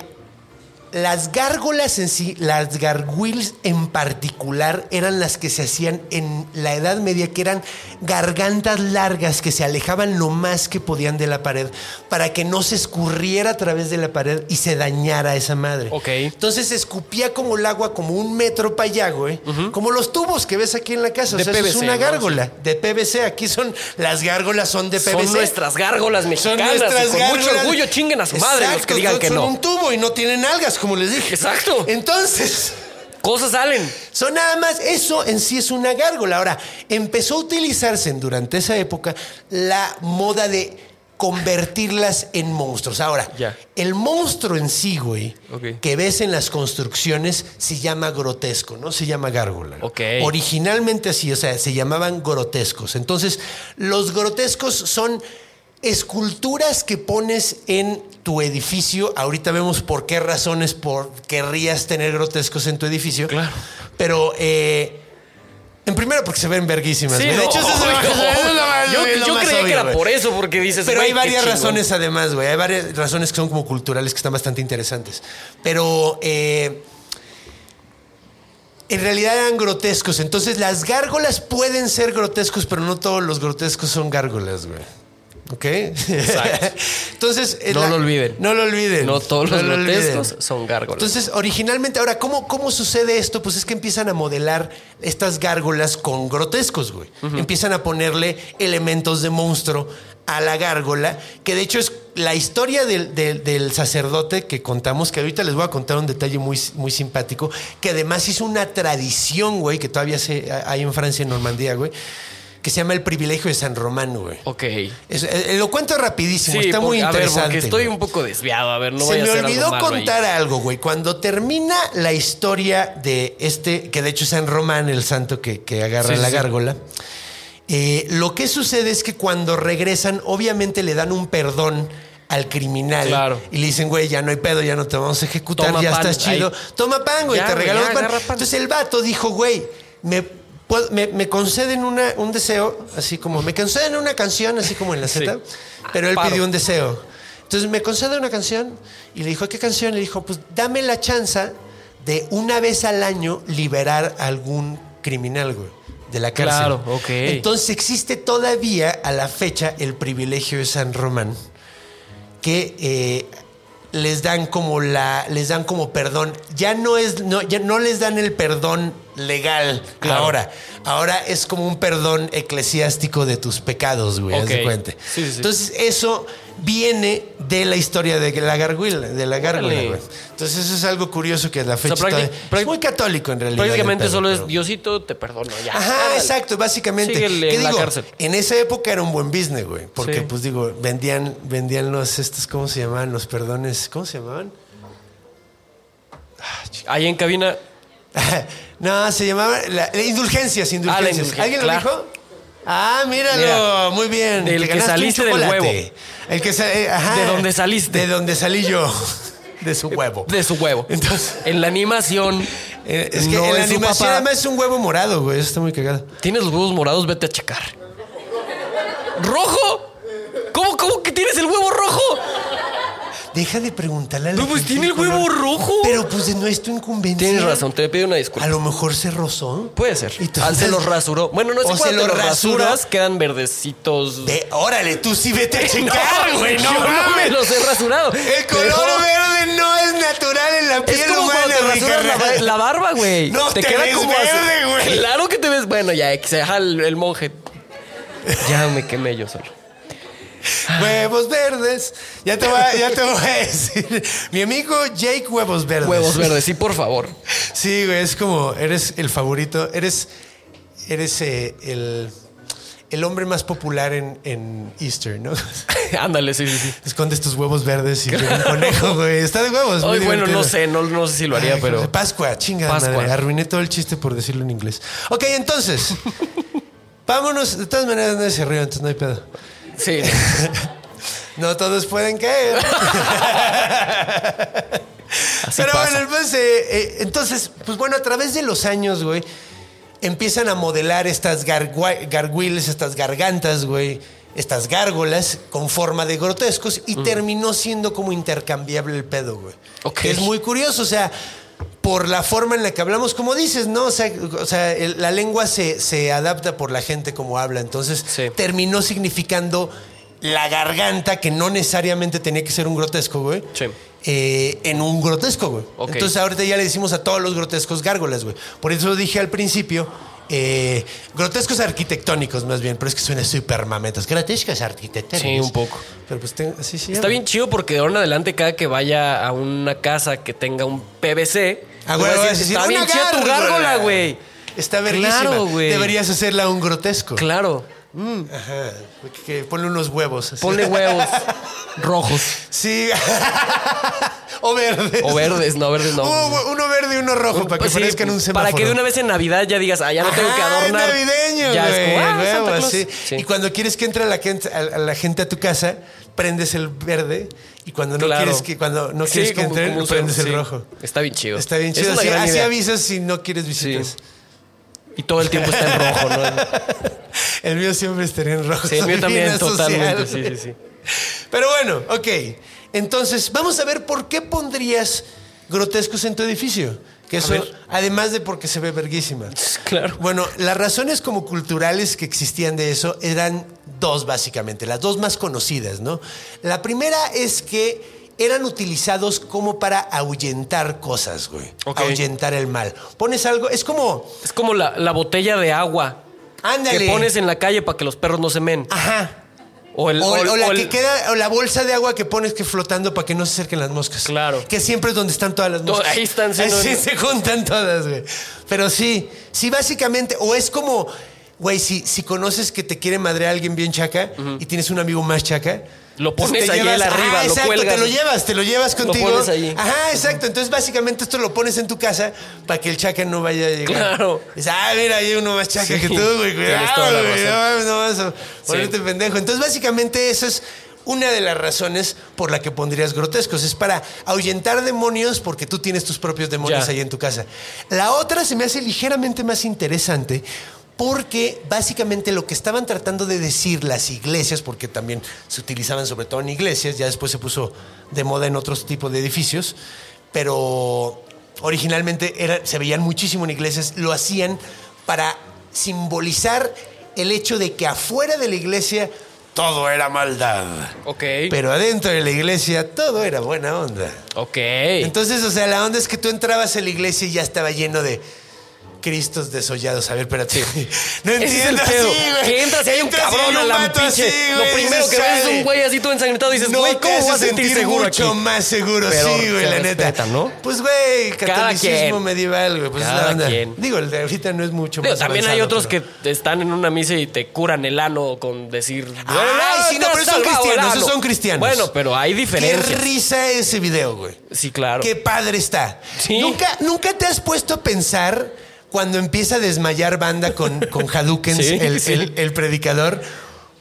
[SPEAKER 2] las gárgolas en sí, las gargoyles en particular, eran las que se hacían en la Edad Media, que eran gargantas largas que se alejaban lo más que podían de la pared para que no se escurriera a través de la pared y se dañara esa madre.
[SPEAKER 4] Ok.
[SPEAKER 2] Entonces escupía como el agua, como un metro para allá, güey. Como los tubos que ves aquí en la casa. O
[SPEAKER 4] De
[SPEAKER 2] sea, eso es
[SPEAKER 4] PVC,
[SPEAKER 2] una
[SPEAKER 4] ¿no?
[SPEAKER 2] gárgola de PVC. Aquí son las gárgolas, son de PVC.
[SPEAKER 4] Son nuestras gárgolas
[SPEAKER 2] Son
[SPEAKER 4] mexicanas. y
[SPEAKER 2] nuestras
[SPEAKER 4] con mucho
[SPEAKER 2] gárgolas.
[SPEAKER 4] orgullo chinguen a su madre los
[SPEAKER 2] Exacto,
[SPEAKER 4] que digan
[SPEAKER 2] son-
[SPEAKER 4] que no.
[SPEAKER 2] Son un tubo y no tienen algas, como les dije.
[SPEAKER 4] Exacto.
[SPEAKER 2] Entonces,
[SPEAKER 4] Cosas salen.
[SPEAKER 2] son nada más, eso en sí es una gárgola. Ahora, empezó a utilizarse en- durante esa época la moda de convertirlas en monstruos. Ahora,
[SPEAKER 4] Ya.
[SPEAKER 2] el monstruo en sí, güey,
[SPEAKER 4] Ok.
[SPEAKER 2] que ves en las construcciones se llama grotesco, no se llama gárgola.
[SPEAKER 4] Ok.
[SPEAKER 2] Originalmente así, o sea, se llamaban grotescos. Entonces, los grotescos son esculturas que pones en tu edificio. Ahorita vemos por qué razones por querrías tener grotescos en tu edificio.
[SPEAKER 4] Claro.
[SPEAKER 2] Pero, eh, en primero porque se ven verguísimas.
[SPEAKER 4] Sí,
[SPEAKER 2] güey.
[SPEAKER 4] no,
[SPEAKER 2] De hecho, eso es lo
[SPEAKER 4] obvio.
[SPEAKER 2] más- eso es lo más-
[SPEAKER 4] Yo,
[SPEAKER 2] lo
[SPEAKER 4] yo
[SPEAKER 2] más
[SPEAKER 4] creía que
[SPEAKER 2] obvio,
[SPEAKER 4] era
[SPEAKER 2] güey.
[SPEAKER 4] por eso, porque dices.
[SPEAKER 2] Pero
[SPEAKER 4] "Güey,
[SPEAKER 2] hay
[SPEAKER 4] qué
[SPEAKER 2] varias
[SPEAKER 4] chingón".
[SPEAKER 2] razones además, güey. Hay varias razones que son como culturales que están bastante interesantes. Pero eh, en realidad eran grotescos. Entonces las gárgolas pueden ser grotescos, pero no todos los grotescos son gárgolas, güey. ¿Ok? Entonces... eh,
[SPEAKER 4] No lo olviden.
[SPEAKER 2] No lo olviden.
[SPEAKER 4] No todos los
[SPEAKER 2] lo olviden.
[SPEAKER 4] grotescos son gárgolas.
[SPEAKER 2] Entonces, originalmente, ahora, ¿cómo, ¿cómo sucede esto? Pues es que empiezan a modelar estas gárgolas con grotescos, güey. Empiezan a ponerle elementos de monstruo a la gárgola, que de hecho es la historia del, del- del sacerdote que contamos, que ahorita les voy a contar un detalle muy, muy simpático, que además hizo una tradición, güey, que todavía se, hay en Francia, en Normandía, güey, que se llama el privilegio de San Román, güey.
[SPEAKER 4] Ok.
[SPEAKER 2] Es- eh, lo cuento rapidísimo,
[SPEAKER 4] Sí,
[SPEAKER 2] está muy
[SPEAKER 4] porque- a ver,
[SPEAKER 2] interesante.
[SPEAKER 4] porque estoy
[SPEAKER 2] güey
[SPEAKER 4] un poco desviado. A ver, no
[SPEAKER 2] se
[SPEAKER 4] vaya a
[SPEAKER 2] me
[SPEAKER 4] ser
[SPEAKER 2] olvidó
[SPEAKER 4] algo malo ahí.
[SPEAKER 2] contar algo, güey. Cuando termina la historia de este, que de hecho es San Román, el santo que, que agarra
[SPEAKER 4] Sí, sí,
[SPEAKER 2] la
[SPEAKER 4] sí.
[SPEAKER 2] gárgola, eh, lo que sucede es que cuando regresan, obviamente le dan un perdón al criminal.
[SPEAKER 4] Claro.
[SPEAKER 2] Y le dicen, güey, ya no hay pedo, ya no te vamos a ejecutar,
[SPEAKER 4] Toma
[SPEAKER 2] ya
[SPEAKER 4] pan,
[SPEAKER 2] estás chido.
[SPEAKER 4] ahí.
[SPEAKER 2] Toma pan, güey,
[SPEAKER 4] Ya,
[SPEAKER 2] te
[SPEAKER 4] güey,
[SPEAKER 2] regalamos
[SPEAKER 4] ya,
[SPEAKER 2] pan.
[SPEAKER 4] agarra pan.
[SPEAKER 2] Entonces el vato dijo, güey, me, puedo- me, me conceden una, un deseo, así como, me conceden una canción, así como en la Z, pero él
[SPEAKER 4] Paro.
[SPEAKER 2] pidió un deseo. Entonces me concede una canción y le dijo, ¿qué canción? Le dijo, pues dame la chance de una vez al año liberar a algún criminal, güey. De la cárcel.
[SPEAKER 4] Claro, ok.
[SPEAKER 2] Entonces existe todavía a la fecha el privilegio de San Román que eh, les dan como la les dan como perdón ya no es no ya no les dan el perdón legal ahora ahora es como un perdón eclesiástico de tus pecados güey haz de
[SPEAKER 4] Ok.
[SPEAKER 2] cuenta.
[SPEAKER 4] Sí, sí, sí.
[SPEAKER 2] entonces eso viene de la historia de la gargüila de la gargüila
[SPEAKER 4] Órale.
[SPEAKER 2] güey. entonces eso es algo curioso que a la fecha
[SPEAKER 4] prácti-
[SPEAKER 2] todavía-
[SPEAKER 4] prácti-
[SPEAKER 2] es muy católico en realidad
[SPEAKER 4] Prácticamente
[SPEAKER 2] el pedo,
[SPEAKER 4] solo es
[SPEAKER 2] pero-
[SPEAKER 4] Diosito, te perdono ya.
[SPEAKER 2] Ajá,
[SPEAKER 4] Órale.
[SPEAKER 2] exacto, básicamente.
[SPEAKER 4] Síguele
[SPEAKER 2] ¿Qué
[SPEAKER 4] en la
[SPEAKER 2] digo?
[SPEAKER 4] cárcel.
[SPEAKER 2] En esa época era un buen business, güey. Porque,
[SPEAKER 4] Sí.
[SPEAKER 2] pues digo, vendían, vendían los estos, ¿cómo se llamaban? Los perdones, ¿cómo se llamaban?
[SPEAKER 4] Ahí en cabina.
[SPEAKER 2] no, se llamaban la- la- indulgencias, indulgencias.
[SPEAKER 4] indulgen-
[SPEAKER 2] ¿Alguien
[SPEAKER 4] Ah, claro.
[SPEAKER 2] lo dijo? Ah, míralo,
[SPEAKER 4] Mira,
[SPEAKER 2] muy bien.
[SPEAKER 4] del
[SPEAKER 2] Te
[SPEAKER 4] que
[SPEAKER 2] ganaste un
[SPEAKER 4] saliste del
[SPEAKER 2] chocolate.
[SPEAKER 4] huevo.
[SPEAKER 2] El que sa- eh, ajá.
[SPEAKER 4] De donde saliste.
[SPEAKER 2] De donde salí yo. De su huevo.
[SPEAKER 4] De su huevo.
[SPEAKER 2] Entonces-
[SPEAKER 4] En la animación.
[SPEAKER 2] Eh, es que
[SPEAKER 4] no
[SPEAKER 2] en la
[SPEAKER 4] es su
[SPEAKER 2] animación
[SPEAKER 4] papá.
[SPEAKER 2] además es un huevo morado, güey. Eso está muy cagado.
[SPEAKER 4] Tienes los huevos morados, vete a checar. ¿Rojo? ¿Cómo, cómo que tienes el huevo rojo?
[SPEAKER 2] Deja de preguntarle a la
[SPEAKER 4] No, pues,
[SPEAKER 2] gente
[SPEAKER 4] tiene
[SPEAKER 2] de
[SPEAKER 4] el huevo
[SPEAKER 2] color.
[SPEAKER 4] rojo.
[SPEAKER 2] Pero pues no es tu incumbencia.
[SPEAKER 4] Tienes razón, te pido una
[SPEAKER 2] A
[SPEAKER 4] disculpa.
[SPEAKER 2] lo mejor se rozó.
[SPEAKER 4] Puede ser.
[SPEAKER 2] Y tú-
[SPEAKER 4] Ah, se los rasuró. Bueno, no sé
[SPEAKER 2] O se
[SPEAKER 4] cuándo
[SPEAKER 2] los
[SPEAKER 4] te los
[SPEAKER 2] rasura.
[SPEAKER 4] rasuras, quedan verdecitos.
[SPEAKER 2] Ve, "Eh, órale, tú sí vete a checar,
[SPEAKER 4] No,
[SPEAKER 2] güey. No,
[SPEAKER 4] yo no me
[SPEAKER 2] mames.
[SPEAKER 4] los he rasurado.
[SPEAKER 2] El color
[SPEAKER 4] Pero-
[SPEAKER 2] verde no es natural en la piel
[SPEAKER 4] Es como
[SPEAKER 2] humana,
[SPEAKER 4] cuando te
[SPEAKER 2] mi
[SPEAKER 4] rasuras la,
[SPEAKER 2] carnal.
[SPEAKER 4] la barba, güey.
[SPEAKER 2] No te ves
[SPEAKER 4] así.
[SPEAKER 2] verde, güey.
[SPEAKER 4] Claro que te ves. Bueno, ya, que se deja el, el monje. Ya me quemé yo solo.
[SPEAKER 2] Huevos verdes. Ya te, voy, a- ya te voy a decir. Mi amigo Jake Huevos Verdes.
[SPEAKER 4] Huevos verdes, sí, por favor.
[SPEAKER 2] Sí, güey, es como, eres el favorito, eres, eres eh, el, el hombre más popular en, en Easter, ¿no?
[SPEAKER 4] Ándale, sí, sí, sí.
[SPEAKER 2] Escondes tus huevos verdes y un conejo, güey. Está de huevos. muy
[SPEAKER 4] Ay, bueno,
[SPEAKER 2] divertido.
[SPEAKER 4] no sé, no, no sé si lo
[SPEAKER 2] Ay,
[SPEAKER 4] haría,
[SPEAKER 2] hijo de
[SPEAKER 4] pero.
[SPEAKER 2] Pascua, chinga
[SPEAKER 4] Pascua.
[SPEAKER 2] madre. Arruiné todo el chiste por decirlo en inglés. Ok, entonces. vámonos. De todas maneras, nadie se rió, entonces no hay pedo.
[SPEAKER 4] Sí.
[SPEAKER 2] No todos pueden caer. Pero
[SPEAKER 4] pasa.
[SPEAKER 2] bueno, pues, eh, eh, entonces, pues bueno, a través de los años, güey, empiezan a modelar estas gargua- gargüiles, estas gargantas, güey, estas gárgolas con forma de grotescos y terminó siendo como intercambiable el pedo, güey.
[SPEAKER 4] Ok.
[SPEAKER 2] Que Es muy curioso, o sea, por la forma en la que hablamos, como dices, ¿no? O sea, o sea, el- la lengua se, se adapta por la gente como habla, entonces
[SPEAKER 4] Sí.
[SPEAKER 2] terminó significando la garganta, que no necesariamente tenía que ser un grotesco, güey.
[SPEAKER 4] Sí.
[SPEAKER 2] eh, en un grotesco, güey.
[SPEAKER 4] Ok.
[SPEAKER 2] Entonces ahorita ya le decimos a todos los grotescos gárgolas, güey. Por eso dije al principio, eh, grotescos arquitectónicos más bien, pero es que suena súper mametas. Grotescos arquitectónicos.
[SPEAKER 4] Sí, un poco.
[SPEAKER 2] Pero pues ten- así se
[SPEAKER 4] Está
[SPEAKER 2] llama.
[SPEAKER 4] bien chido porque de ahora en adelante, cada que vaya a una casa que tenga un PVC,
[SPEAKER 2] Ah,
[SPEAKER 4] le
[SPEAKER 2] güey,
[SPEAKER 4] voy a
[SPEAKER 2] vas a
[SPEAKER 4] decir,
[SPEAKER 2] decir, "Una
[SPEAKER 4] está bien chida tu
[SPEAKER 2] gárgola".
[SPEAKER 4] gárgola, güey.
[SPEAKER 2] Está verguísima.
[SPEAKER 4] Claro, güey.
[SPEAKER 2] Deberías hacerla un grotesco.
[SPEAKER 4] Claro.
[SPEAKER 2] Ajá. Que, que ponle unos huevos. así.
[SPEAKER 4] Ponle huevos rojos.
[SPEAKER 2] Sí. o verdes.
[SPEAKER 4] O verdes, no, verdes no.
[SPEAKER 2] Uno, uno verde y uno rojo para que
[SPEAKER 4] Pues sí,
[SPEAKER 2] parezcan un semáforo.
[SPEAKER 4] Para que de una vez en Navidad ya digas, ah, ya no tengo que
[SPEAKER 2] Ajá,
[SPEAKER 4] adornar.
[SPEAKER 2] Es navideño,
[SPEAKER 4] ya es
[SPEAKER 2] güey,
[SPEAKER 4] como, ah,
[SPEAKER 2] huevo,
[SPEAKER 4] Santa Claus.
[SPEAKER 2] sí.
[SPEAKER 4] Sí.
[SPEAKER 2] Y cuando quieres que entre la gente, a, a la gente a tu casa, prendes el verde. Y cuando no
[SPEAKER 4] Claro.
[SPEAKER 2] quieres que, cuando no
[SPEAKER 4] Sí,
[SPEAKER 2] quieres que
[SPEAKER 4] como-
[SPEAKER 2] entren,
[SPEAKER 4] como un
[SPEAKER 2] prendes el
[SPEAKER 4] sí.
[SPEAKER 2] rojo.
[SPEAKER 4] Está bien chido.
[SPEAKER 2] Está bien
[SPEAKER 4] Es
[SPEAKER 2] chido.
[SPEAKER 4] una
[SPEAKER 2] Así,
[SPEAKER 4] gran
[SPEAKER 2] así
[SPEAKER 4] idea.
[SPEAKER 2] avisas si no quieres visitas.
[SPEAKER 4] Y todo el tiempo está en rojo, ¿no?
[SPEAKER 2] El mío siempre estaría en rojo.
[SPEAKER 4] Sí, el mío
[SPEAKER 2] Soy bien
[SPEAKER 4] también,
[SPEAKER 2] asocial.
[SPEAKER 4] totalmente. Sí, sí, sí.
[SPEAKER 2] Pero bueno, ok. Entonces, vamos a ver por qué pondrías grotescos en tu edificio. Que eso,
[SPEAKER 4] ver.
[SPEAKER 2] además de porque se ve verguísima.
[SPEAKER 4] Claro.
[SPEAKER 2] Bueno, las razones como culturales que existían de eso eran dos, básicamente, las dos más conocidas, ¿no? La primera es que eran utilizados como para ahuyentar cosas, güey.
[SPEAKER 4] Ok.
[SPEAKER 2] Ahuyentar el mal. Pones algo, es como.
[SPEAKER 4] Es como la, la botella de agua
[SPEAKER 2] Ándale.
[SPEAKER 4] que pones en la calle para que los perros no se men.
[SPEAKER 2] Ajá.
[SPEAKER 4] O el.
[SPEAKER 2] O,
[SPEAKER 4] el-
[SPEAKER 2] o la
[SPEAKER 4] o el-
[SPEAKER 2] que queda, o la bolsa de agua que pones que flotando para que no se acerquen las moscas.
[SPEAKER 4] Claro.
[SPEAKER 2] Que siempre es donde están todas las
[SPEAKER 4] To-
[SPEAKER 2] moscas.
[SPEAKER 4] ahí están, sí,
[SPEAKER 2] Ahí
[SPEAKER 4] no-
[SPEAKER 2] sí se juntan todas, güey. Pero sí, sí, básicamente, o es como, güey, si, si conoces que te quiere madrear alguien bien chaca y tienes un amigo más chaca.
[SPEAKER 4] Lo
[SPEAKER 2] entonces
[SPEAKER 4] pones
[SPEAKER 2] te
[SPEAKER 4] ahí él arriba,
[SPEAKER 2] Ajá,
[SPEAKER 4] lo
[SPEAKER 2] exacto,
[SPEAKER 4] cuelgas.
[SPEAKER 2] te lo llevas, te lo llevas contigo.
[SPEAKER 4] pones ahí.
[SPEAKER 2] Ajá, exacto. Entonces, básicamente, esto lo pones en tu casa para que el chaca no vaya a llegar.
[SPEAKER 4] Claro.
[SPEAKER 2] Dices, ah, mira, hay uno más chaca
[SPEAKER 4] Sí.
[SPEAKER 2] que tú, güey.
[SPEAKER 4] Tienes toda
[SPEAKER 2] Cuidado,
[SPEAKER 4] la
[SPEAKER 2] güey.
[SPEAKER 4] razón.
[SPEAKER 2] No mames, no vas a ponerte
[SPEAKER 4] Sí.
[SPEAKER 2] pendejo. Entonces, básicamente, eso es una de las razones por la que pondrías grotescos. Es para ahuyentar demonios porque tú tienes tus propios demonios
[SPEAKER 4] Ya.
[SPEAKER 2] ahí en tu casa. La otra se me hace ligeramente más interesante porque básicamente lo que estaban tratando de decir las iglesias, porque también se utilizaban sobre todo en iglesias, ya después se puso de moda en otros tipos de edificios, pero originalmente era- se veían muchísimo en iglesias, lo hacían para simbolizar el hecho de que afuera de la iglesia todo era maldad,
[SPEAKER 4] Ok.
[SPEAKER 2] pero adentro de la iglesia todo era buena onda.
[SPEAKER 4] ok.
[SPEAKER 2] Entonces, o sea, la onda es que tú entrabas a la iglesia y ya estaba lleno de cristos desollados. A ver, espérate. No
[SPEAKER 4] Ese es el
[SPEAKER 2] entiendo
[SPEAKER 4] pedo.
[SPEAKER 2] así, güey.
[SPEAKER 4] que entras y hay un
[SPEAKER 2] Entras y hay
[SPEAKER 4] cabrón
[SPEAKER 2] un
[SPEAKER 4] a la
[SPEAKER 2] vato
[SPEAKER 4] pinche.
[SPEAKER 2] así,
[SPEAKER 4] lo
[SPEAKER 2] güey,
[SPEAKER 4] primero
[SPEAKER 2] dices,
[SPEAKER 4] que ves es
[SPEAKER 2] "Chale".
[SPEAKER 4] un güey así todo ensangrentado y dices,
[SPEAKER 2] No
[SPEAKER 4] güey,
[SPEAKER 2] te
[SPEAKER 4] ¿cómo
[SPEAKER 2] hace
[SPEAKER 4] vas a sentir
[SPEAKER 2] sentir
[SPEAKER 4] seguro
[SPEAKER 2] mucho
[SPEAKER 4] aquí?
[SPEAKER 2] más seguro,
[SPEAKER 4] Pero
[SPEAKER 2] sí, güey,
[SPEAKER 4] se
[SPEAKER 2] la neta.
[SPEAKER 4] respeta, ¿no?
[SPEAKER 2] Pues, güey,
[SPEAKER 4] Cada
[SPEAKER 2] catolicismo
[SPEAKER 4] quien.
[SPEAKER 2] medieval, güey. Pues es
[SPEAKER 4] Cada
[SPEAKER 2] la onda.
[SPEAKER 4] quien.
[SPEAKER 2] Digo, el de ahorita no es mucho
[SPEAKER 4] Digo,
[SPEAKER 2] más
[SPEAKER 4] también hay
[SPEAKER 2] avanzado,
[SPEAKER 4] otros
[SPEAKER 2] pero-
[SPEAKER 4] que están en una misa y te curan el ano con decir.
[SPEAKER 2] Ay, Ah, sí, no,
[SPEAKER 4] te has
[SPEAKER 2] pero esos son
[SPEAKER 4] salvado el
[SPEAKER 2] cristianos, esos
[SPEAKER 4] ano".
[SPEAKER 2] son cristianos.
[SPEAKER 4] Bueno, pero hay
[SPEAKER 2] Qué
[SPEAKER 4] diferencias.
[SPEAKER 2] risa ese video, güey.
[SPEAKER 4] Sí, claro.
[SPEAKER 2] Qué padre está.
[SPEAKER 4] Sí.
[SPEAKER 2] ¿Nunca, nunca te has puesto a pensar cuando empieza a desmayar banda con, con Hadoukens,
[SPEAKER 4] Sí,
[SPEAKER 2] el,
[SPEAKER 4] sí.
[SPEAKER 2] el- el predicador?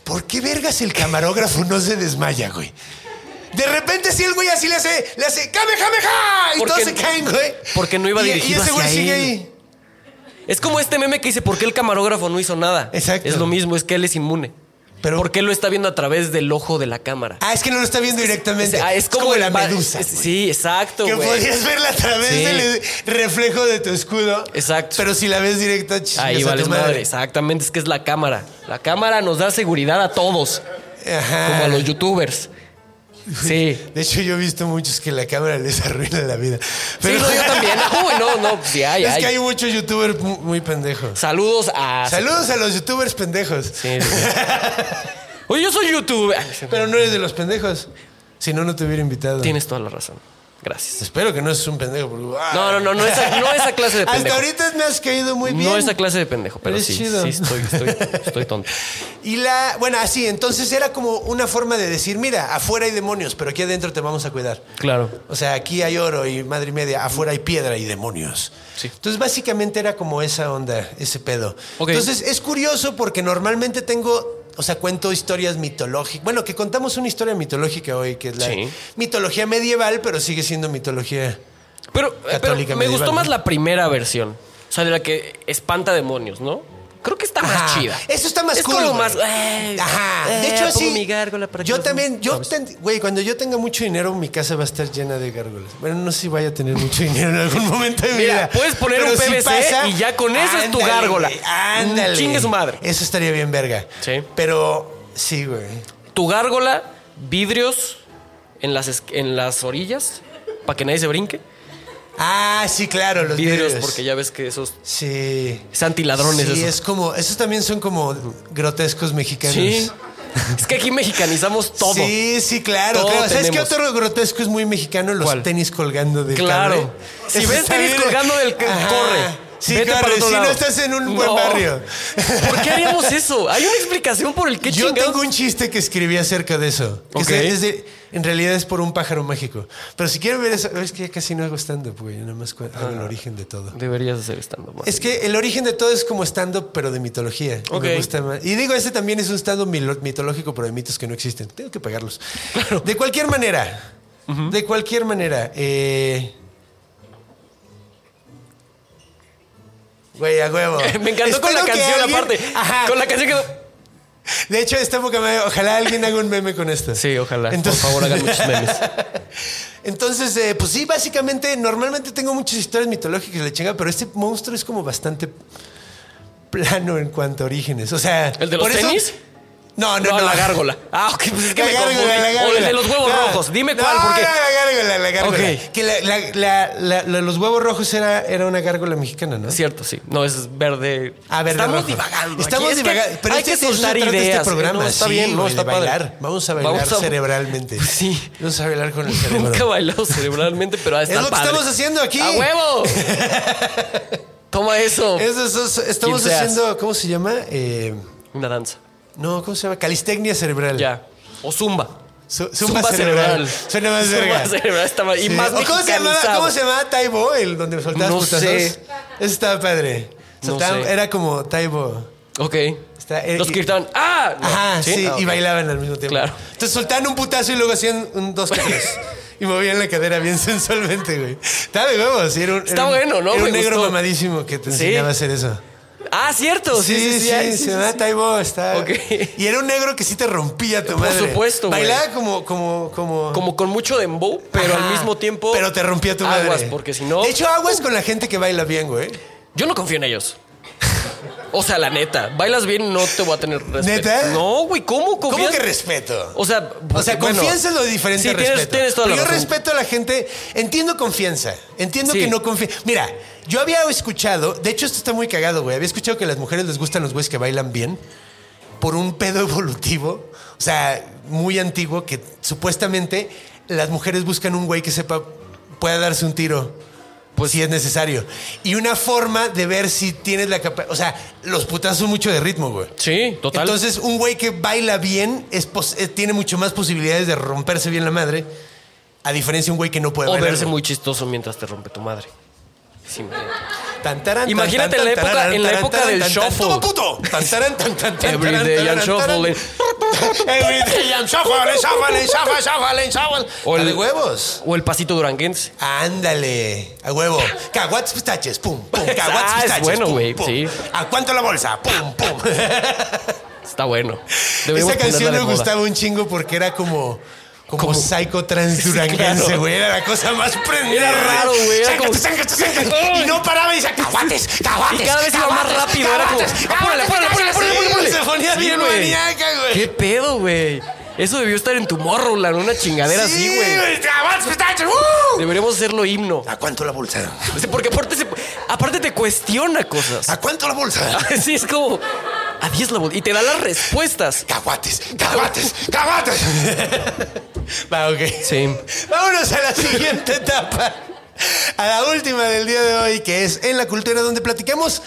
[SPEAKER 2] ¿Por qué vergas el camarógrafo no se desmaya, güey? De repente sí el güey así le hace, le hace, ¡Kame, jame, ja! Y
[SPEAKER 4] Porque-
[SPEAKER 2] todos se caen, güey.
[SPEAKER 4] porque no iba
[SPEAKER 2] Y- Y
[SPEAKER 4] dirigido
[SPEAKER 2] ese güey
[SPEAKER 4] hacia
[SPEAKER 2] sigue
[SPEAKER 4] él.
[SPEAKER 2] ahí.
[SPEAKER 4] Es como este meme que dice, ¿por qué el camarógrafo no hizo nada?
[SPEAKER 2] Exacto.
[SPEAKER 4] Es lo mismo, es que él es inmune.
[SPEAKER 2] Pero-
[SPEAKER 4] Pero, ¿Por qué lo está viendo a través del ojo de la cámara?
[SPEAKER 2] Ah, es que no lo está viendo directamente.
[SPEAKER 4] Ah,
[SPEAKER 2] es, como,
[SPEAKER 4] el
[SPEAKER 2] la
[SPEAKER 4] ba-
[SPEAKER 2] medusa.
[SPEAKER 4] es-
[SPEAKER 2] güey.
[SPEAKER 4] sí, exacto,
[SPEAKER 2] Que
[SPEAKER 4] güey.
[SPEAKER 2] podrías verla a través
[SPEAKER 4] Sí.
[SPEAKER 2] del reflejo de tu escudo.
[SPEAKER 4] Exacto.
[SPEAKER 2] Pero si la ves directa, chingas a
[SPEAKER 4] Ahí
[SPEAKER 2] tu
[SPEAKER 4] vales madre. Exactamente, es que es la cámara. La cámara nos da seguridad a todos,
[SPEAKER 2] Ajá.
[SPEAKER 4] como a los youtubers. Sí.
[SPEAKER 2] De hecho, yo he visto muchos que la cámara les arruina la vida. Pero-
[SPEAKER 4] Sí, no, yo también. Uy, no, no, sí hay,
[SPEAKER 2] es
[SPEAKER 4] hay.
[SPEAKER 2] que hay muchos youtubers mu- muy pendejos.
[SPEAKER 4] Saludos a.
[SPEAKER 2] Saludos a los youtubers pendejos.
[SPEAKER 4] Sí, sí, sí. Oye, yo soy youtuber.
[SPEAKER 2] Pero no eres de los pendejos. Si no, no te hubiera invitado.
[SPEAKER 4] Tienes toda la razón. Gracias.
[SPEAKER 2] Espero que no seas un pendejo. porque- ¡Ah!
[SPEAKER 4] No, no, no, no esa, no esa clase de pendejo.
[SPEAKER 2] Hasta ahorita me has caído muy bien.
[SPEAKER 4] No esa clase de pendejo, pero
[SPEAKER 2] Eres
[SPEAKER 4] sí,
[SPEAKER 2] chido.
[SPEAKER 4] sí, estoy, estoy, estoy tonto.
[SPEAKER 2] Y la, bueno, así, entonces era como una forma de decir, mira, afuera hay demonios, pero aquí adentro te vamos a cuidar.
[SPEAKER 4] Claro.
[SPEAKER 2] O sea, aquí hay oro y madre y media, afuera hay piedra y demonios.
[SPEAKER 4] Sí.
[SPEAKER 2] Entonces, básicamente era como esa onda, ese pedo.
[SPEAKER 4] Ok.
[SPEAKER 2] Entonces, es curioso porque normalmente tengo, o sea, cuento historias mitológicas. Bueno, que contamos una historia mitológica hoy, que es la
[SPEAKER 4] Sí.
[SPEAKER 2] mitología medieval, pero sigue siendo mitología.
[SPEAKER 4] Pero, pero
[SPEAKER 2] Católica
[SPEAKER 4] me
[SPEAKER 2] medieval,
[SPEAKER 4] gustó más
[SPEAKER 2] ¿no?
[SPEAKER 4] la primera versión. O sea, de la que espanta demonios, ¿no? Creo que está más
[SPEAKER 2] Ajá.
[SPEAKER 4] chida.
[SPEAKER 2] Eso está más
[SPEAKER 4] es
[SPEAKER 2] cool.
[SPEAKER 4] Como
[SPEAKER 2] güey.
[SPEAKER 4] más, eh,
[SPEAKER 2] Ajá.
[SPEAKER 4] eh,
[SPEAKER 2] de hecho,
[SPEAKER 4] pongo
[SPEAKER 2] así.
[SPEAKER 4] mi gárgola para que
[SPEAKER 2] yo
[SPEAKER 4] los-
[SPEAKER 2] también, yo,
[SPEAKER 4] ¿sabes?
[SPEAKER 2] ten- güey, cuando yo tenga mucho dinero, mi casa va a estar llena de gárgolas. Bueno, no sé si vaya a tener mucho dinero en algún momento de mi
[SPEAKER 4] Mira,
[SPEAKER 2] vida.
[SPEAKER 4] puedes poner
[SPEAKER 2] pero
[SPEAKER 4] un
[SPEAKER 2] si
[SPEAKER 4] PVC y ya con eso es tu
[SPEAKER 2] ándale,
[SPEAKER 4] gárgola.
[SPEAKER 2] güey, Ándale.
[SPEAKER 4] Chingue su madre.
[SPEAKER 2] Eso estaría bien, verga.
[SPEAKER 4] Sí.
[SPEAKER 2] Pero, sí, güey.
[SPEAKER 4] Tu gárgola, vidrios en las, es- en las orillas para que nadie se brinque.
[SPEAKER 2] Ah, sí, claro, los
[SPEAKER 4] vidrios,
[SPEAKER 2] vidrios.
[SPEAKER 4] porque ya ves que esos
[SPEAKER 2] Sí.
[SPEAKER 4] es antiladrones.
[SPEAKER 2] Sí,
[SPEAKER 4] esos.
[SPEAKER 2] es como. Esos también son como grotescos mexicanos.
[SPEAKER 4] Sí. es que aquí mexicanizamos todo.
[SPEAKER 2] Sí, sí, claro.
[SPEAKER 4] Todo
[SPEAKER 2] claro. ¿Sabes qué
[SPEAKER 4] tenemos.
[SPEAKER 2] otro grotesco es muy mexicano? Los
[SPEAKER 4] ¿Cuál?
[SPEAKER 2] tenis colgando del
[SPEAKER 4] Claro.
[SPEAKER 2] cable.
[SPEAKER 4] Si
[SPEAKER 2] Eso
[SPEAKER 4] ves
[SPEAKER 2] está
[SPEAKER 4] tenis colgando del ca- corre.
[SPEAKER 2] Sí,
[SPEAKER 4] Vete
[SPEAKER 2] corre.
[SPEAKER 4] para otro
[SPEAKER 2] si no
[SPEAKER 4] lado.
[SPEAKER 2] estás en un buen
[SPEAKER 4] No.
[SPEAKER 2] barrio.
[SPEAKER 4] ¿Por qué haríamos eso? Hay una explicación por el que
[SPEAKER 2] Yo
[SPEAKER 4] chingados-
[SPEAKER 2] tengo un chiste que escribí acerca de eso. que
[SPEAKER 4] Ok.
[SPEAKER 2] es- es de- en realidad es por un pájaro mágico. Pero si quieren ver eso, es que ya casi no hago stand-up, güey. Nada más cu- hago el
[SPEAKER 4] Ah.
[SPEAKER 2] origen de todo.
[SPEAKER 4] Deberías hacer estando más.
[SPEAKER 2] Es que el origen de todo es como stand-up, pero de mitología. Y
[SPEAKER 4] Ok.
[SPEAKER 2] Me gusta más. Y digo, este también es un stand-up milo- mitológico, pero de mitos que no existen. Tengo que pagarlos. De cualquier manera. De cualquier manera. eh, Güey, a huevo.
[SPEAKER 4] Me encantó con la
[SPEAKER 2] Espero que
[SPEAKER 4] canción
[SPEAKER 2] alguien-
[SPEAKER 4] aparte.
[SPEAKER 2] Ajá.
[SPEAKER 4] Con la canción quedó.
[SPEAKER 2] De hecho, está poca madre. Ojalá alguien haga un meme con esto.
[SPEAKER 4] Sí, ojalá.
[SPEAKER 2] Entonces-
[SPEAKER 4] Por favor, hagan muchos memes.
[SPEAKER 2] Entonces, eh, pues sí, básicamente, normalmente tengo muchas historias mitológicas de la chinga, pero este monstruo es como bastante plano en cuanto a orígenes. O sea,
[SPEAKER 4] ¿El de los
[SPEAKER 2] por eso-
[SPEAKER 4] tenis?
[SPEAKER 2] No, no,
[SPEAKER 4] No,
[SPEAKER 2] no,
[SPEAKER 4] la gárgola. Ah, ok, pues es que
[SPEAKER 2] La
[SPEAKER 4] me
[SPEAKER 2] gárgola,
[SPEAKER 4] confundí.
[SPEAKER 2] la
[SPEAKER 4] O el
[SPEAKER 2] gárgola.
[SPEAKER 4] de los huevos
[SPEAKER 2] No,
[SPEAKER 4] rojos. Dime
[SPEAKER 2] no,
[SPEAKER 4] cuál, porque.
[SPEAKER 2] no, la gárgola, la gárgola.
[SPEAKER 4] Ok.
[SPEAKER 2] Que la- la- la- la- la- los huevos rojos era, era una gárgola mexicana, ¿no?
[SPEAKER 4] Cierto, sí. No, es verde.
[SPEAKER 2] A ver,
[SPEAKER 4] Estamos
[SPEAKER 2] Ah, rojo.
[SPEAKER 4] divagando. aquí.
[SPEAKER 2] Estamos
[SPEAKER 4] Es que
[SPEAKER 2] divagando. Pero
[SPEAKER 4] hay
[SPEAKER 2] este-
[SPEAKER 4] que
[SPEAKER 2] eso se
[SPEAKER 4] soltar
[SPEAKER 2] trata de
[SPEAKER 4] ideas. ¿eh?
[SPEAKER 2] Este programa.
[SPEAKER 4] No, está
[SPEAKER 2] Sí,
[SPEAKER 4] bien, no,
[SPEAKER 2] güey,
[SPEAKER 4] está
[SPEAKER 2] de
[SPEAKER 4] padre.
[SPEAKER 2] bailar. Vamos a bailar
[SPEAKER 4] Vamos a-
[SPEAKER 2] cerebralmente.
[SPEAKER 4] Sí.
[SPEAKER 2] Vamos a bailar con el cerebro.
[SPEAKER 4] Nunca he bailado cerebralmente, pero
[SPEAKER 2] Es lo que estamos haciendo aquí.
[SPEAKER 4] ¡A huevo! Toma eso.
[SPEAKER 2] Eso, eso, eso, estamos
[SPEAKER 4] Quien seas.
[SPEAKER 2] haciendo, ¿cómo se llama? Eh,
[SPEAKER 4] Una danza.
[SPEAKER 2] no, ¿cómo se llama? Calistecnia cerebral.
[SPEAKER 4] Ya. O zumba.
[SPEAKER 2] Su- zumba cerebral. Suena más
[SPEAKER 4] Zumba
[SPEAKER 2] verga.
[SPEAKER 4] cerebral está más- y más
[SPEAKER 2] ¿O ¿Cómo se llamaba,
[SPEAKER 4] mexicanizado.
[SPEAKER 2] cómo se llamaba Taibo? El donde soltabas
[SPEAKER 4] No
[SPEAKER 2] putazos.
[SPEAKER 4] sé.
[SPEAKER 2] Eso estaba padre.
[SPEAKER 4] No
[SPEAKER 2] Soltaba-
[SPEAKER 4] sé.
[SPEAKER 2] Era como Taibo.
[SPEAKER 4] Ok.
[SPEAKER 2] Está- eh,
[SPEAKER 4] Los
[SPEAKER 2] y-
[SPEAKER 4] que gritaban, ¡ah! No.
[SPEAKER 2] Ajá, sí,
[SPEAKER 4] Ah,
[SPEAKER 2] y
[SPEAKER 4] ok.
[SPEAKER 2] bailaban al mismo tiempo.
[SPEAKER 4] Claro.
[SPEAKER 2] Entonces soltaban un putazo y luego hacían un dos que tres. y movían la cadera bien sensualmente, güey. Está de huevos. y Era un, era
[SPEAKER 4] Está
[SPEAKER 2] un-
[SPEAKER 4] bueno, ¿no?
[SPEAKER 2] Era un
[SPEAKER 4] Me
[SPEAKER 2] negro
[SPEAKER 4] gustó.
[SPEAKER 2] mamadísimo que te
[SPEAKER 4] Sí.
[SPEAKER 2] enseñaba a hacer eso.
[SPEAKER 4] Ah, cierto. Sí, sí, sí. ay, sí,
[SPEAKER 2] se
[SPEAKER 4] sí,
[SPEAKER 2] llama
[SPEAKER 4] sí.
[SPEAKER 2] Taibo, está.
[SPEAKER 4] Ok.
[SPEAKER 2] Y era un negro que sí te rompía tu
[SPEAKER 4] Por
[SPEAKER 2] madre.
[SPEAKER 4] supuesto, güey.
[SPEAKER 2] Bailaba como, como, como.
[SPEAKER 4] Como con mucho dembow, pero
[SPEAKER 2] Ajá.
[SPEAKER 4] al mismo tiempo.
[SPEAKER 2] Pero te rompía tu madre.
[SPEAKER 4] Aguas, porque si no.
[SPEAKER 2] De hecho, aguas con la gente que baila bien, güey.
[SPEAKER 4] Yo no confío en ellos. O sea, la neta, bailas bien, no te voy a tener respeto.
[SPEAKER 2] ¿Neta?
[SPEAKER 4] No, güey, ¿cómo confías?
[SPEAKER 2] ¿Cómo que respeto?
[SPEAKER 4] O sea,
[SPEAKER 2] O sea,
[SPEAKER 4] bueno,
[SPEAKER 2] confianza es lo diferente
[SPEAKER 4] sí,
[SPEAKER 2] a
[SPEAKER 4] tienes-
[SPEAKER 2] respeto.
[SPEAKER 4] tienes toda la
[SPEAKER 2] Pero yo
[SPEAKER 4] razón.
[SPEAKER 2] respeto a la gente. Entiendo confianza. Entiendo
[SPEAKER 4] Sí.
[SPEAKER 2] que no confía. Mira, yo había escuchado. De hecho, esto está muy cagado, güey. Había escuchado que a las mujeres les gustan los güeyes que bailan bien por un pedo evolutivo. O sea, muy antiguo que supuestamente las mujeres buscan un güey que sepa, pueda darse un tiro. Pues si es necesario. Y una forma de ver si tienes la capacidad. O sea, los putazos son mucho de ritmo, güey.
[SPEAKER 4] Sí, total.
[SPEAKER 2] Entonces, un güey que baila bien es pos- eh, tiene mucho más posibilidades de romperse bien la madre, a diferencia de un güey que no puede
[SPEAKER 4] o
[SPEAKER 2] bailar.
[SPEAKER 4] verse muy chistoso mientras te rompe tu madre. Sí, me-
[SPEAKER 2] Tan, taran, tan,
[SPEAKER 4] Imagínate
[SPEAKER 2] tan,
[SPEAKER 4] en la
[SPEAKER 2] tan,
[SPEAKER 4] época-
[SPEAKER 2] taran,
[SPEAKER 4] en la
[SPEAKER 2] taran,
[SPEAKER 4] época
[SPEAKER 2] taran,
[SPEAKER 4] del
[SPEAKER 2] tan, tan,
[SPEAKER 4] shuffle.
[SPEAKER 2] ¡Toma, puto! Tan, taran, tan, tan, tan,
[SPEAKER 4] Every
[SPEAKER 2] taran,
[SPEAKER 4] day
[SPEAKER 2] taran,
[SPEAKER 4] I'm
[SPEAKER 2] taran.
[SPEAKER 4] shuffling. eh.
[SPEAKER 2] Every day I'm shuffling, shuffling, shuffle, shuffling, shuffle.
[SPEAKER 4] O el-
[SPEAKER 2] A de huevos.
[SPEAKER 4] O el pasito duranguense.
[SPEAKER 2] Ándale, a huevo. Caguates pistaches, pum, pum. Caguates
[SPEAKER 4] Ah, es
[SPEAKER 2] pistaches.
[SPEAKER 4] bueno,
[SPEAKER 2] pum,
[SPEAKER 4] güey,
[SPEAKER 2] pum.
[SPEAKER 4] sí.
[SPEAKER 2] ¿A cuánto la bolsa? Pum, pum.
[SPEAKER 4] Está bueno.
[SPEAKER 2] Esa
[SPEAKER 4] Deberíamos
[SPEAKER 2] canción
[SPEAKER 4] ponerla
[SPEAKER 2] me
[SPEAKER 4] de moda.
[SPEAKER 2] gustaba un chingo porque era como. Como,
[SPEAKER 4] Como-
[SPEAKER 2] psycho transduranguense,
[SPEAKER 4] Sí, claro.
[SPEAKER 2] güey. Era la cosa más prendida.
[SPEAKER 4] Era raro, güey, era
[SPEAKER 2] Sácate,
[SPEAKER 4] como-
[SPEAKER 2] sácate, sácate. Y no paraba y decía, caguates, caguates.
[SPEAKER 4] Y cada vez iba más
[SPEAKER 2] caguates,
[SPEAKER 4] rápido, era como,
[SPEAKER 2] caguates,
[SPEAKER 4] "Ah, ponle, ponle, ponle,
[SPEAKER 2] caguates".
[SPEAKER 4] ponle, ponle,
[SPEAKER 2] Sí,
[SPEAKER 4] ponle.
[SPEAKER 2] Se ponía
[SPEAKER 4] Sí,
[SPEAKER 2] bien
[SPEAKER 4] güey.
[SPEAKER 2] maníaca, güey.
[SPEAKER 4] ¿Qué pedo, güey? Eso debió estar en tu morro, una chingadera así, güey.
[SPEAKER 2] Caguates, pistachos, ¡uh!
[SPEAKER 4] Deberíamos hacerlo himno.
[SPEAKER 2] ¿A cuánto la bolsa?
[SPEAKER 4] O sea, Porque aparte, se- aparte te cuestiona cosas.
[SPEAKER 2] ¿A cuánto la bolsa?
[SPEAKER 4] Así es como. A 10 la bol- Y te da las respuestas.
[SPEAKER 2] Caguates, caguates, caguates. Va, ok.
[SPEAKER 4] Sí.
[SPEAKER 2] Vámonos a la siguiente etapa. A la última del día de hoy, que es en la cultura, donde platicamos.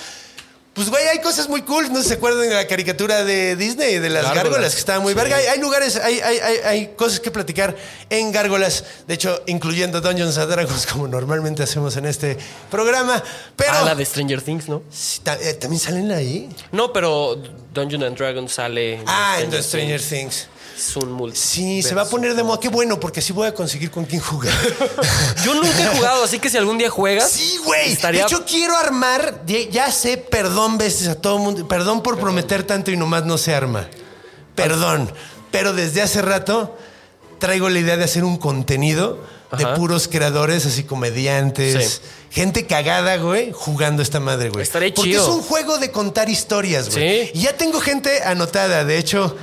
[SPEAKER 2] Pues, güey, hay cosas muy cool. No se acuerdan de la caricatura de Disney, de las gárgolas,
[SPEAKER 4] Gárgolas,
[SPEAKER 2] que estaba muy verga. Hay, hay lugares, hay, hay, hay, hay cosas que platicar en gárgolas. De hecho, incluyendo Dungeons and Dragons, como normalmente hacemos en este programa. Pero.
[SPEAKER 4] Ah, la de Stranger Things, ¿no?
[SPEAKER 2] Sí, ta- eh, ¿También salen ahí?
[SPEAKER 4] No, pero Dungeon and Dragons sale. en
[SPEAKER 2] Ah, en The Stranger Things.
[SPEAKER 4] Things. Es un multi.
[SPEAKER 2] Sí, se va a poner de moda. Qué bueno, porque sí voy a conseguir con quién jugar.
[SPEAKER 4] Yo nunca he jugado, así que si algún día juegas.
[SPEAKER 2] Sí, güey.
[SPEAKER 4] Estaría-
[SPEAKER 2] De hecho, quiero armar. Ya, ya sé, perdón, veces a todo mundo. Perdón por prometer tanto y nomás no se arma. Perdón. Pero desde hace rato traigo la idea de hacer un contenido
[SPEAKER 4] Ajá.
[SPEAKER 2] de puros creadores, así comediantes.
[SPEAKER 4] Sí.
[SPEAKER 2] Gente cagada, güey, jugando esta madre, güey.
[SPEAKER 4] Estaría
[SPEAKER 2] Porque
[SPEAKER 4] chido.
[SPEAKER 2] es un juego de contar historias, güey.
[SPEAKER 4] Sí.
[SPEAKER 2] Y ya tengo gente anotada. De hecho,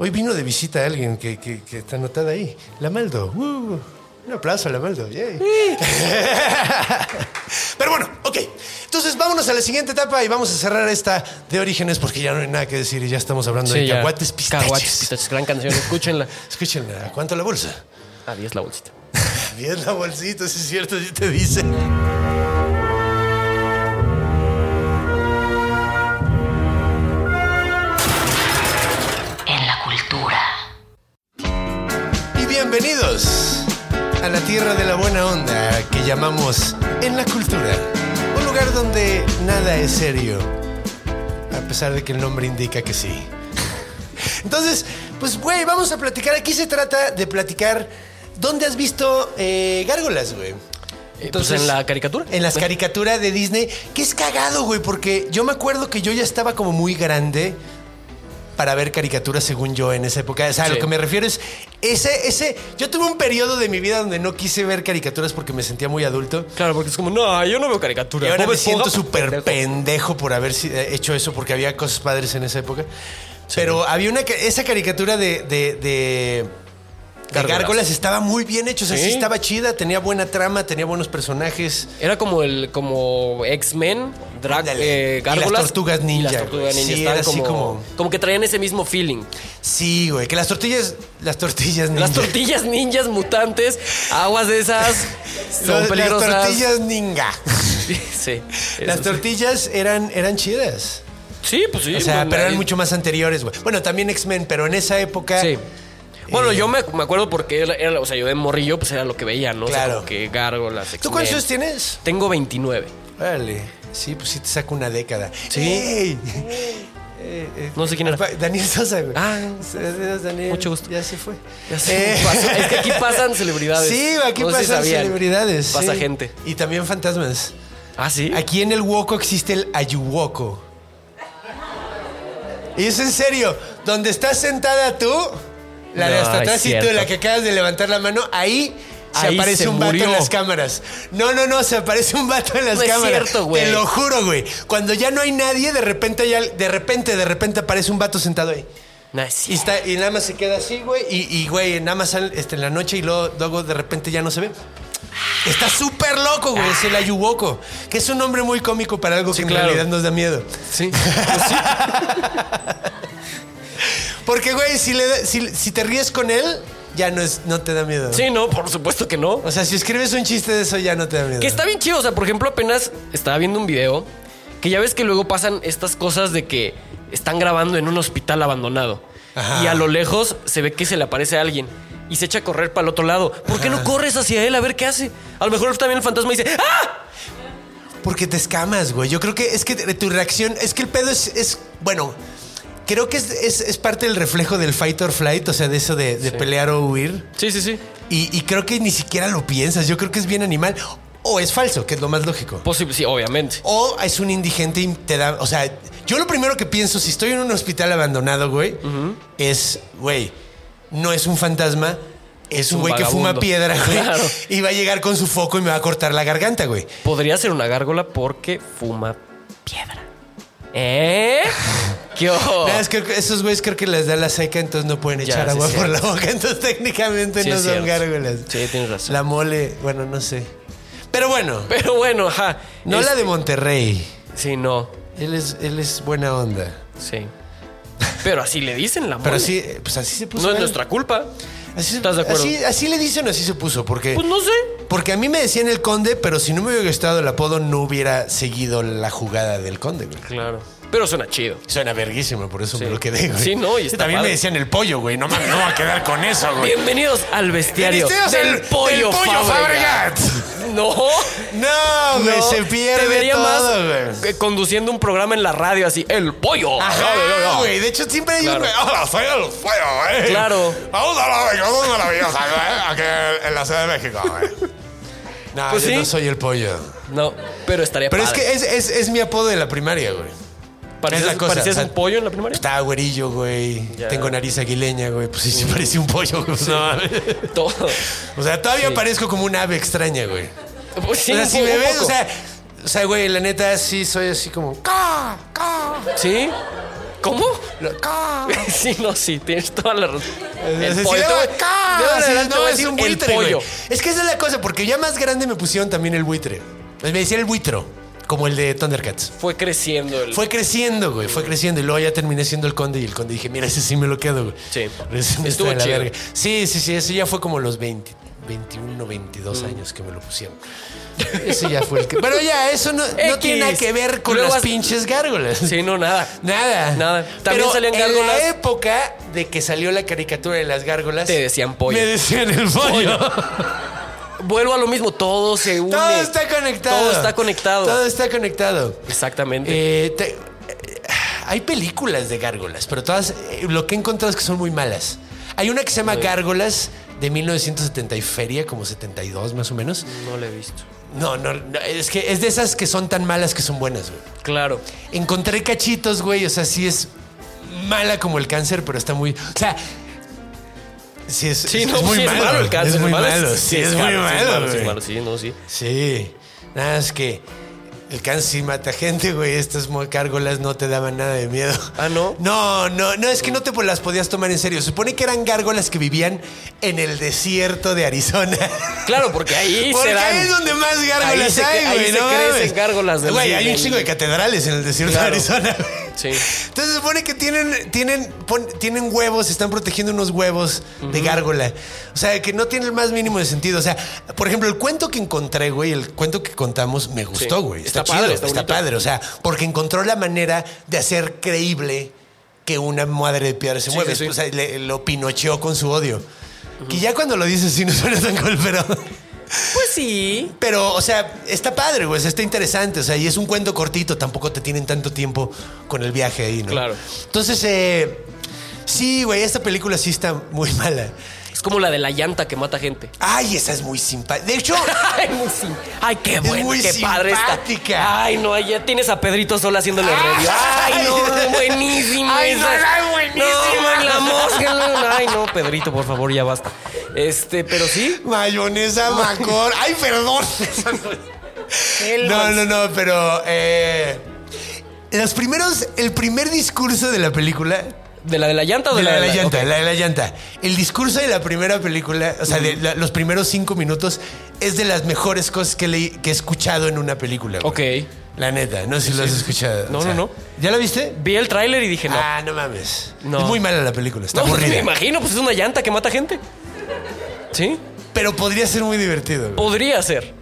[SPEAKER 2] hoy vino de visita alguien que, que- que está anotada ahí. La Maldo. Uh, un aplauso a la Maldo. Yay. Pero bueno, ok. Entonces vámonos a la siguiente etapa y vamos a cerrar esta de orígenes porque ya no hay nada que decir y ya estamos hablando
[SPEAKER 4] Sí,
[SPEAKER 2] de
[SPEAKER 4] ya.
[SPEAKER 2] caguates pistaches.
[SPEAKER 4] Caguates pistaches, gran canción. Escúchenla.
[SPEAKER 2] Escúchenla, ¿a cuánto la bolsa?
[SPEAKER 4] A 10 la bolsita.
[SPEAKER 2] Bien la bolsita, si es cierto, sí te dice.
[SPEAKER 3] En la cultura.
[SPEAKER 2] Y bienvenidos a la tierra de la buena onda que llamamos en la cultura. Un lugar donde nada es serio, a pesar de que el nombre indica que sí. Entonces, pues güey, vamos a platicar. Aquí se trata de platicar dónde has visto eh, gárgolas, güey.
[SPEAKER 4] Entonces, Eh, pues, en la caricatura.
[SPEAKER 2] En las caricaturas de Disney, que es cagado, güey, porque yo me acuerdo que yo ya estaba como muy grande para ver caricaturas, según yo, en esa época. O sea, a lo
[SPEAKER 4] Sí.
[SPEAKER 2] que me refiero es ese, ese. Yo tuve un periodo de mi vida donde no quise ver caricaturas porque me sentía muy adulto.
[SPEAKER 4] Claro, porque es como, no, yo no veo
[SPEAKER 2] Y
[SPEAKER 4] caricatura.
[SPEAKER 2] ahora
[SPEAKER 4] Bob
[SPEAKER 2] me
[SPEAKER 4] Esponja,
[SPEAKER 2] siento súper
[SPEAKER 4] pendejo.
[SPEAKER 2] pendejo por haber si- eh, hecho eso, porque había cosas padres en esa época. Pero había una. ca- Esa caricatura de. de, de- de
[SPEAKER 4] Gárgolas.
[SPEAKER 2] Gárgolas estaba muy bien hecho, o sea, sí
[SPEAKER 4] Sí.
[SPEAKER 2] estaba chida, tenía buena trama, tenía buenos personajes.
[SPEAKER 4] Era como el como X-Men, Drag,
[SPEAKER 2] Ándale.
[SPEAKER 4] eh,
[SPEAKER 2] Y las
[SPEAKER 4] Gárgolas.
[SPEAKER 2] Tortugas Ninja,
[SPEAKER 4] Y las tortugas
[SPEAKER 2] güey.
[SPEAKER 4] ninja
[SPEAKER 2] Sí,
[SPEAKER 4] estaban
[SPEAKER 2] era así
[SPEAKER 4] como,
[SPEAKER 2] como-
[SPEAKER 4] como... que traían ese mismo feeling.
[SPEAKER 2] Sí, güey, que las tortillas, las tortillas ninja.
[SPEAKER 4] Las tortillas ninjas mutantes, aguas de esas, son
[SPEAKER 2] Las-
[SPEAKER 4] peligrosas.
[SPEAKER 2] Las tortillas ninja.
[SPEAKER 4] Sí.
[SPEAKER 2] Las
[SPEAKER 4] eso sí.
[SPEAKER 2] tortillas eran, eran chidas.
[SPEAKER 4] Sí, pues sí.
[SPEAKER 2] O sea,
[SPEAKER 4] bueno,
[SPEAKER 2] pero eran
[SPEAKER 4] ahí-
[SPEAKER 2] mucho más anteriores, güey. Bueno, también X-Men, pero en esa época.
[SPEAKER 4] Sí. Bueno,
[SPEAKER 2] Eh,
[SPEAKER 4] yo me, me acuerdo porque era, era- o sea, yo de morrillo, pues era lo que veía, ¿no? O sea,
[SPEAKER 2] Claro.
[SPEAKER 4] como que gárgolas,
[SPEAKER 2] ¿Tú
[SPEAKER 4] X-Men.
[SPEAKER 2] cuántos años tienes?
[SPEAKER 4] Tengo 29.
[SPEAKER 2] Vale. Sí, pues sí te saco una década.
[SPEAKER 4] Sí.
[SPEAKER 2] ¡Ey! Eh, eh,
[SPEAKER 4] No sé quién era.
[SPEAKER 2] Daniel Sosa, güey.
[SPEAKER 4] Ah.
[SPEAKER 2] Es Daniel.
[SPEAKER 4] Mucho gusto.
[SPEAKER 2] Ya se fue.
[SPEAKER 4] Ya sé,
[SPEAKER 2] Eh.
[SPEAKER 4] pasa- es que aquí pasan celebridades.
[SPEAKER 2] Sí, aquí
[SPEAKER 4] No sé si
[SPEAKER 2] pasan
[SPEAKER 4] sabían.
[SPEAKER 2] celebridades. sí.
[SPEAKER 4] Pasa gente.
[SPEAKER 2] Y también fantasmas.
[SPEAKER 4] Ah, sí.
[SPEAKER 2] Aquí en el Woco existe el Ayuwoco. Y es en serio, donde estás sentada tú, la de
[SPEAKER 4] No,
[SPEAKER 2] hasta
[SPEAKER 4] es
[SPEAKER 2] atrás y tú,
[SPEAKER 4] cierto.
[SPEAKER 2] la que acabas de levantar la mano, ahí se
[SPEAKER 4] Ahí
[SPEAKER 2] aparece
[SPEAKER 4] se
[SPEAKER 2] un vato en
[SPEAKER 4] murió.
[SPEAKER 2] las cámaras. No, no, no, se aparece un vato en las
[SPEAKER 4] No es
[SPEAKER 2] cámaras.
[SPEAKER 4] cierto, güey.
[SPEAKER 2] Te lo juro, güey. Cuando ya no hay nadie, de repente, hay al- de repente, de repente aparece un vato sentado ahí.
[SPEAKER 4] No, es
[SPEAKER 2] Y,
[SPEAKER 4] cierto.
[SPEAKER 2] está, y nada más se queda así, güey. Y, y, güey, nada más sale, este, en la noche y luego, luego de repente ya no se ve. Está súper loco, güey. Es el Ayuwoco, que es un nombre muy cómico para algo
[SPEAKER 4] Sí,
[SPEAKER 2] que en
[SPEAKER 4] claro.
[SPEAKER 2] realidad nos da miedo.
[SPEAKER 4] Sí.
[SPEAKER 2] Porque, güey, si, le da- si, si te ríes con él, ya no, es, no te da miedo.
[SPEAKER 4] Sí, no, por supuesto que no.
[SPEAKER 2] O sea, si escribes un chiste de eso, ya no te da miedo.
[SPEAKER 4] Que está bien chido. O sea, por ejemplo, apenas estaba viendo un video que ya ves que luego pasan estas cosas de que están grabando en un hospital abandonado.
[SPEAKER 2] Ajá.
[SPEAKER 4] Y a lo lejos se ve que se le aparece a alguien y se echa a correr para el otro lado. ¿Por qué no corres hacia él a ver qué hace? A lo mejor también el fantasma dice, ¡ah!
[SPEAKER 2] Porque te escamas, güey. Yo creo que es que tu reacción. Es que el pedo es. es- bueno, creo que es, es- es parte del reflejo del fight or flight, o sea, de eso de, de pelear o huir.
[SPEAKER 4] Sí, sí, sí.
[SPEAKER 2] Y, y creo que ni siquiera lo piensas. Yo creo que es bien animal. O es falso, que es lo más lógico.
[SPEAKER 4] Posible, Pues sí, obviamente.
[SPEAKER 2] O es un indigente y te da. O sea, yo lo primero que pienso, si estoy en un hospital abandonado, güey, es, güey, no es un fantasma. Es un
[SPEAKER 4] un
[SPEAKER 2] güey que fuma
[SPEAKER 4] vagabundo.
[SPEAKER 2] piedra, güey.
[SPEAKER 4] Claro.
[SPEAKER 2] Y va a llegar con su foco y me va a cortar la garganta, güey.
[SPEAKER 4] Podría ser una gárgola porque fuma piedra. ¿Eh? ¿Qué ojo?
[SPEAKER 2] Nada, es que esos güeyes creo que les da la seca, entonces no pueden
[SPEAKER 4] Oh. Ya,
[SPEAKER 2] echar
[SPEAKER 4] sí,
[SPEAKER 2] agua
[SPEAKER 4] sí.
[SPEAKER 2] por la boca. Entonces técnicamente
[SPEAKER 4] Sí,
[SPEAKER 2] no
[SPEAKER 4] es
[SPEAKER 2] son
[SPEAKER 4] cierto.
[SPEAKER 2] gárgolas.
[SPEAKER 4] Sí, tienes razón.
[SPEAKER 2] La mole, bueno, no sé. Pero bueno,
[SPEAKER 4] Pero bueno, ajá.
[SPEAKER 2] no
[SPEAKER 4] Es-
[SPEAKER 2] la de Monterrey.
[SPEAKER 4] Sí, no.
[SPEAKER 2] Él es, él es buena onda.
[SPEAKER 4] Sí. Pero así le dicen la
[SPEAKER 2] Pero
[SPEAKER 4] mole.
[SPEAKER 2] así, eh, pues así se puso.
[SPEAKER 4] No es
[SPEAKER 2] él.
[SPEAKER 4] nuestra culpa.
[SPEAKER 2] Así, se-
[SPEAKER 4] ¿Estás de acuerdo?
[SPEAKER 2] Así, así le dicen, así se puso. Porque,
[SPEAKER 4] Pues no sé.
[SPEAKER 2] porque a mí me decían el conde, pero si no me hubiera gustado el apodo, no hubiera seguido la jugada del conde, güey.
[SPEAKER 4] Claro. Pero suena chido.
[SPEAKER 2] Suena verguísimo, por eso
[SPEAKER 4] Sí.
[SPEAKER 2] me lo quedé, güey.
[SPEAKER 4] Sí, no, y está
[SPEAKER 2] También me
[SPEAKER 4] padre.
[SPEAKER 2] decían el pollo, güey. No mames, no va a quedar con eso, güey.
[SPEAKER 4] Bienvenidos al bestiario
[SPEAKER 2] Bienvenidos
[SPEAKER 4] del,
[SPEAKER 2] al-
[SPEAKER 4] pollo
[SPEAKER 2] del pollo
[SPEAKER 4] Fabregat. No.
[SPEAKER 2] No, güey,
[SPEAKER 4] no.
[SPEAKER 2] se pierde
[SPEAKER 4] Te vería
[SPEAKER 2] todo,
[SPEAKER 4] más
[SPEAKER 2] güey.
[SPEAKER 4] que conduciendo un programa en la radio así, el pollo.
[SPEAKER 2] Ajá,
[SPEAKER 4] No, no, no.
[SPEAKER 2] güey. De hecho, siempre hay
[SPEAKER 4] Claro.
[SPEAKER 2] un güey. "Ah,
[SPEAKER 7] Hola, soy el fuego, eh.
[SPEAKER 4] Claro.
[SPEAKER 7] Vamos a la Vega, vamos a la Vega, ¿eh? Aquí en la Ciudad de México, eh.
[SPEAKER 2] No,
[SPEAKER 4] Pues
[SPEAKER 2] yo
[SPEAKER 4] sí.
[SPEAKER 2] no soy el pollo.
[SPEAKER 4] No, pero estaría
[SPEAKER 2] Pero es
[SPEAKER 4] padre.
[SPEAKER 2] que es, es, es mi apodo de la primaria, güey.
[SPEAKER 4] ¿Parecías,
[SPEAKER 2] es la cosa,
[SPEAKER 4] parecías
[SPEAKER 2] o sea,
[SPEAKER 4] un pollo en la primaria?
[SPEAKER 2] Estaba güerillo, güey.
[SPEAKER 4] Ya. Mm.
[SPEAKER 2] Tengo nariz aguileña, güey. Pues sí, sí parece un pollo, güey. No,
[SPEAKER 4] Todo.
[SPEAKER 2] o sea, todavía parezco como una ave extraña, güey.
[SPEAKER 4] Pues sí,
[SPEAKER 2] o sea,
[SPEAKER 4] un
[SPEAKER 2] si me
[SPEAKER 4] poco.
[SPEAKER 2] ves, o sea, o sea, güey, la neta sí soy así como. "Ca, ca".
[SPEAKER 4] ¿Sí? ¿Cómo?
[SPEAKER 2] Lo- "Ca".
[SPEAKER 4] Sí, no, sí, tienes toda la razón.
[SPEAKER 2] O sea,
[SPEAKER 4] El
[SPEAKER 2] sí le
[SPEAKER 4] pollo. Ah, Te voy-
[SPEAKER 2] hago, "Ca",
[SPEAKER 4] de ahora en
[SPEAKER 2] sí,
[SPEAKER 4] adelante
[SPEAKER 2] no,
[SPEAKER 4] voy a
[SPEAKER 2] es
[SPEAKER 4] decir
[SPEAKER 2] un
[SPEAKER 4] el
[SPEAKER 2] buitre,
[SPEAKER 4] pollo.
[SPEAKER 2] güey. Es que esa es la cosa, porque ya más grande me pusieron también el buitre. Me decían el buitre, como el de Thundercats.
[SPEAKER 4] Fue creciendo el.
[SPEAKER 2] Fue creciendo, güey, fue creciendo. Y luego ya terminé siendo el conde. Y el conde dije, mira, ese sí me lo quedo, güey.
[SPEAKER 4] Sí.
[SPEAKER 2] Ese me
[SPEAKER 4] Estuvo
[SPEAKER 2] está de la
[SPEAKER 4] chido.
[SPEAKER 2] verga. Sí, sí, sí. Ese ya fue como los 20, 21,
[SPEAKER 4] Mm.
[SPEAKER 2] 22 años que me lo pusieron. Ese ya fue el que. Pero ya, eso no, no
[SPEAKER 4] X.
[SPEAKER 2] tiene nada que ver con
[SPEAKER 4] Luego
[SPEAKER 2] las
[SPEAKER 4] has-
[SPEAKER 2] pinches gárgolas.
[SPEAKER 4] Sí, no, nada.
[SPEAKER 2] Nada.
[SPEAKER 4] Nada. También
[SPEAKER 2] Pero
[SPEAKER 4] salían
[SPEAKER 2] En
[SPEAKER 4] gárgolas.
[SPEAKER 2] la época de que salió la caricatura de las gárgolas.
[SPEAKER 4] Te decían pollo.
[SPEAKER 2] Me decían el pollo.
[SPEAKER 4] Vuelvo a lo mismo, todo se une.
[SPEAKER 2] Todo está conectado.
[SPEAKER 4] Todo está conectado.
[SPEAKER 2] Todo está conectado.
[SPEAKER 4] Exactamente.
[SPEAKER 2] Eh, te- eh, hay películas de gárgolas, pero todas eh, lo que he encontrado es que son muy malas. Hay una que se llama Gárgolas de 1970 y feria, como 72 más o menos.
[SPEAKER 4] no lo he visto.
[SPEAKER 2] No, no, no, es que es de esas que son tan malas que son buenas, güey.
[SPEAKER 4] Claro.
[SPEAKER 2] Encontré cachitos, güey, o sea, sí es mala como el cáncer, pero está muy... O sea... Sí, es,
[SPEAKER 4] Sí,
[SPEAKER 2] es-
[SPEAKER 4] no,
[SPEAKER 2] es muy
[SPEAKER 4] sí,
[SPEAKER 2] malo.
[SPEAKER 4] es malo el cáncer.
[SPEAKER 2] Es muy
[SPEAKER 4] malo,
[SPEAKER 2] malo. Sí, es muy
[SPEAKER 4] caro, sí,
[SPEAKER 2] malo.
[SPEAKER 4] sí,
[SPEAKER 2] güey.
[SPEAKER 4] malo, sí, no, sí.
[SPEAKER 2] Sí. Nada es que el cáncer sí mata gente, güey. Estas mo- gárgolas no te daban nada de miedo.
[SPEAKER 4] Ah, ¿no?
[SPEAKER 2] No, no, no, es que no te po- las podías tomar en serio. Supone que eran gárgolas que vivían en el desierto de Arizona.
[SPEAKER 4] Claro, porque ahí
[SPEAKER 2] Porque
[SPEAKER 4] se dan.
[SPEAKER 2] ahí es donde más
[SPEAKER 4] Ahí
[SPEAKER 2] gárgolas
[SPEAKER 4] se cre-
[SPEAKER 2] hay,
[SPEAKER 4] ahí
[SPEAKER 2] güey.
[SPEAKER 4] se
[SPEAKER 2] no
[SPEAKER 4] crecen
[SPEAKER 2] mames.
[SPEAKER 4] gárgolas del-
[SPEAKER 2] Güey, hay un
[SPEAKER 4] del-
[SPEAKER 2] chingo de catedrales en el desierto
[SPEAKER 4] Claro.
[SPEAKER 2] de Arizona, güey.
[SPEAKER 4] Sí.
[SPEAKER 2] Entonces se supone que tienen, tienen, pon- tienen huevos, están protegiendo unos huevos de gárgola. O sea, que no tiene el más mínimo de sentido. O sea, por ejemplo, el cuento que encontré, güey, el cuento que contamos me gustó,
[SPEAKER 4] Sí.
[SPEAKER 2] güey. Está,
[SPEAKER 4] Está
[SPEAKER 2] chido,
[SPEAKER 4] padre,
[SPEAKER 2] está,
[SPEAKER 4] está bonito.
[SPEAKER 2] padre. O sea, porque encontró la manera de hacer creíble que una madre de piedra se
[SPEAKER 4] Sí,
[SPEAKER 2] mueve.
[SPEAKER 4] sí, sí.
[SPEAKER 2] O sea, le- lo pinocheó con su odio. Que ya cuando lo dices sí no suena tan cool, pero...
[SPEAKER 4] Pues sí.
[SPEAKER 2] Pero, o sea, está padre, güey, o sea, está interesante. O sea, y es un cuento cortito, tampoco te tienen tanto tiempo con el viaje ahí, ¿no?
[SPEAKER 4] Claro.
[SPEAKER 2] Entonces, eh, sí, güey, esta película sí está muy mala.
[SPEAKER 4] Es como la de la llanta que mata gente.
[SPEAKER 2] Ay, esa es muy simpática. De hecho,
[SPEAKER 4] Ay, muy sim- Ay, qué bueno,
[SPEAKER 2] muy
[SPEAKER 4] qué padre está.
[SPEAKER 2] simpática.
[SPEAKER 4] Ay, no, ya tienes a Pedrito Sol haciéndole radio. Ay, no, buenísimo.
[SPEAKER 2] Ay,
[SPEAKER 4] esa.
[SPEAKER 2] no, era buenísima.
[SPEAKER 4] No, la mosca, no. Ay, no, Pedrito, por favor, ya basta. Este, pero sí.
[SPEAKER 2] mayonesa macor. Ay, perdón. No, no, no, pero eh, los primeros, el primer discurso de la película
[SPEAKER 4] ¿De la de la llanta o de,
[SPEAKER 2] De la, de la llanta,
[SPEAKER 4] ok.
[SPEAKER 2] la de la llanta. El discurso de la primera película, o sea, de la- los primeros cinco minutos, es de las mejores cosas que, leí- que he escuchado en una película. güey.
[SPEAKER 4] Ok.
[SPEAKER 2] La neta, no sé si lo has escuchado.
[SPEAKER 4] No,
[SPEAKER 2] o sea,
[SPEAKER 4] no, no.
[SPEAKER 2] ¿Ya la viste?
[SPEAKER 4] Vi el tráiler y dije, no.
[SPEAKER 2] Ah, no mames.
[SPEAKER 4] No.
[SPEAKER 2] Es muy mala la película, está
[SPEAKER 4] no, pues, me
[SPEAKER 2] aburrida.
[SPEAKER 4] imagino, pues es una llanta que mata gente. ¿Sí?
[SPEAKER 2] Pero podría ser muy divertido. güey.
[SPEAKER 4] Podría ser.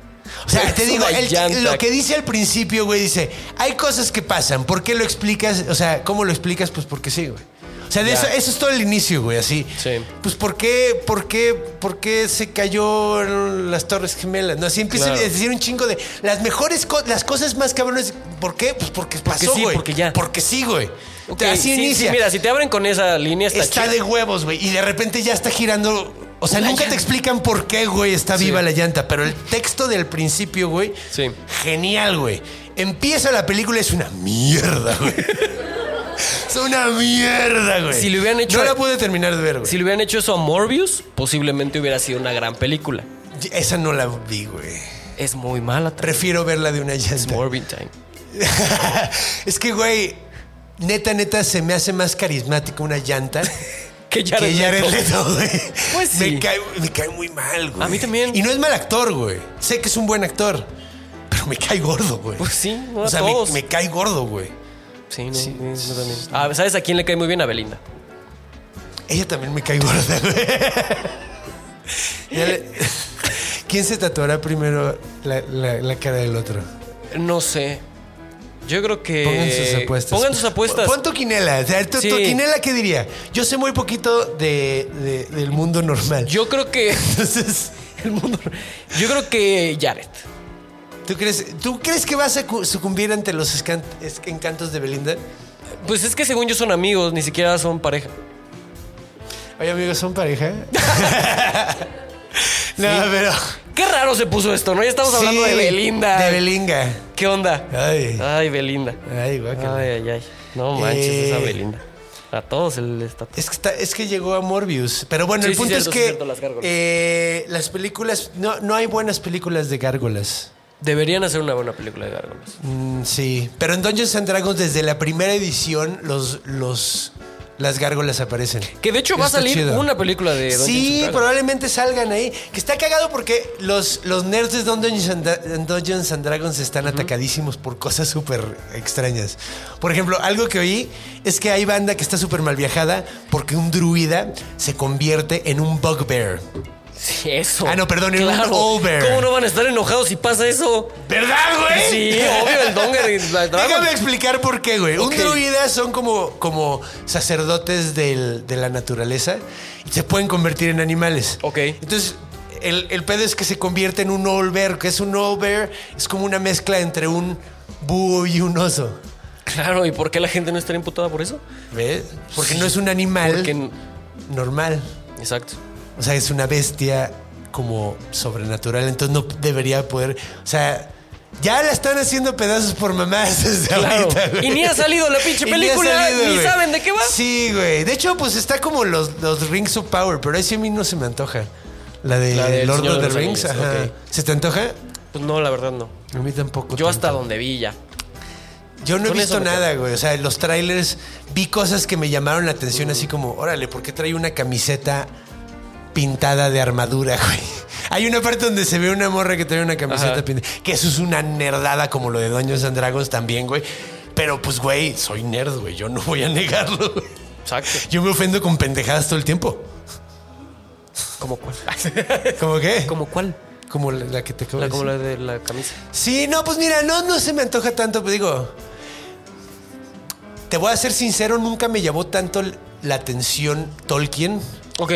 [SPEAKER 2] O sea, te
[SPEAKER 4] es
[SPEAKER 2] digo,
[SPEAKER 4] una
[SPEAKER 2] el-
[SPEAKER 4] llanta.
[SPEAKER 2] lo que dice al principio, güey, dice, hay cosas que pasan, ¿por qué lo explicas? O sea, ¿cómo lo explicas? Pues porque sí, güey. O sea, de
[SPEAKER 4] Ya.
[SPEAKER 2] eso, eso es todo el inicio, güey, así.
[SPEAKER 4] Sí.
[SPEAKER 2] Pues ¿por qué, por qué, por qué se cayó en las Torres Gemelas? No, así empieza
[SPEAKER 4] Claro.
[SPEAKER 2] a decir un chingo de las mejores cosas, las cosas más cabrones, ¿por qué? Pues porque pasó,
[SPEAKER 4] sí,
[SPEAKER 2] güey.
[SPEAKER 4] porque ya.
[SPEAKER 2] Porque sí, güey.
[SPEAKER 4] Ok,
[SPEAKER 2] así
[SPEAKER 4] sí, sí,
[SPEAKER 2] inicia.
[SPEAKER 4] mira, si te abren con esa línea, está,
[SPEAKER 2] está
[SPEAKER 4] chido.
[SPEAKER 2] de huevos, güey, y de repente ya está girando o sea,
[SPEAKER 4] Una
[SPEAKER 2] nunca
[SPEAKER 4] llanta.
[SPEAKER 2] te explican por qué, güey, está
[SPEAKER 4] Sí.
[SPEAKER 2] viva la llanta, pero el texto del principio, güey,
[SPEAKER 4] Sí.
[SPEAKER 2] Genial, güey. Empieza la película, es una mierda, güey. es una mierda, güey.
[SPEAKER 4] Si le hubieran hecho-
[SPEAKER 2] No la pude terminar de ver, güey.
[SPEAKER 4] Si le hubieran hecho eso a Morbius, posiblemente hubiera sido una gran película.
[SPEAKER 2] Esa no la vi, güey.
[SPEAKER 4] Es muy mala. también.
[SPEAKER 2] Prefiero verla de una
[SPEAKER 4] Es
[SPEAKER 2] llanta.
[SPEAKER 4] Morbid Time.
[SPEAKER 2] es que, güey, neta, neta, se me hace más carismática una llanta.
[SPEAKER 4] Que ya
[SPEAKER 2] Que Jared Leto, güey.
[SPEAKER 4] Pues sí.
[SPEAKER 2] Me cae, me cae muy mal, güey.
[SPEAKER 4] A mí también.
[SPEAKER 2] Y no es mal actor, güey. Sé que es un buen actor, pero me cae gordo, güey.
[SPEAKER 4] Pues sí, no a
[SPEAKER 2] O sea, me-
[SPEAKER 4] todos.
[SPEAKER 2] me cae gordo, güey.
[SPEAKER 4] Sí, no, no, yo también. Ah, ¿Sabes a quién le cae muy bien? A Belinda.
[SPEAKER 2] Ella también me cae gorda, güey. Ya le- ¿Quién se tatuará primero la, la- la cara del otro?
[SPEAKER 4] No sé. Yo creo que.
[SPEAKER 2] Pongan sus apuestas.
[SPEAKER 4] Eh, Pongan sus apuestas.
[SPEAKER 2] Pon tu quinela. O sea, ¿Tu,
[SPEAKER 4] Sí.
[SPEAKER 2] tu quinela qué diría? Yo sé muy poquito de, de- del mundo normal.
[SPEAKER 4] Yo creo que.
[SPEAKER 2] Entonces,
[SPEAKER 4] El mundo. Yo creo que Jared.
[SPEAKER 2] ¿tú crees, ¿tú crees que vas a cu- sucumbir ante los escan- es- encantos de Belinda?
[SPEAKER 4] Pues es que según yo son amigos, ni siquiera son pareja.
[SPEAKER 2] Oye, amigos, ¿son pareja? no, pero...
[SPEAKER 4] Qué raro se puso esto, ¿no? Ya estamos hablando
[SPEAKER 2] Sí,
[SPEAKER 4] de Belinda.
[SPEAKER 2] De Belinga.
[SPEAKER 4] ¿Qué onda?
[SPEAKER 2] Ay.
[SPEAKER 4] Ay, Belinda.
[SPEAKER 2] Ay, guácala.
[SPEAKER 4] Ay, ay, ay. No manches,
[SPEAKER 2] Eh.
[SPEAKER 4] esa Belinda. A todos se les está.
[SPEAKER 2] Es que, está- es que llegó a Morbius. Pero bueno,
[SPEAKER 4] Sí,
[SPEAKER 2] el
[SPEAKER 4] sí,
[SPEAKER 2] punto
[SPEAKER 4] cierto,
[SPEAKER 2] es
[SPEAKER 4] sí,
[SPEAKER 2] que
[SPEAKER 4] cierto, las gárgolas.
[SPEAKER 2] eh, las películas, no, no hay buenas películas de gárgolas.
[SPEAKER 4] Deberían hacer una buena película de gárgolas.
[SPEAKER 2] Mm, sí, pero en Dungeons and Dragons desde la primera edición los, los, las gárgolas aparecen.
[SPEAKER 4] Que de hecho va a
[SPEAKER 2] Está
[SPEAKER 4] salir
[SPEAKER 2] chido.
[SPEAKER 4] una película de Dungeons
[SPEAKER 2] sí,
[SPEAKER 4] and Dragons.
[SPEAKER 2] probablemente salgan ahí. Que está cagado porque los, los nerds de Dungeons and, Dra- Dungeons and Dragons están atacadísimos por cosas súper extrañas. Por ejemplo, algo que oí es que hay banda que está súper mal viajada porque un druida se convierte en un bugbear.
[SPEAKER 4] Sí, eso.
[SPEAKER 2] Ah, no, perdón, era un over.
[SPEAKER 4] ¿Cómo no van a estar enojados si pasa eso?
[SPEAKER 2] ¿Verdad, güey?
[SPEAKER 4] Sí, obvio, el donger y la drama.
[SPEAKER 2] Déjame explicar por qué, güey.
[SPEAKER 4] Ok.
[SPEAKER 2] Un druida son como, como sacerdotes del- de la naturaleza y se pueden convertir en animales.
[SPEAKER 4] Ok.
[SPEAKER 2] Entonces, el, el pedo es que se convierte en un olver, que es un olver, es como una mezcla entre un búho y un oso.
[SPEAKER 4] Claro, ¿y por qué la gente no está imputada por eso?
[SPEAKER 2] ¿Ves? Porque no es un animal
[SPEAKER 4] Porque n-
[SPEAKER 2] normal.
[SPEAKER 4] Exacto.
[SPEAKER 2] O sea, es una bestia como sobrenatural, entonces no debería poder. O sea, ya la están haciendo pedazos por mamás desde
[SPEAKER 4] Claro.
[SPEAKER 2] ahorita, güey.
[SPEAKER 4] Y ni ha salido la pinche
[SPEAKER 2] Y ni ha
[SPEAKER 4] película, ni
[SPEAKER 2] güey.
[SPEAKER 4] saben de qué va.
[SPEAKER 2] Sí, güey. De hecho, pues está como los, los Rings of Power, pero ese a mí no se me antoja. La de
[SPEAKER 4] La del
[SPEAKER 2] Lord
[SPEAKER 4] Señor
[SPEAKER 2] of
[SPEAKER 4] de
[SPEAKER 2] the
[SPEAKER 4] los
[SPEAKER 2] Rings,
[SPEAKER 4] Anillos,
[SPEAKER 2] ajá.
[SPEAKER 4] ok.
[SPEAKER 2] ¿Se te antoja?
[SPEAKER 4] Pues no, la verdad no.
[SPEAKER 2] A mí tampoco.
[SPEAKER 4] Yo hasta
[SPEAKER 2] tanto.
[SPEAKER 4] donde vi ya.
[SPEAKER 2] Yo no he
[SPEAKER 4] con
[SPEAKER 2] visto
[SPEAKER 4] eso me
[SPEAKER 2] nada, güey. O sea, en los trailers vi cosas que me llamaron la atención, así como, órale, ¿por qué trae una camiseta pintada de armadura, güey? Hay una parte donde se ve una morra que trae una camiseta
[SPEAKER 4] Ajá.
[SPEAKER 2] pintada. Que eso es una nerdada como lo de Doños and Dragons también, güey. Pero pues, güey, soy nerd, güey. Yo no voy a negarlo, güey.
[SPEAKER 4] Exacto.
[SPEAKER 2] Yo me ofendo con pendejadas todo el tiempo.
[SPEAKER 4] ¿Cómo cuál?
[SPEAKER 2] ¿Cómo Pues qué? Como,
[SPEAKER 4] ¿Cómo cuál?
[SPEAKER 2] la, la que te acabo
[SPEAKER 4] La,
[SPEAKER 2] de
[SPEAKER 4] como
[SPEAKER 2] decir.
[SPEAKER 4] la de la camisa.
[SPEAKER 2] Sí, no, pues mira, no, no se me antoja tanto, pero digo. Te voy a ser sincero, nunca me llamó tanto l- la atención Tolkien
[SPEAKER 4] Ok.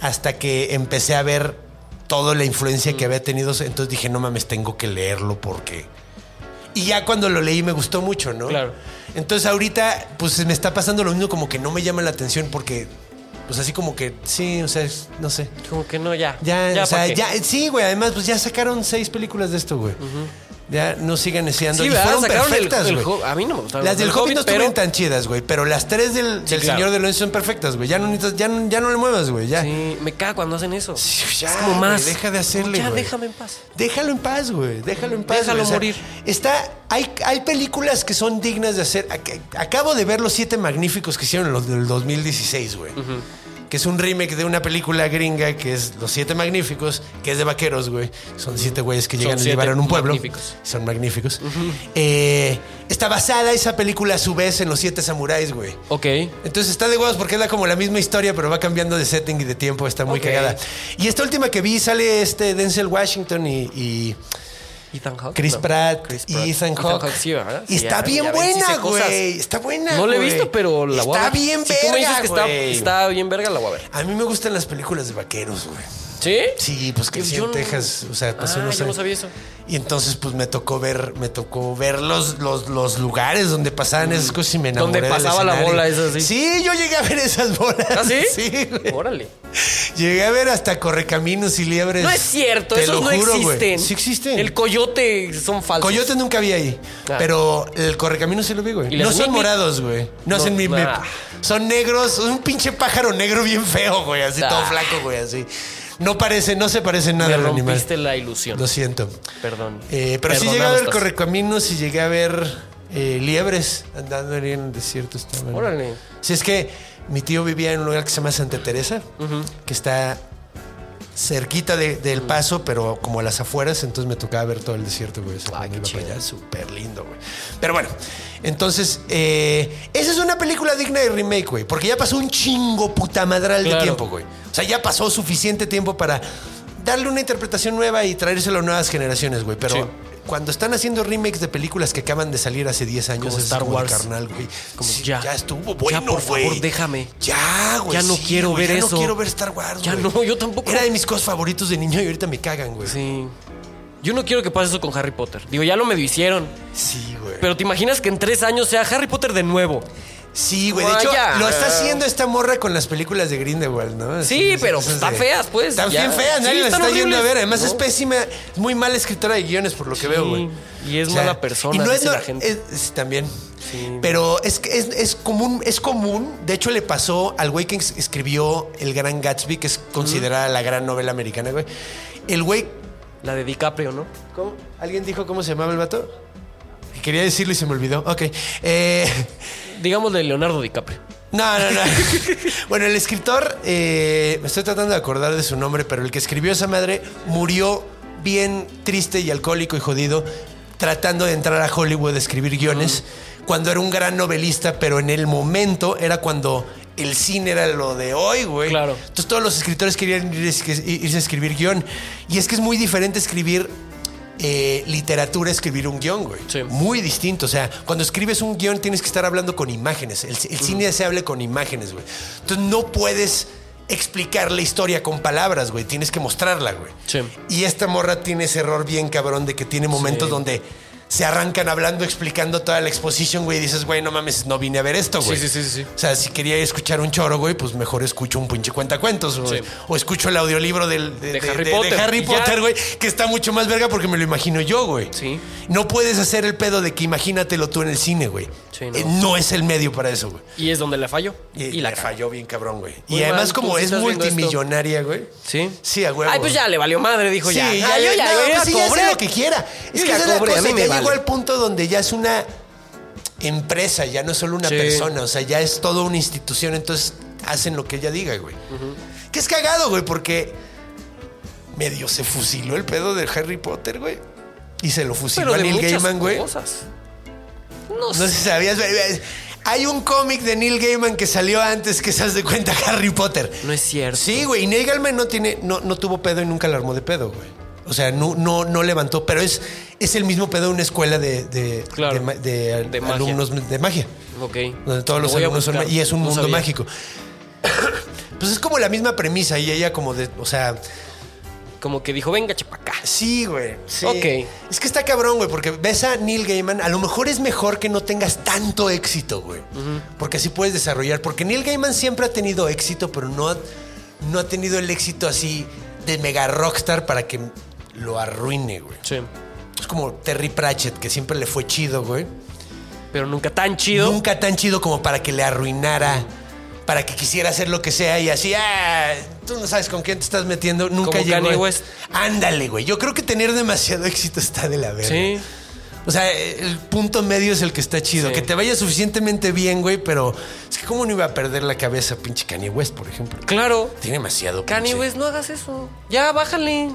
[SPEAKER 2] hasta que empecé a ver toda la influencia que había tenido. Entonces dije, no mames, tengo que leerlo porque... Y ya cuando lo leí me gustó mucho, ¿no?
[SPEAKER 4] Claro.
[SPEAKER 2] Entonces ahorita, pues me está pasando lo mismo, como que no me llama la atención porque... Pues así como que, sí, o sea, es- no sé.
[SPEAKER 4] Como que no, ya.
[SPEAKER 2] Ya, o
[SPEAKER 4] ¿pa'
[SPEAKER 2] sea,
[SPEAKER 4] qué?
[SPEAKER 2] ya, sí, güey. Además, pues ya sacaron seis películas de esto, güey. Ya no sigan deseando.
[SPEAKER 4] Sí,
[SPEAKER 2] y
[SPEAKER 4] ¿verdad?
[SPEAKER 2] fueron
[SPEAKER 4] Sacaron el-
[SPEAKER 2] perfectas,
[SPEAKER 4] el
[SPEAKER 2] güey.
[SPEAKER 4] Hob- a mí no me gustaron
[SPEAKER 2] Las
[SPEAKER 4] las
[SPEAKER 2] del
[SPEAKER 4] del
[SPEAKER 2] Hobbit,
[SPEAKER 4] Hobbit,
[SPEAKER 2] no estuvieron
[SPEAKER 4] pero-
[SPEAKER 2] tan chidas, güey. Pero las tres del, del
[SPEAKER 4] claro.
[SPEAKER 2] Señor de los Anillos son perfectas, güey. Ya no necesitas, ya, no- ya no le muevas, güey. Ya.
[SPEAKER 4] Sí, me caga cuando hacen eso.
[SPEAKER 2] Sí, ya,
[SPEAKER 4] es como
[SPEAKER 2] güey,
[SPEAKER 4] más.
[SPEAKER 2] deja de hacerle,
[SPEAKER 4] Ya,
[SPEAKER 2] güey.
[SPEAKER 4] déjame en paz.
[SPEAKER 2] Déjalo en paz, güey. Déjalo en paz.
[SPEAKER 4] Déjalo
[SPEAKER 2] güey.
[SPEAKER 4] morir.
[SPEAKER 2] está, hay, hay películas que son dignas de hacer. Ac- Acabo de ver los siete magníficos que hicieron los del 2016, güey. Que es un remake de una película gringa que es Los Siete Magníficos, que es de vaqueros, güey. Son siete güeyes que llegan y
[SPEAKER 4] siete
[SPEAKER 2] llevaron un pueblo.
[SPEAKER 4] magníficos.
[SPEAKER 2] Son magníficos. Eh, está basada esa película a su vez en Los Siete Samuráis, güey.
[SPEAKER 4] Ok.
[SPEAKER 2] Entonces está de huevos porque es la- como la misma historia, pero va cambiando de setting y de tiempo. Está muy
[SPEAKER 4] Ok.
[SPEAKER 2] cagada. Y esta última que vi sale este Denzel Washington y, y
[SPEAKER 4] Ethan Hawke.
[SPEAKER 2] Chris,
[SPEAKER 4] no.
[SPEAKER 2] Pratt,
[SPEAKER 4] Chris
[SPEAKER 2] y Ethan Hawke.
[SPEAKER 4] sí, ¿verdad?
[SPEAKER 2] y
[SPEAKER 4] Sí,
[SPEAKER 2] está
[SPEAKER 4] ya-
[SPEAKER 2] bien
[SPEAKER 4] ya ven, sí
[SPEAKER 2] buena,
[SPEAKER 4] sé cosas.
[SPEAKER 2] güey. Está buena.
[SPEAKER 4] No la he
[SPEAKER 2] güey.
[SPEAKER 4] visto, pero la voy a
[SPEAKER 2] Está
[SPEAKER 4] ver.
[SPEAKER 2] bien
[SPEAKER 4] si tú me dices
[SPEAKER 2] verga,
[SPEAKER 4] que está,
[SPEAKER 2] güey.
[SPEAKER 4] está bien verga, la voy a ver.
[SPEAKER 2] A mí me gustan las películas de vaqueros, güey.
[SPEAKER 4] ¿Sí?
[SPEAKER 2] Sí, pues que
[SPEAKER 4] Yo
[SPEAKER 2] en
[SPEAKER 4] no-
[SPEAKER 2] Texas, o sea, pasó
[SPEAKER 4] Ah,
[SPEAKER 2] unos
[SPEAKER 4] yo no
[SPEAKER 2] años.
[SPEAKER 4] sabía eso.
[SPEAKER 2] Y entonces, pues me tocó ver, me tocó ver los, los, los lugares donde pasaban esas cosas y me enamoré.
[SPEAKER 4] Mm. Donde
[SPEAKER 2] del
[SPEAKER 4] pasaba la
[SPEAKER 2] escenario.
[SPEAKER 4] bola esa, sí.
[SPEAKER 2] Sí, yo llegué a ver esas bolas.
[SPEAKER 4] ¿Ah, sí?
[SPEAKER 2] Sí, güey.
[SPEAKER 4] Órale.
[SPEAKER 2] Llegué a ver hasta correcaminos y liebres.
[SPEAKER 4] No es cierto,
[SPEAKER 2] Te
[SPEAKER 4] esos
[SPEAKER 2] lo
[SPEAKER 4] no
[SPEAKER 2] juro, güey.
[SPEAKER 4] existen.
[SPEAKER 2] Sí existen.
[SPEAKER 4] El coyote son falsos.
[SPEAKER 2] Coyote nunca vi ahí.
[SPEAKER 4] Ah.
[SPEAKER 2] Pero el correcaminos sí lo vi,
[SPEAKER 4] ¿Y
[SPEAKER 2] güey.
[SPEAKER 4] le
[SPEAKER 2] No
[SPEAKER 4] hacen
[SPEAKER 2] son
[SPEAKER 4] mip, mip?
[SPEAKER 2] morados, güey. No,
[SPEAKER 4] No,
[SPEAKER 2] hacen mip, mip.
[SPEAKER 4] nah.
[SPEAKER 2] Son negros, un pinche pájaro negro bien feo, güey. Así
[SPEAKER 4] Nah.
[SPEAKER 2] todo flaco, güey. Así. No parece, no se parece en nada
[SPEAKER 4] Me
[SPEAKER 2] al animal.
[SPEAKER 4] rompiste la ilusión.
[SPEAKER 2] Lo siento.
[SPEAKER 4] Perdón.
[SPEAKER 2] Eh, pero sí llegué a
[SPEAKER 4] Perdonado
[SPEAKER 2] ver
[SPEAKER 4] estás.
[SPEAKER 2] correcaminos y llegué a ver eh, liebres andando ahí en el desierto. Está bueno.
[SPEAKER 4] Órale.
[SPEAKER 2] Si es que mi tío vivía en un lugar que se llama Santa Teresa, que está cerquita de- del
[SPEAKER 4] Mm.
[SPEAKER 2] paso, pero como a las afueras, entonces me tocaba ver todo el desierto, güey. O sea, cuando iba para allá, súper lindo, güey. Pero bueno, entonces, eh, esa es una película digna de remake, güey, porque ya pasó un chingo puta madral de
[SPEAKER 4] Claro.
[SPEAKER 2] tiempo, güey. O sea, ya pasó suficiente tiempo para darle una interpretación nueva y traérselo a nuevas generaciones, güey. Pero
[SPEAKER 4] Sí.
[SPEAKER 2] cuando están haciendo remakes de películas que acaban de salir hace 10 años,
[SPEAKER 4] Como
[SPEAKER 2] es
[SPEAKER 4] Star
[SPEAKER 2] como de
[SPEAKER 4] Wars.
[SPEAKER 2] carnal, güey.
[SPEAKER 4] Como
[SPEAKER 2] Sí,
[SPEAKER 4] ya.
[SPEAKER 2] ya. estuvo
[SPEAKER 4] Ya,
[SPEAKER 2] bueno,
[SPEAKER 4] por
[SPEAKER 2] güey.
[SPEAKER 4] favor, déjame.
[SPEAKER 2] Ya, güey.
[SPEAKER 4] Ya no
[SPEAKER 2] sí,
[SPEAKER 4] quiero
[SPEAKER 2] güey,
[SPEAKER 4] ver
[SPEAKER 2] Ya
[SPEAKER 4] eso.
[SPEAKER 2] no quiero ver Star Wars,
[SPEAKER 4] Ya
[SPEAKER 2] güey.
[SPEAKER 4] no, yo tampoco.
[SPEAKER 2] Era de mis cosas favoritos de niño y ahorita me cagan, güey.
[SPEAKER 4] Sí. Yo no quiero que pase eso con Harry Potter. Digo, ya lo medio hicieron.
[SPEAKER 2] Sí, güey.
[SPEAKER 4] Pero te imaginas que en tres años sea Harry Potter de nuevo.
[SPEAKER 2] Sí, güey. De hecho,
[SPEAKER 4] Vaya.
[SPEAKER 2] lo está haciendo esta morra con las películas de Grindelwald, ¿no?
[SPEAKER 4] Sí,
[SPEAKER 2] Esas-
[SPEAKER 4] pero
[SPEAKER 2] esas
[SPEAKER 4] están feas, pues,
[SPEAKER 2] Están
[SPEAKER 4] ya.
[SPEAKER 2] bien feas, nadie
[SPEAKER 4] Sí,
[SPEAKER 2] las
[SPEAKER 4] están
[SPEAKER 2] está yendo a
[SPEAKER 4] horribles,
[SPEAKER 2] ver. Además,
[SPEAKER 4] ¿no?
[SPEAKER 2] es pésima, es muy mala escritora de guiones, por lo que veo, güey.
[SPEAKER 4] y es mala persona,
[SPEAKER 2] Y no es
[SPEAKER 4] dice la
[SPEAKER 2] nor-
[SPEAKER 4] gente.
[SPEAKER 2] es- es- también. Pero es, que es, es común, es común. De hecho, le pasó al güey que es- escribió El Gran Gatsby, que es considerada la gran novela americana, güey. El güey.
[SPEAKER 4] La de DiCaprio, ¿no?
[SPEAKER 2] ¿cómo? ¿Alguien dijo cómo se llamaba el vato? Quería decirlo y se me olvidó. Ok. Eh.
[SPEAKER 4] Digamos de Leonardo DiCaprio.
[SPEAKER 2] No, no, no. bueno, el escritor, eh, me estoy tratando de acordar de su nombre, pero el que escribió esa madre murió bien triste y alcohólico y jodido, tratando de entrar a Hollywood a escribir guiones, cuando era un gran novelista, pero en el momento era cuando el cine era lo de hoy, güey.
[SPEAKER 4] Claro.
[SPEAKER 2] Entonces todos los escritores querían ir- irse a escribir guión. Y es que es muy diferente escribir eh, literatura, escribir un guión, güey.
[SPEAKER 4] Sí.
[SPEAKER 2] Muy distinto. O sea, cuando escribes un guión tienes que estar hablando con imágenes. El, el cine se habla con imágenes, güey. Entonces no puedes explicar la historia con palabras, güey. Tienes que mostrarla, güey.
[SPEAKER 4] Sí.
[SPEAKER 2] Y esta morra tiene ese error bien cabrón de que tiene momentos
[SPEAKER 4] Sí.
[SPEAKER 2] donde se arrancan hablando, explicando toda la exposición, güey. Y dices, güey, no mames, no vine a ver esto, güey.
[SPEAKER 4] sí, sí, sí, sí.
[SPEAKER 2] O sea, si quería escuchar un choro, güey, pues mejor escucho un pinche cuentacuentos, güey.
[SPEAKER 4] Sí.
[SPEAKER 2] O escucho el audiolibro del, de,
[SPEAKER 4] De
[SPEAKER 2] de-
[SPEAKER 4] Harry
[SPEAKER 2] de- de
[SPEAKER 4] Potter.
[SPEAKER 2] Harry
[SPEAKER 4] Y ya.
[SPEAKER 2] Potter, güey, que está mucho más verga porque me lo imagino yo, güey.
[SPEAKER 4] Sí.
[SPEAKER 2] No puedes hacer el pedo de que imagínatelo tú en el cine, güey.
[SPEAKER 4] Sí, no.
[SPEAKER 2] Eh, no es el medio para eso, güey.
[SPEAKER 4] Y es donde la falló.
[SPEAKER 2] Y,
[SPEAKER 4] Y, la
[SPEAKER 2] le
[SPEAKER 4] cagó.
[SPEAKER 2] falló bien cabrón, güey.
[SPEAKER 4] Muy
[SPEAKER 2] Y además,
[SPEAKER 4] mal, tú
[SPEAKER 2] como
[SPEAKER 4] que
[SPEAKER 2] es
[SPEAKER 4] estás viendo esto.
[SPEAKER 2] multimillonaria, güey.
[SPEAKER 4] ¿Sí?
[SPEAKER 2] Sí, a huevo.
[SPEAKER 4] Ay, pues ya le valió madre, dijo
[SPEAKER 2] Sí,
[SPEAKER 4] ya.
[SPEAKER 2] ya,
[SPEAKER 4] Ah, yo
[SPEAKER 2] le-
[SPEAKER 4] ya,
[SPEAKER 2] no,
[SPEAKER 4] yo
[SPEAKER 2] pues
[SPEAKER 4] ya
[SPEAKER 2] sí, ya
[SPEAKER 4] cobré.
[SPEAKER 2] hace lo que quiera. Es
[SPEAKER 4] Yo
[SPEAKER 2] que
[SPEAKER 4] ya
[SPEAKER 2] esa es la
[SPEAKER 4] cobré, a
[SPEAKER 2] cosa,
[SPEAKER 4] mí
[SPEAKER 2] ya
[SPEAKER 4] me
[SPEAKER 2] llegó
[SPEAKER 4] vale.
[SPEAKER 2] al punto donde ya es una empresa, ya no es solo una
[SPEAKER 4] Sí.
[SPEAKER 2] persona, o sea, ya es toda una institución, entonces hacen lo que ella diga, güey. Que es cagado, güey, porque medio se fusiló el pedo de Harry Potter, güey. Y se lo fusiló
[SPEAKER 4] Pero
[SPEAKER 2] a
[SPEAKER 4] de
[SPEAKER 2] Neil
[SPEAKER 4] muchas
[SPEAKER 2] Gaiman, güey.
[SPEAKER 4] cosas. No
[SPEAKER 2] No
[SPEAKER 4] sé.
[SPEAKER 2] sé si sabías, güey, güey. Hay un cómic de Neil Gaiman que salió antes que se hace de cuenta Harry Potter.
[SPEAKER 4] No es cierto.
[SPEAKER 2] Sí, güey. Y Neil Gaiman no tiene, no, no tuvo pedo y nunca la armó de pedo, güey. O sea, no, no, no levantó, pero es, es el mismo pedo de una escuela de, de,
[SPEAKER 4] Claro.
[SPEAKER 2] de ma- de
[SPEAKER 4] De magia.
[SPEAKER 2] alumnos de magia.
[SPEAKER 4] Ok.
[SPEAKER 2] Donde todos
[SPEAKER 4] Lo
[SPEAKER 2] los
[SPEAKER 4] voy a
[SPEAKER 2] alumnos son ma-
[SPEAKER 4] buscar.
[SPEAKER 2] y es un
[SPEAKER 4] No
[SPEAKER 2] mundo
[SPEAKER 4] sabía.
[SPEAKER 2] mágico. Pues es como la misma premisa y ella como de, o sea,
[SPEAKER 4] Como que dijo, venga, chapacá.
[SPEAKER 2] Sí, güey. Sí.
[SPEAKER 4] Ok.
[SPEAKER 2] Es que está cabrón, güey, porque ves a Neil Gaiman. A lo mejor es mejor que no tengas tanto éxito, güey. Porque así puedes desarrollar. Porque Neil Gaiman siempre ha tenido éxito, pero no ha, no ha tenido el éxito así de mega rockstar para que lo arruine, güey.
[SPEAKER 4] Sí.
[SPEAKER 2] Es como Terry Pratchett, que siempre le fue chido, güey.
[SPEAKER 4] Pero nunca tan chido.
[SPEAKER 2] Nunca tan chido como para que le arruinara, para que quisiera hacer lo que sea y así, ah, tú no sabes con quién te estás metiendo, nunca
[SPEAKER 4] Como
[SPEAKER 2] llegó.
[SPEAKER 4] Kanye West.
[SPEAKER 2] Ándale, güey. Yo creo que tener demasiado éxito está de la verga.
[SPEAKER 4] Sí.
[SPEAKER 2] O sea, el punto medio es el que está chido.
[SPEAKER 4] Sí.
[SPEAKER 2] Que te vaya suficientemente bien, güey, pero es que cómo no iba a perder la cabeza pinche Kanye West, por ejemplo.
[SPEAKER 4] Claro.
[SPEAKER 2] Tiene demasiado
[SPEAKER 4] Kanye
[SPEAKER 2] pinche-
[SPEAKER 4] West, no hagas eso. Ya, bájale.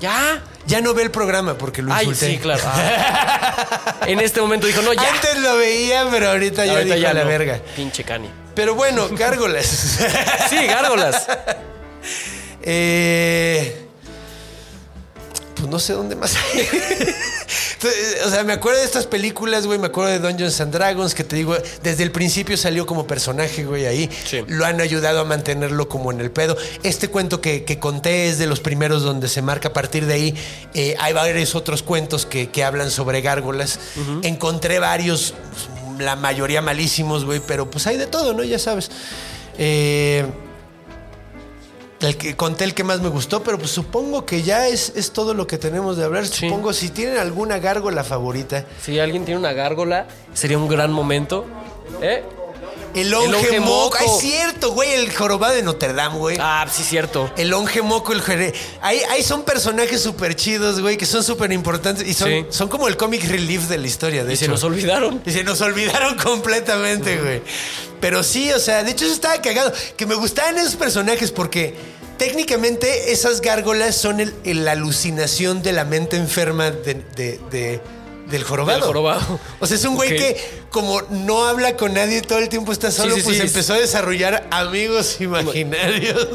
[SPEAKER 4] Ya.
[SPEAKER 2] Ya no ve el programa porque lo
[SPEAKER 4] Ay,
[SPEAKER 2] insulté.
[SPEAKER 4] sí, claro. Ah. en este momento dijo, no, ya.
[SPEAKER 2] Antes lo veía, pero ahorita, ya
[SPEAKER 4] Ahorita
[SPEAKER 2] dijo a la
[SPEAKER 4] no.
[SPEAKER 2] verga.
[SPEAKER 4] Pinche Kanye.
[SPEAKER 2] Pero bueno, gárgolas.
[SPEAKER 4] Sí, gárgolas.
[SPEAKER 2] Eh, pues no sé dónde más hay. Entonces, o sea, me acuerdo de estas películas, güey. Me acuerdo de Dungeons and Dragons, que te digo, desde el principio salió como personaje, güey, ahí.
[SPEAKER 4] Sí.
[SPEAKER 2] Lo han ayudado a mantenerlo como en el pedo. Este cuento que, que conté es de los primeros donde se marca. A partir de ahí, eh, hay varios otros cuentos que, que hablan sobre gárgolas. Encontré varios, la mayoría malísimos, güey, pero pues hay de todo, ¿no? Ya sabes. Eh. El que conté el que más me gustó, pero pues supongo que ya es, es todo lo que tenemos de hablar.
[SPEAKER 4] Sí.
[SPEAKER 2] Supongo si tienen alguna gárgola favorita.
[SPEAKER 4] Si alguien tiene una gárgola, sería un gran momento. ¿Eh?
[SPEAKER 2] El onge
[SPEAKER 4] onge
[SPEAKER 2] moco.
[SPEAKER 4] moco.
[SPEAKER 2] Ah, Es cierto, güey, el jorobado de Notre Dame, güey.
[SPEAKER 4] Ah, sí, cierto.
[SPEAKER 2] El onge moco, el jere. Ahí, ahí son personajes súper chidos, güey, que son súper importantes y son,
[SPEAKER 4] Sí.
[SPEAKER 2] son como el comic relief de la historia, de
[SPEAKER 4] Y
[SPEAKER 2] hecho.
[SPEAKER 4] se nos olvidaron.
[SPEAKER 2] Y se nos olvidaron completamente, güey. Pero sí, o sea, de hecho eso estaba cagado. Que me gustaban esos personajes porque técnicamente esas gárgolas son el- el- la alucinación de la mente enferma de- de- de- del jorobado.
[SPEAKER 4] Del jorobado.
[SPEAKER 2] O sea, es un güey
[SPEAKER 4] Ok.
[SPEAKER 2] que como no habla con nadie todo el tiempo está solo,
[SPEAKER 4] sí,
[SPEAKER 2] pues
[SPEAKER 4] sí.
[SPEAKER 2] empezó a desarrollar amigos imaginarios.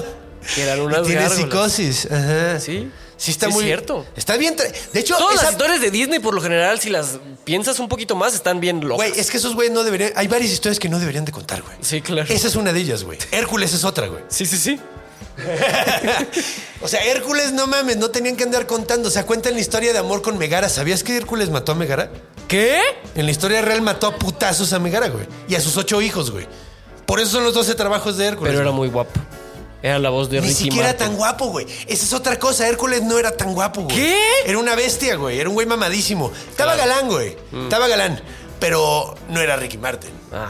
[SPEAKER 4] Que eran
[SPEAKER 2] Y
[SPEAKER 4] unas
[SPEAKER 2] tiene
[SPEAKER 4] gárgolas.
[SPEAKER 2] psicosis. Ajá.
[SPEAKER 4] Sí.
[SPEAKER 2] Sí, está
[SPEAKER 4] Sí, es
[SPEAKER 2] muy.
[SPEAKER 4] cierto.
[SPEAKER 2] Está bien. tra- De hecho,
[SPEAKER 4] Todas
[SPEAKER 2] esa-
[SPEAKER 4] las historias de Disney, por lo general, si las piensas un poquito más, están bien locas.
[SPEAKER 2] Güey, es que esos güeyes no deberían. Hay varias historias que no deberían de contar, güey.
[SPEAKER 4] Sí, claro.
[SPEAKER 2] Esa es una de ellas, güey. Hércules es otra, güey.
[SPEAKER 4] Sí, sí, sí.
[SPEAKER 2] O sea, Hércules, no mames, no tenían que andar contando. O sea, cuentan la historia de amor con Megara. ¿Sabías que Hércules mató a Megara?
[SPEAKER 4] ¿Qué?
[SPEAKER 2] En la historia real mató a putazos a Megara, güey. Y a sus ocho hijos, güey. Por eso son los 12 trabajos de Hércules.
[SPEAKER 4] Pero era
[SPEAKER 2] güey.
[SPEAKER 4] muy guapo. Era la voz de
[SPEAKER 2] Ni
[SPEAKER 4] Ricky
[SPEAKER 2] siquiera
[SPEAKER 4] Martin.
[SPEAKER 2] tan guapo, güey. Esa es otra cosa. Hércules no era tan guapo, güey.
[SPEAKER 4] ¿Qué?
[SPEAKER 2] Era una bestia, güey. Era un güey mamadísimo. Estaba galán, güey.
[SPEAKER 4] Mm.
[SPEAKER 2] Estaba galán. Pero no era Ricky Martin.
[SPEAKER 4] Ah,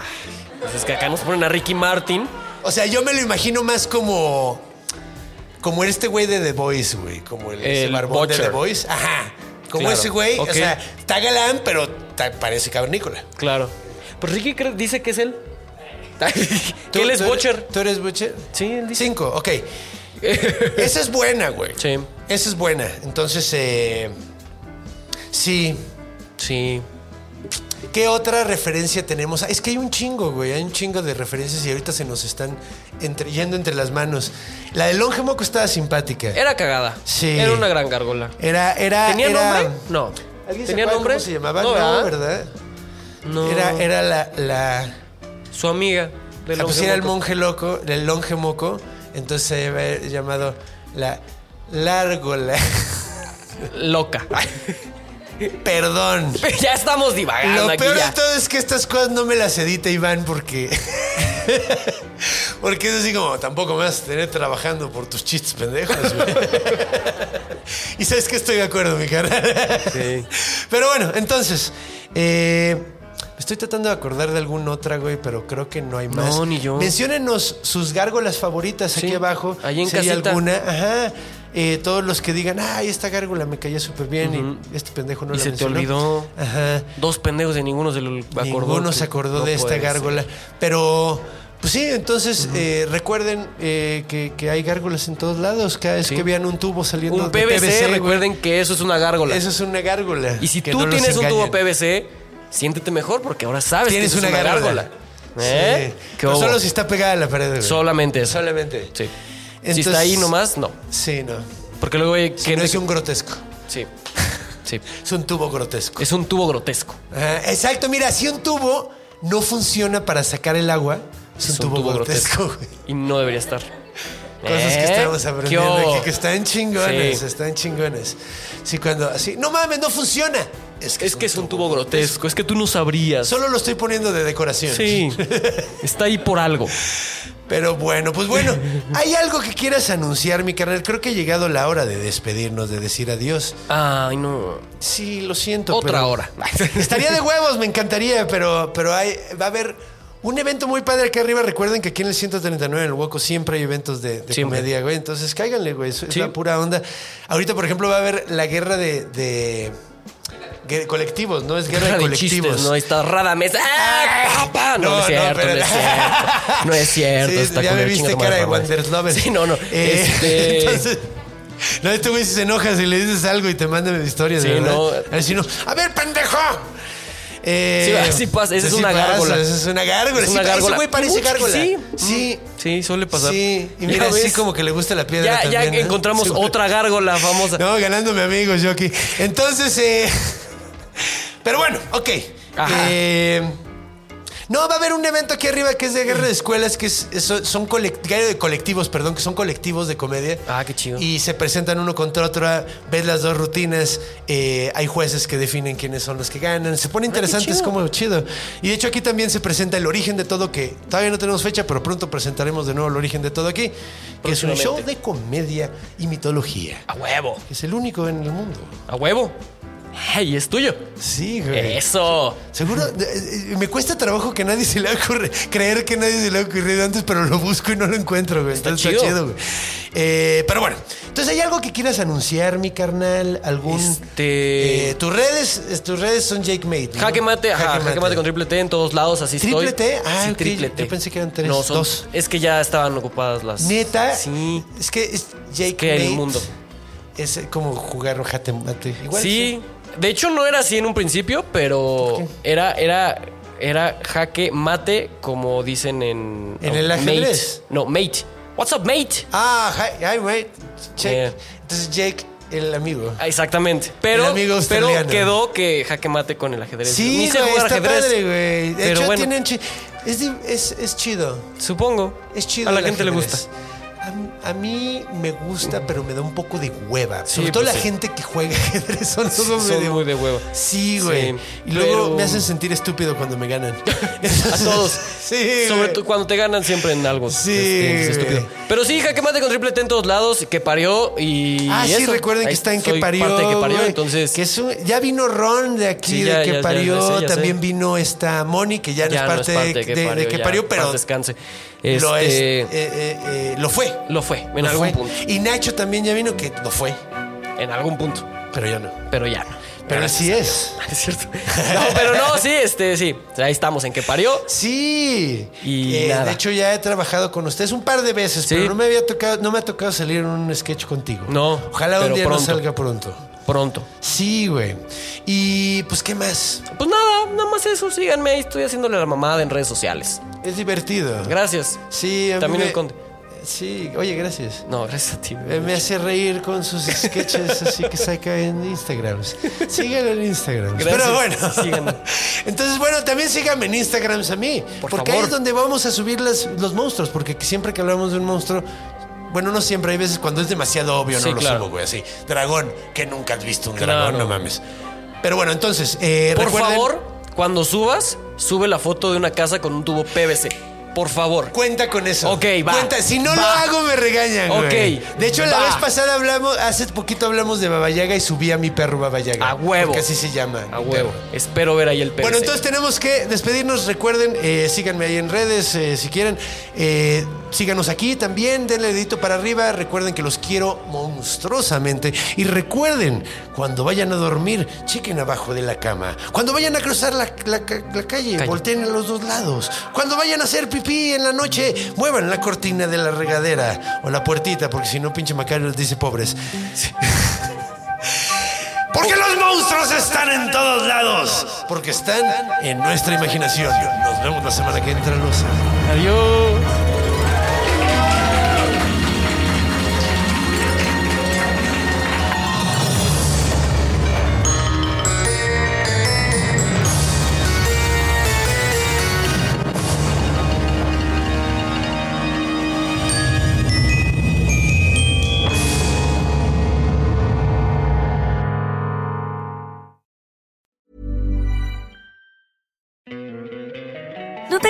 [SPEAKER 4] pues es que acá nos ponen a Ricky Martin.
[SPEAKER 2] O sea, yo me lo imagino más como. Como este güey de The Voice, güey. Como el, ese
[SPEAKER 4] El
[SPEAKER 2] barbón de
[SPEAKER 4] Butcher.
[SPEAKER 2] The Voice. Ajá. Como
[SPEAKER 4] Claro.
[SPEAKER 2] ese güey. O
[SPEAKER 4] Ok.
[SPEAKER 2] sea, está galán, pero ta- parece cavernícola.
[SPEAKER 4] Claro. Pues Ricky cre- dice que es él.
[SPEAKER 2] ¿Tú-
[SPEAKER 4] que él es
[SPEAKER 2] tú eres-
[SPEAKER 4] Butcher.
[SPEAKER 2] ¿Tú eres Butcher?
[SPEAKER 4] Sí, él dice.
[SPEAKER 2] Cinco, ok. Esa es buena, güey.
[SPEAKER 4] Sí.
[SPEAKER 2] Esa es buena. Entonces, eh, sí.
[SPEAKER 4] Sí.
[SPEAKER 2] ¿Qué otra referencia tenemos? Ah, Es que hay un chingo, güey. Hay un chingo de referencias y ahorita se nos están entre- yendo entre las manos. La de Longe Moco estaba simpática.
[SPEAKER 4] Era cagada.
[SPEAKER 2] Sí.
[SPEAKER 4] Era una gran gárgola.
[SPEAKER 2] Era, era.
[SPEAKER 4] ¿Tenía
[SPEAKER 2] era-
[SPEAKER 4] nombre? No.
[SPEAKER 2] ¿Alguien se
[SPEAKER 4] ¿Tenía
[SPEAKER 2] acuerda
[SPEAKER 4] nombre?
[SPEAKER 2] cómo se llamaba?
[SPEAKER 4] No,
[SPEAKER 2] No,
[SPEAKER 4] ¿verdad?
[SPEAKER 2] ¿verdad?
[SPEAKER 4] No.
[SPEAKER 2] Era, era la. la
[SPEAKER 4] su amiga. de
[SPEAKER 2] ah, pues era el
[SPEAKER 4] Longemoco.
[SPEAKER 2] monje loco, el longe moco. Entonces se había llamado la Lárgola.
[SPEAKER 4] Loca.
[SPEAKER 2] Perdón.
[SPEAKER 4] ya estamos divagando
[SPEAKER 2] Lo
[SPEAKER 4] aquí
[SPEAKER 2] peor
[SPEAKER 4] ya.
[SPEAKER 2] de todo es que estas cosas no me las edita Iván porque. porque es así como, tampoco me vas a tener trabajando por tus chistes pendejos, güey. y sabes que estoy de acuerdo, mi cara. Pero bueno, entonces. eh, me Estoy tratando de acordar de alguna otra, güey, pero creo que no hay más.
[SPEAKER 4] No, ni yo.
[SPEAKER 2] Menciónenos sus gárgolas favoritas
[SPEAKER 4] Sí,
[SPEAKER 2] aquí abajo.
[SPEAKER 4] ahí en
[SPEAKER 2] si hay
[SPEAKER 4] casita.
[SPEAKER 2] alguna. Ajá. Eh, todos los que digan, ay, esta gárgola me caía súper bien y este pendejo no
[SPEAKER 4] Y
[SPEAKER 2] la
[SPEAKER 4] se te
[SPEAKER 2] mencionó".
[SPEAKER 4] olvidó.
[SPEAKER 2] Ajá.
[SPEAKER 4] Dos pendejos de ninguno se lo acordó.
[SPEAKER 2] Ninguno
[SPEAKER 4] que-
[SPEAKER 2] se acordó
[SPEAKER 4] no
[SPEAKER 2] de esta
[SPEAKER 4] puede ser.
[SPEAKER 2] gárgola. Pero, pues sí, entonces eh, recuerden eh, que, que hay gárgolas en todos lados. Cada vez que vean un tubo saliendo
[SPEAKER 4] Un
[SPEAKER 2] de
[SPEAKER 4] PVC,
[SPEAKER 2] güey,
[SPEAKER 4] recuerden que eso es una gárgola.
[SPEAKER 2] Eso es una gárgola.
[SPEAKER 4] y si
[SPEAKER 2] Que
[SPEAKER 4] tú
[SPEAKER 2] no los
[SPEAKER 4] tienes un tubo
[SPEAKER 2] engañen.
[SPEAKER 4] PVC, siéntete mejor porque ahora sabes
[SPEAKER 2] tienes
[SPEAKER 4] que
[SPEAKER 2] una
[SPEAKER 4] eso es una gárgola.
[SPEAKER 2] gárgola.
[SPEAKER 4] ¿Eh?
[SPEAKER 2] Sí.
[SPEAKER 4] ¿Qué
[SPEAKER 2] Pero
[SPEAKER 4] hubo?
[SPEAKER 2] solo si está pegada a la pared. güey.
[SPEAKER 4] Solamente eso.
[SPEAKER 2] Solamente.
[SPEAKER 4] Sí. si
[SPEAKER 2] Entonces-
[SPEAKER 4] está ahí nomás, no.
[SPEAKER 2] Sí, no.
[SPEAKER 4] Porque luego hay
[SPEAKER 2] Si
[SPEAKER 4] gente
[SPEAKER 2] no es
[SPEAKER 4] que-
[SPEAKER 2] un grotesco.
[SPEAKER 4] Sí. Sí.
[SPEAKER 2] Es un tubo grotesco.
[SPEAKER 4] Es un tubo grotesco.
[SPEAKER 2] Ajá, exacto, mira, si un tubo no funciona para sacar el agua, es, un, tubo, grotesco. güey.
[SPEAKER 4] Y no debería estar.
[SPEAKER 2] Cosas que
[SPEAKER 4] ¿Eh?
[SPEAKER 2] estamos aprendiendo
[SPEAKER 4] ¿Qué hubo?
[SPEAKER 2] aquí que están chingones,
[SPEAKER 4] Sí.
[SPEAKER 2] están chingones. Sí, cuando así, no mames, no funciona.
[SPEAKER 4] Es que es un tubo grotesco, es que tú no sabrías.
[SPEAKER 2] Solo lo estoy poniendo de decoración.
[SPEAKER 4] Sí, está ahí por algo.
[SPEAKER 2] Pero bueno, pues bueno, ¿hay algo que quieras anunciar, mi carnal? Creo que ha llegado la hora de despedirnos, de decir adiós.
[SPEAKER 4] Ay, no.
[SPEAKER 2] Sí, lo siento.
[SPEAKER 4] Otra
[SPEAKER 2] pero-
[SPEAKER 4] hora.
[SPEAKER 2] Estaría de huevos, me encantaría, pero, pero hay, va a haber un evento muy padre aquí arriba. Recuerden que aquí en el 139, en el Hueco, siempre hay eventos de, de
[SPEAKER 4] Siempre.
[SPEAKER 2] comedia, güey. Entonces cáiganle, güey. Eso es
[SPEAKER 4] Sí.
[SPEAKER 2] la pura onda. Ahorita, por ejemplo, va a haber la guerra de, de- gue- colectivos, ¿no? Es guerra,
[SPEAKER 4] Guerra
[SPEAKER 2] de
[SPEAKER 4] de
[SPEAKER 2] colectivos.
[SPEAKER 4] chistes, no, Ahí está rada mesa. ¡Ah! pa!
[SPEAKER 2] No,
[SPEAKER 4] No, no, es
[SPEAKER 2] no,
[SPEAKER 4] cierto, no,
[SPEAKER 2] pero-
[SPEAKER 4] es cierto. No es cierto.
[SPEAKER 2] Sí,
[SPEAKER 4] está
[SPEAKER 2] ya
[SPEAKER 4] con
[SPEAKER 2] me
[SPEAKER 4] el
[SPEAKER 2] viste
[SPEAKER 4] chingo
[SPEAKER 2] cara de
[SPEAKER 4] madre,
[SPEAKER 2] Wanderslover.
[SPEAKER 4] Sí, no, no.
[SPEAKER 2] Eh,
[SPEAKER 4] Este,
[SPEAKER 2] Entonces. No, este güey si se enoja si le dices algo y te manda mi historia.
[SPEAKER 4] Sí,
[SPEAKER 2] de verdad.
[SPEAKER 4] no.
[SPEAKER 2] A ver si no. A ver, pendejo.
[SPEAKER 4] Sí,
[SPEAKER 2] Eh,
[SPEAKER 4] así pasa, esa es
[SPEAKER 2] así
[SPEAKER 4] una
[SPEAKER 2] pasa,
[SPEAKER 4] gárgola.
[SPEAKER 2] esa Es una gárgola.
[SPEAKER 4] Es una
[SPEAKER 2] sí, Ese
[SPEAKER 4] gárgola.
[SPEAKER 2] güey parece
[SPEAKER 4] Mucho que
[SPEAKER 2] gárgola.
[SPEAKER 4] sí.
[SPEAKER 2] Sí.
[SPEAKER 4] sí, suele pasar.
[SPEAKER 2] Sí. Y
[SPEAKER 4] Ya
[SPEAKER 2] mira, así
[SPEAKER 4] ves.
[SPEAKER 2] como que le gusta la piedra.
[SPEAKER 4] Ya, ya
[SPEAKER 2] también, ¿eh?
[SPEAKER 4] encontramos
[SPEAKER 2] Sí, güey.
[SPEAKER 4] otra gárgola famosa.
[SPEAKER 2] No, ganándome amigos yo aquí. Entonces, eh, pero bueno, ok.
[SPEAKER 4] Ajá.
[SPEAKER 2] Eh, no, va a haber un evento aquí arriba que es de guerra de escuelas, que es, es- son colec- guerra de colectivos, perdón, que son colectivos de comedia.
[SPEAKER 4] Ah, qué chido.
[SPEAKER 2] Y se presentan uno contra otro, ves las dos rutinas, eh, hay jueces que definen quiénes son los que ganan. Se pone
[SPEAKER 4] Ah,
[SPEAKER 2] interesante, es como chido. Y de hecho aquí también se presenta el origen de todo, que todavía no tenemos fecha, pero pronto presentaremos de nuevo el origen de todo aquí, que es un
[SPEAKER 4] Próximamente.
[SPEAKER 2] show de comedia y mitología.
[SPEAKER 4] A huevo.
[SPEAKER 2] Es el único en el mundo.
[SPEAKER 4] A huevo. Ay, es tuyo.
[SPEAKER 2] Sí,
[SPEAKER 4] Eso.
[SPEAKER 2] Seguro, eh, eh, me cuesta trabajo que nadie se le ocurre, creer que nadie se le ha ocurrido antes, pero lo busco y no lo encuentro, güey.
[SPEAKER 4] Está
[SPEAKER 2] Entonces, Está,
[SPEAKER 4] chido.
[SPEAKER 2] chido, güey. Eh, pero bueno, entonces, ¿hay algo que quieras anunciar, mi carnal? ¿Algún...?
[SPEAKER 4] Este-
[SPEAKER 2] eh, tus redes, es- tus redes son Jake Mate. ¿no?
[SPEAKER 4] Jaque mate, ajá, jaque mate con triple T en todos lados, así
[SPEAKER 2] ¿Triple
[SPEAKER 4] estoy.
[SPEAKER 2] T? Ah,
[SPEAKER 4] Sí,
[SPEAKER 2] ok,
[SPEAKER 4] triple T.
[SPEAKER 2] yo pensé que eran tres,
[SPEAKER 4] No, son
[SPEAKER 2] dos.
[SPEAKER 4] Es que ya estaban ocupadas las.
[SPEAKER 2] Neta,
[SPEAKER 4] Sí.
[SPEAKER 2] es que es Jake
[SPEAKER 4] que el
[SPEAKER 2] Mate
[SPEAKER 4] mundo.
[SPEAKER 2] Es como jugar un jate mate. Igual
[SPEAKER 4] sí. De hecho, no era así en un principio, pero era, era, era jaque mate, como dicen en.
[SPEAKER 2] ¿En
[SPEAKER 4] no,
[SPEAKER 2] el
[SPEAKER 4] mate.
[SPEAKER 2] ajedrez?
[SPEAKER 4] No, mate. What's up, mate?
[SPEAKER 2] Ah, hi, hi mate. Jake.
[SPEAKER 4] Yeah.
[SPEAKER 2] Entonces, Jake, el amigo.
[SPEAKER 4] Ah, Exactamente. Pero,
[SPEAKER 2] El amigo
[SPEAKER 4] pero
[SPEAKER 2] australiano.
[SPEAKER 4] quedó que jaque mate con el ajedrez. Ni
[SPEAKER 2] Sí,
[SPEAKER 4] sé
[SPEAKER 2] güey,
[SPEAKER 4] jugar
[SPEAKER 2] está
[SPEAKER 4] ajedrez.
[SPEAKER 2] padre, güey. De
[SPEAKER 4] Pero
[SPEAKER 2] hecho,
[SPEAKER 4] bueno,
[SPEAKER 2] tienen chi- es, di- es, es chido.
[SPEAKER 4] supongo.
[SPEAKER 2] Es chido.
[SPEAKER 4] A la
[SPEAKER 2] el
[SPEAKER 4] gente le
[SPEAKER 2] ajedrez.
[SPEAKER 4] gusta.
[SPEAKER 2] A m- A, mí me gusta, pero me da un poco de hueva.
[SPEAKER 4] Sí,
[SPEAKER 2] Sobre todo
[SPEAKER 4] pues
[SPEAKER 2] la
[SPEAKER 4] sí.
[SPEAKER 2] gente que juega ajedrez son, todos
[SPEAKER 4] son
[SPEAKER 2] medio-
[SPEAKER 4] muy de hueva.
[SPEAKER 2] Sí, güey.
[SPEAKER 4] Sí,
[SPEAKER 2] Y luego
[SPEAKER 4] pero-
[SPEAKER 2] me hacen sentir estúpido cuando me ganan.
[SPEAKER 4] A todos.
[SPEAKER 2] Sí.
[SPEAKER 4] Sobre
[SPEAKER 2] güey.
[SPEAKER 4] todo cuando te ganan siempre en algo.
[SPEAKER 2] Sí,
[SPEAKER 4] es- es estúpido.
[SPEAKER 2] güey.
[SPEAKER 4] Pero sí, jaque mate con triple T en todos lados, que parió y.
[SPEAKER 2] Ah, sí,
[SPEAKER 4] eso.
[SPEAKER 2] recuerden que
[SPEAKER 4] Ahí
[SPEAKER 2] está en
[SPEAKER 4] soy
[SPEAKER 2] Que Parió.
[SPEAKER 4] Parte de que parió,
[SPEAKER 2] güey,
[SPEAKER 4] entonces.
[SPEAKER 2] que es un- ya vino Ron de aquí,
[SPEAKER 4] Sí, ya,
[SPEAKER 2] de Que
[SPEAKER 4] ya, ya,
[SPEAKER 2] Parió.
[SPEAKER 4] ya sé, ya sé.
[SPEAKER 2] También vino esta Moni, que ya no,
[SPEAKER 4] ya
[SPEAKER 2] es, parte
[SPEAKER 4] no es parte de que parió,
[SPEAKER 2] Que
[SPEAKER 4] ya,
[SPEAKER 2] Parió,
[SPEAKER 4] paz
[SPEAKER 2] pero
[SPEAKER 4] descanse.
[SPEAKER 2] lo, es,
[SPEAKER 4] Este,
[SPEAKER 2] eh, eh, eh, lo fue.
[SPEAKER 4] lo fue, en
[SPEAKER 2] Lo
[SPEAKER 4] algún
[SPEAKER 2] fue.
[SPEAKER 4] punto.
[SPEAKER 2] Y Nacho también ya vino que lo fue,
[SPEAKER 4] En algún punto.
[SPEAKER 2] pero yo no.
[SPEAKER 4] Pero ya no.
[SPEAKER 2] Pero así es.
[SPEAKER 4] Es cierto. No, pero no, sí, este, sí. Ahí estamos en que parió.
[SPEAKER 2] Sí.
[SPEAKER 4] Y
[SPEAKER 2] Eh,
[SPEAKER 4] nada.
[SPEAKER 2] de hecho ya he trabajado con ustedes un par de veces,
[SPEAKER 4] Sí.
[SPEAKER 2] pero no me había tocado, no me ha tocado salir en un sketch contigo.
[SPEAKER 4] No,
[SPEAKER 2] Ojalá un
[SPEAKER 4] pero
[SPEAKER 2] día
[SPEAKER 4] pronto.
[SPEAKER 2] no salga pronto.
[SPEAKER 4] Pronto.
[SPEAKER 2] Sí, güey. Y pues qué más.
[SPEAKER 4] Pues nada, nada más eso. Síganme ahí. Estoy haciéndole la mamada en redes sociales.
[SPEAKER 2] Es divertido.
[SPEAKER 4] Gracias.
[SPEAKER 2] Sí, a mí
[SPEAKER 4] También
[SPEAKER 2] me-
[SPEAKER 4] el conde.
[SPEAKER 2] Sí, oye, gracias.
[SPEAKER 4] No, gracias a ti.
[SPEAKER 2] Eh, Me hace reír con sus sketches así que saca en Instagram. Síganlo en Instagram.
[SPEAKER 4] Gracias.
[SPEAKER 2] Pero bueno.
[SPEAKER 4] Síganme.
[SPEAKER 2] Entonces, bueno, también síganme en Instagram a mí.
[SPEAKER 4] Por
[SPEAKER 2] porque
[SPEAKER 4] favor.
[SPEAKER 2] ahí es donde vamos a subir las- los monstruos. Porque siempre que hablamos de un monstruo. Bueno, no siempre, hay veces cuando es demasiado obvio,
[SPEAKER 4] Sí,
[SPEAKER 2] no lo
[SPEAKER 4] claro.
[SPEAKER 2] subo, güey, así. Dragón, que nunca has visto un
[SPEAKER 4] Claro.
[SPEAKER 2] dragón, no mames. Pero bueno, entonces, eh,
[SPEAKER 4] Por
[SPEAKER 2] recuerden-
[SPEAKER 4] favor, cuando subas, sube la foto de una casa con un tubo PVC. Por favor.
[SPEAKER 2] Cuenta con eso.
[SPEAKER 4] Ok, va.
[SPEAKER 2] Cuenta, si no lo
[SPEAKER 4] Va.
[SPEAKER 2] hago me regañan,
[SPEAKER 4] Ok,
[SPEAKER 2] güey. De hecho, la
[SPEAKER 4] va.
[SPEAKER 2] vez pasada hablamos, hace poquito hablamos de Babayaga y subí a mi perro Babayaga.
[SPEAKER 4] A huevo.
[SPEAKER 2] Porque así se llama.
[SPEAKER 4] A
[SPEAKER 2] mi perro.
[SPEAKER 4] huevo. Espero ver ahí el PVC.
[SPEAKER 2] Bueno, entonces tenemos que despedirnos. Recuerden, eh, síganme ahí en redes eh, si quieren. Eh, síganos aquí también. Denle dedito para arriba. Recuerden que los quiero monstruosamente. Y recuerden, cuando vayan a dormir, chequen abajo de la cama. Cuando vayan a cruzar la, la ca- la calle,
[SPEAKER 4] Calle.
[SPEAKER 2] volteen a los dos lados. Cuando vayan a hacer pipí en la noche, muevan la cortina de la regadera o la puertita, porque si no, pinche Macario les dice pobres. Porque los monstruos están en todos lados. Porque están en nuestra imaginación. Nos vemos la semana que entra, Luz.
[SPEAKER 4] Adiós.
[SPEAKER 6] ¿No te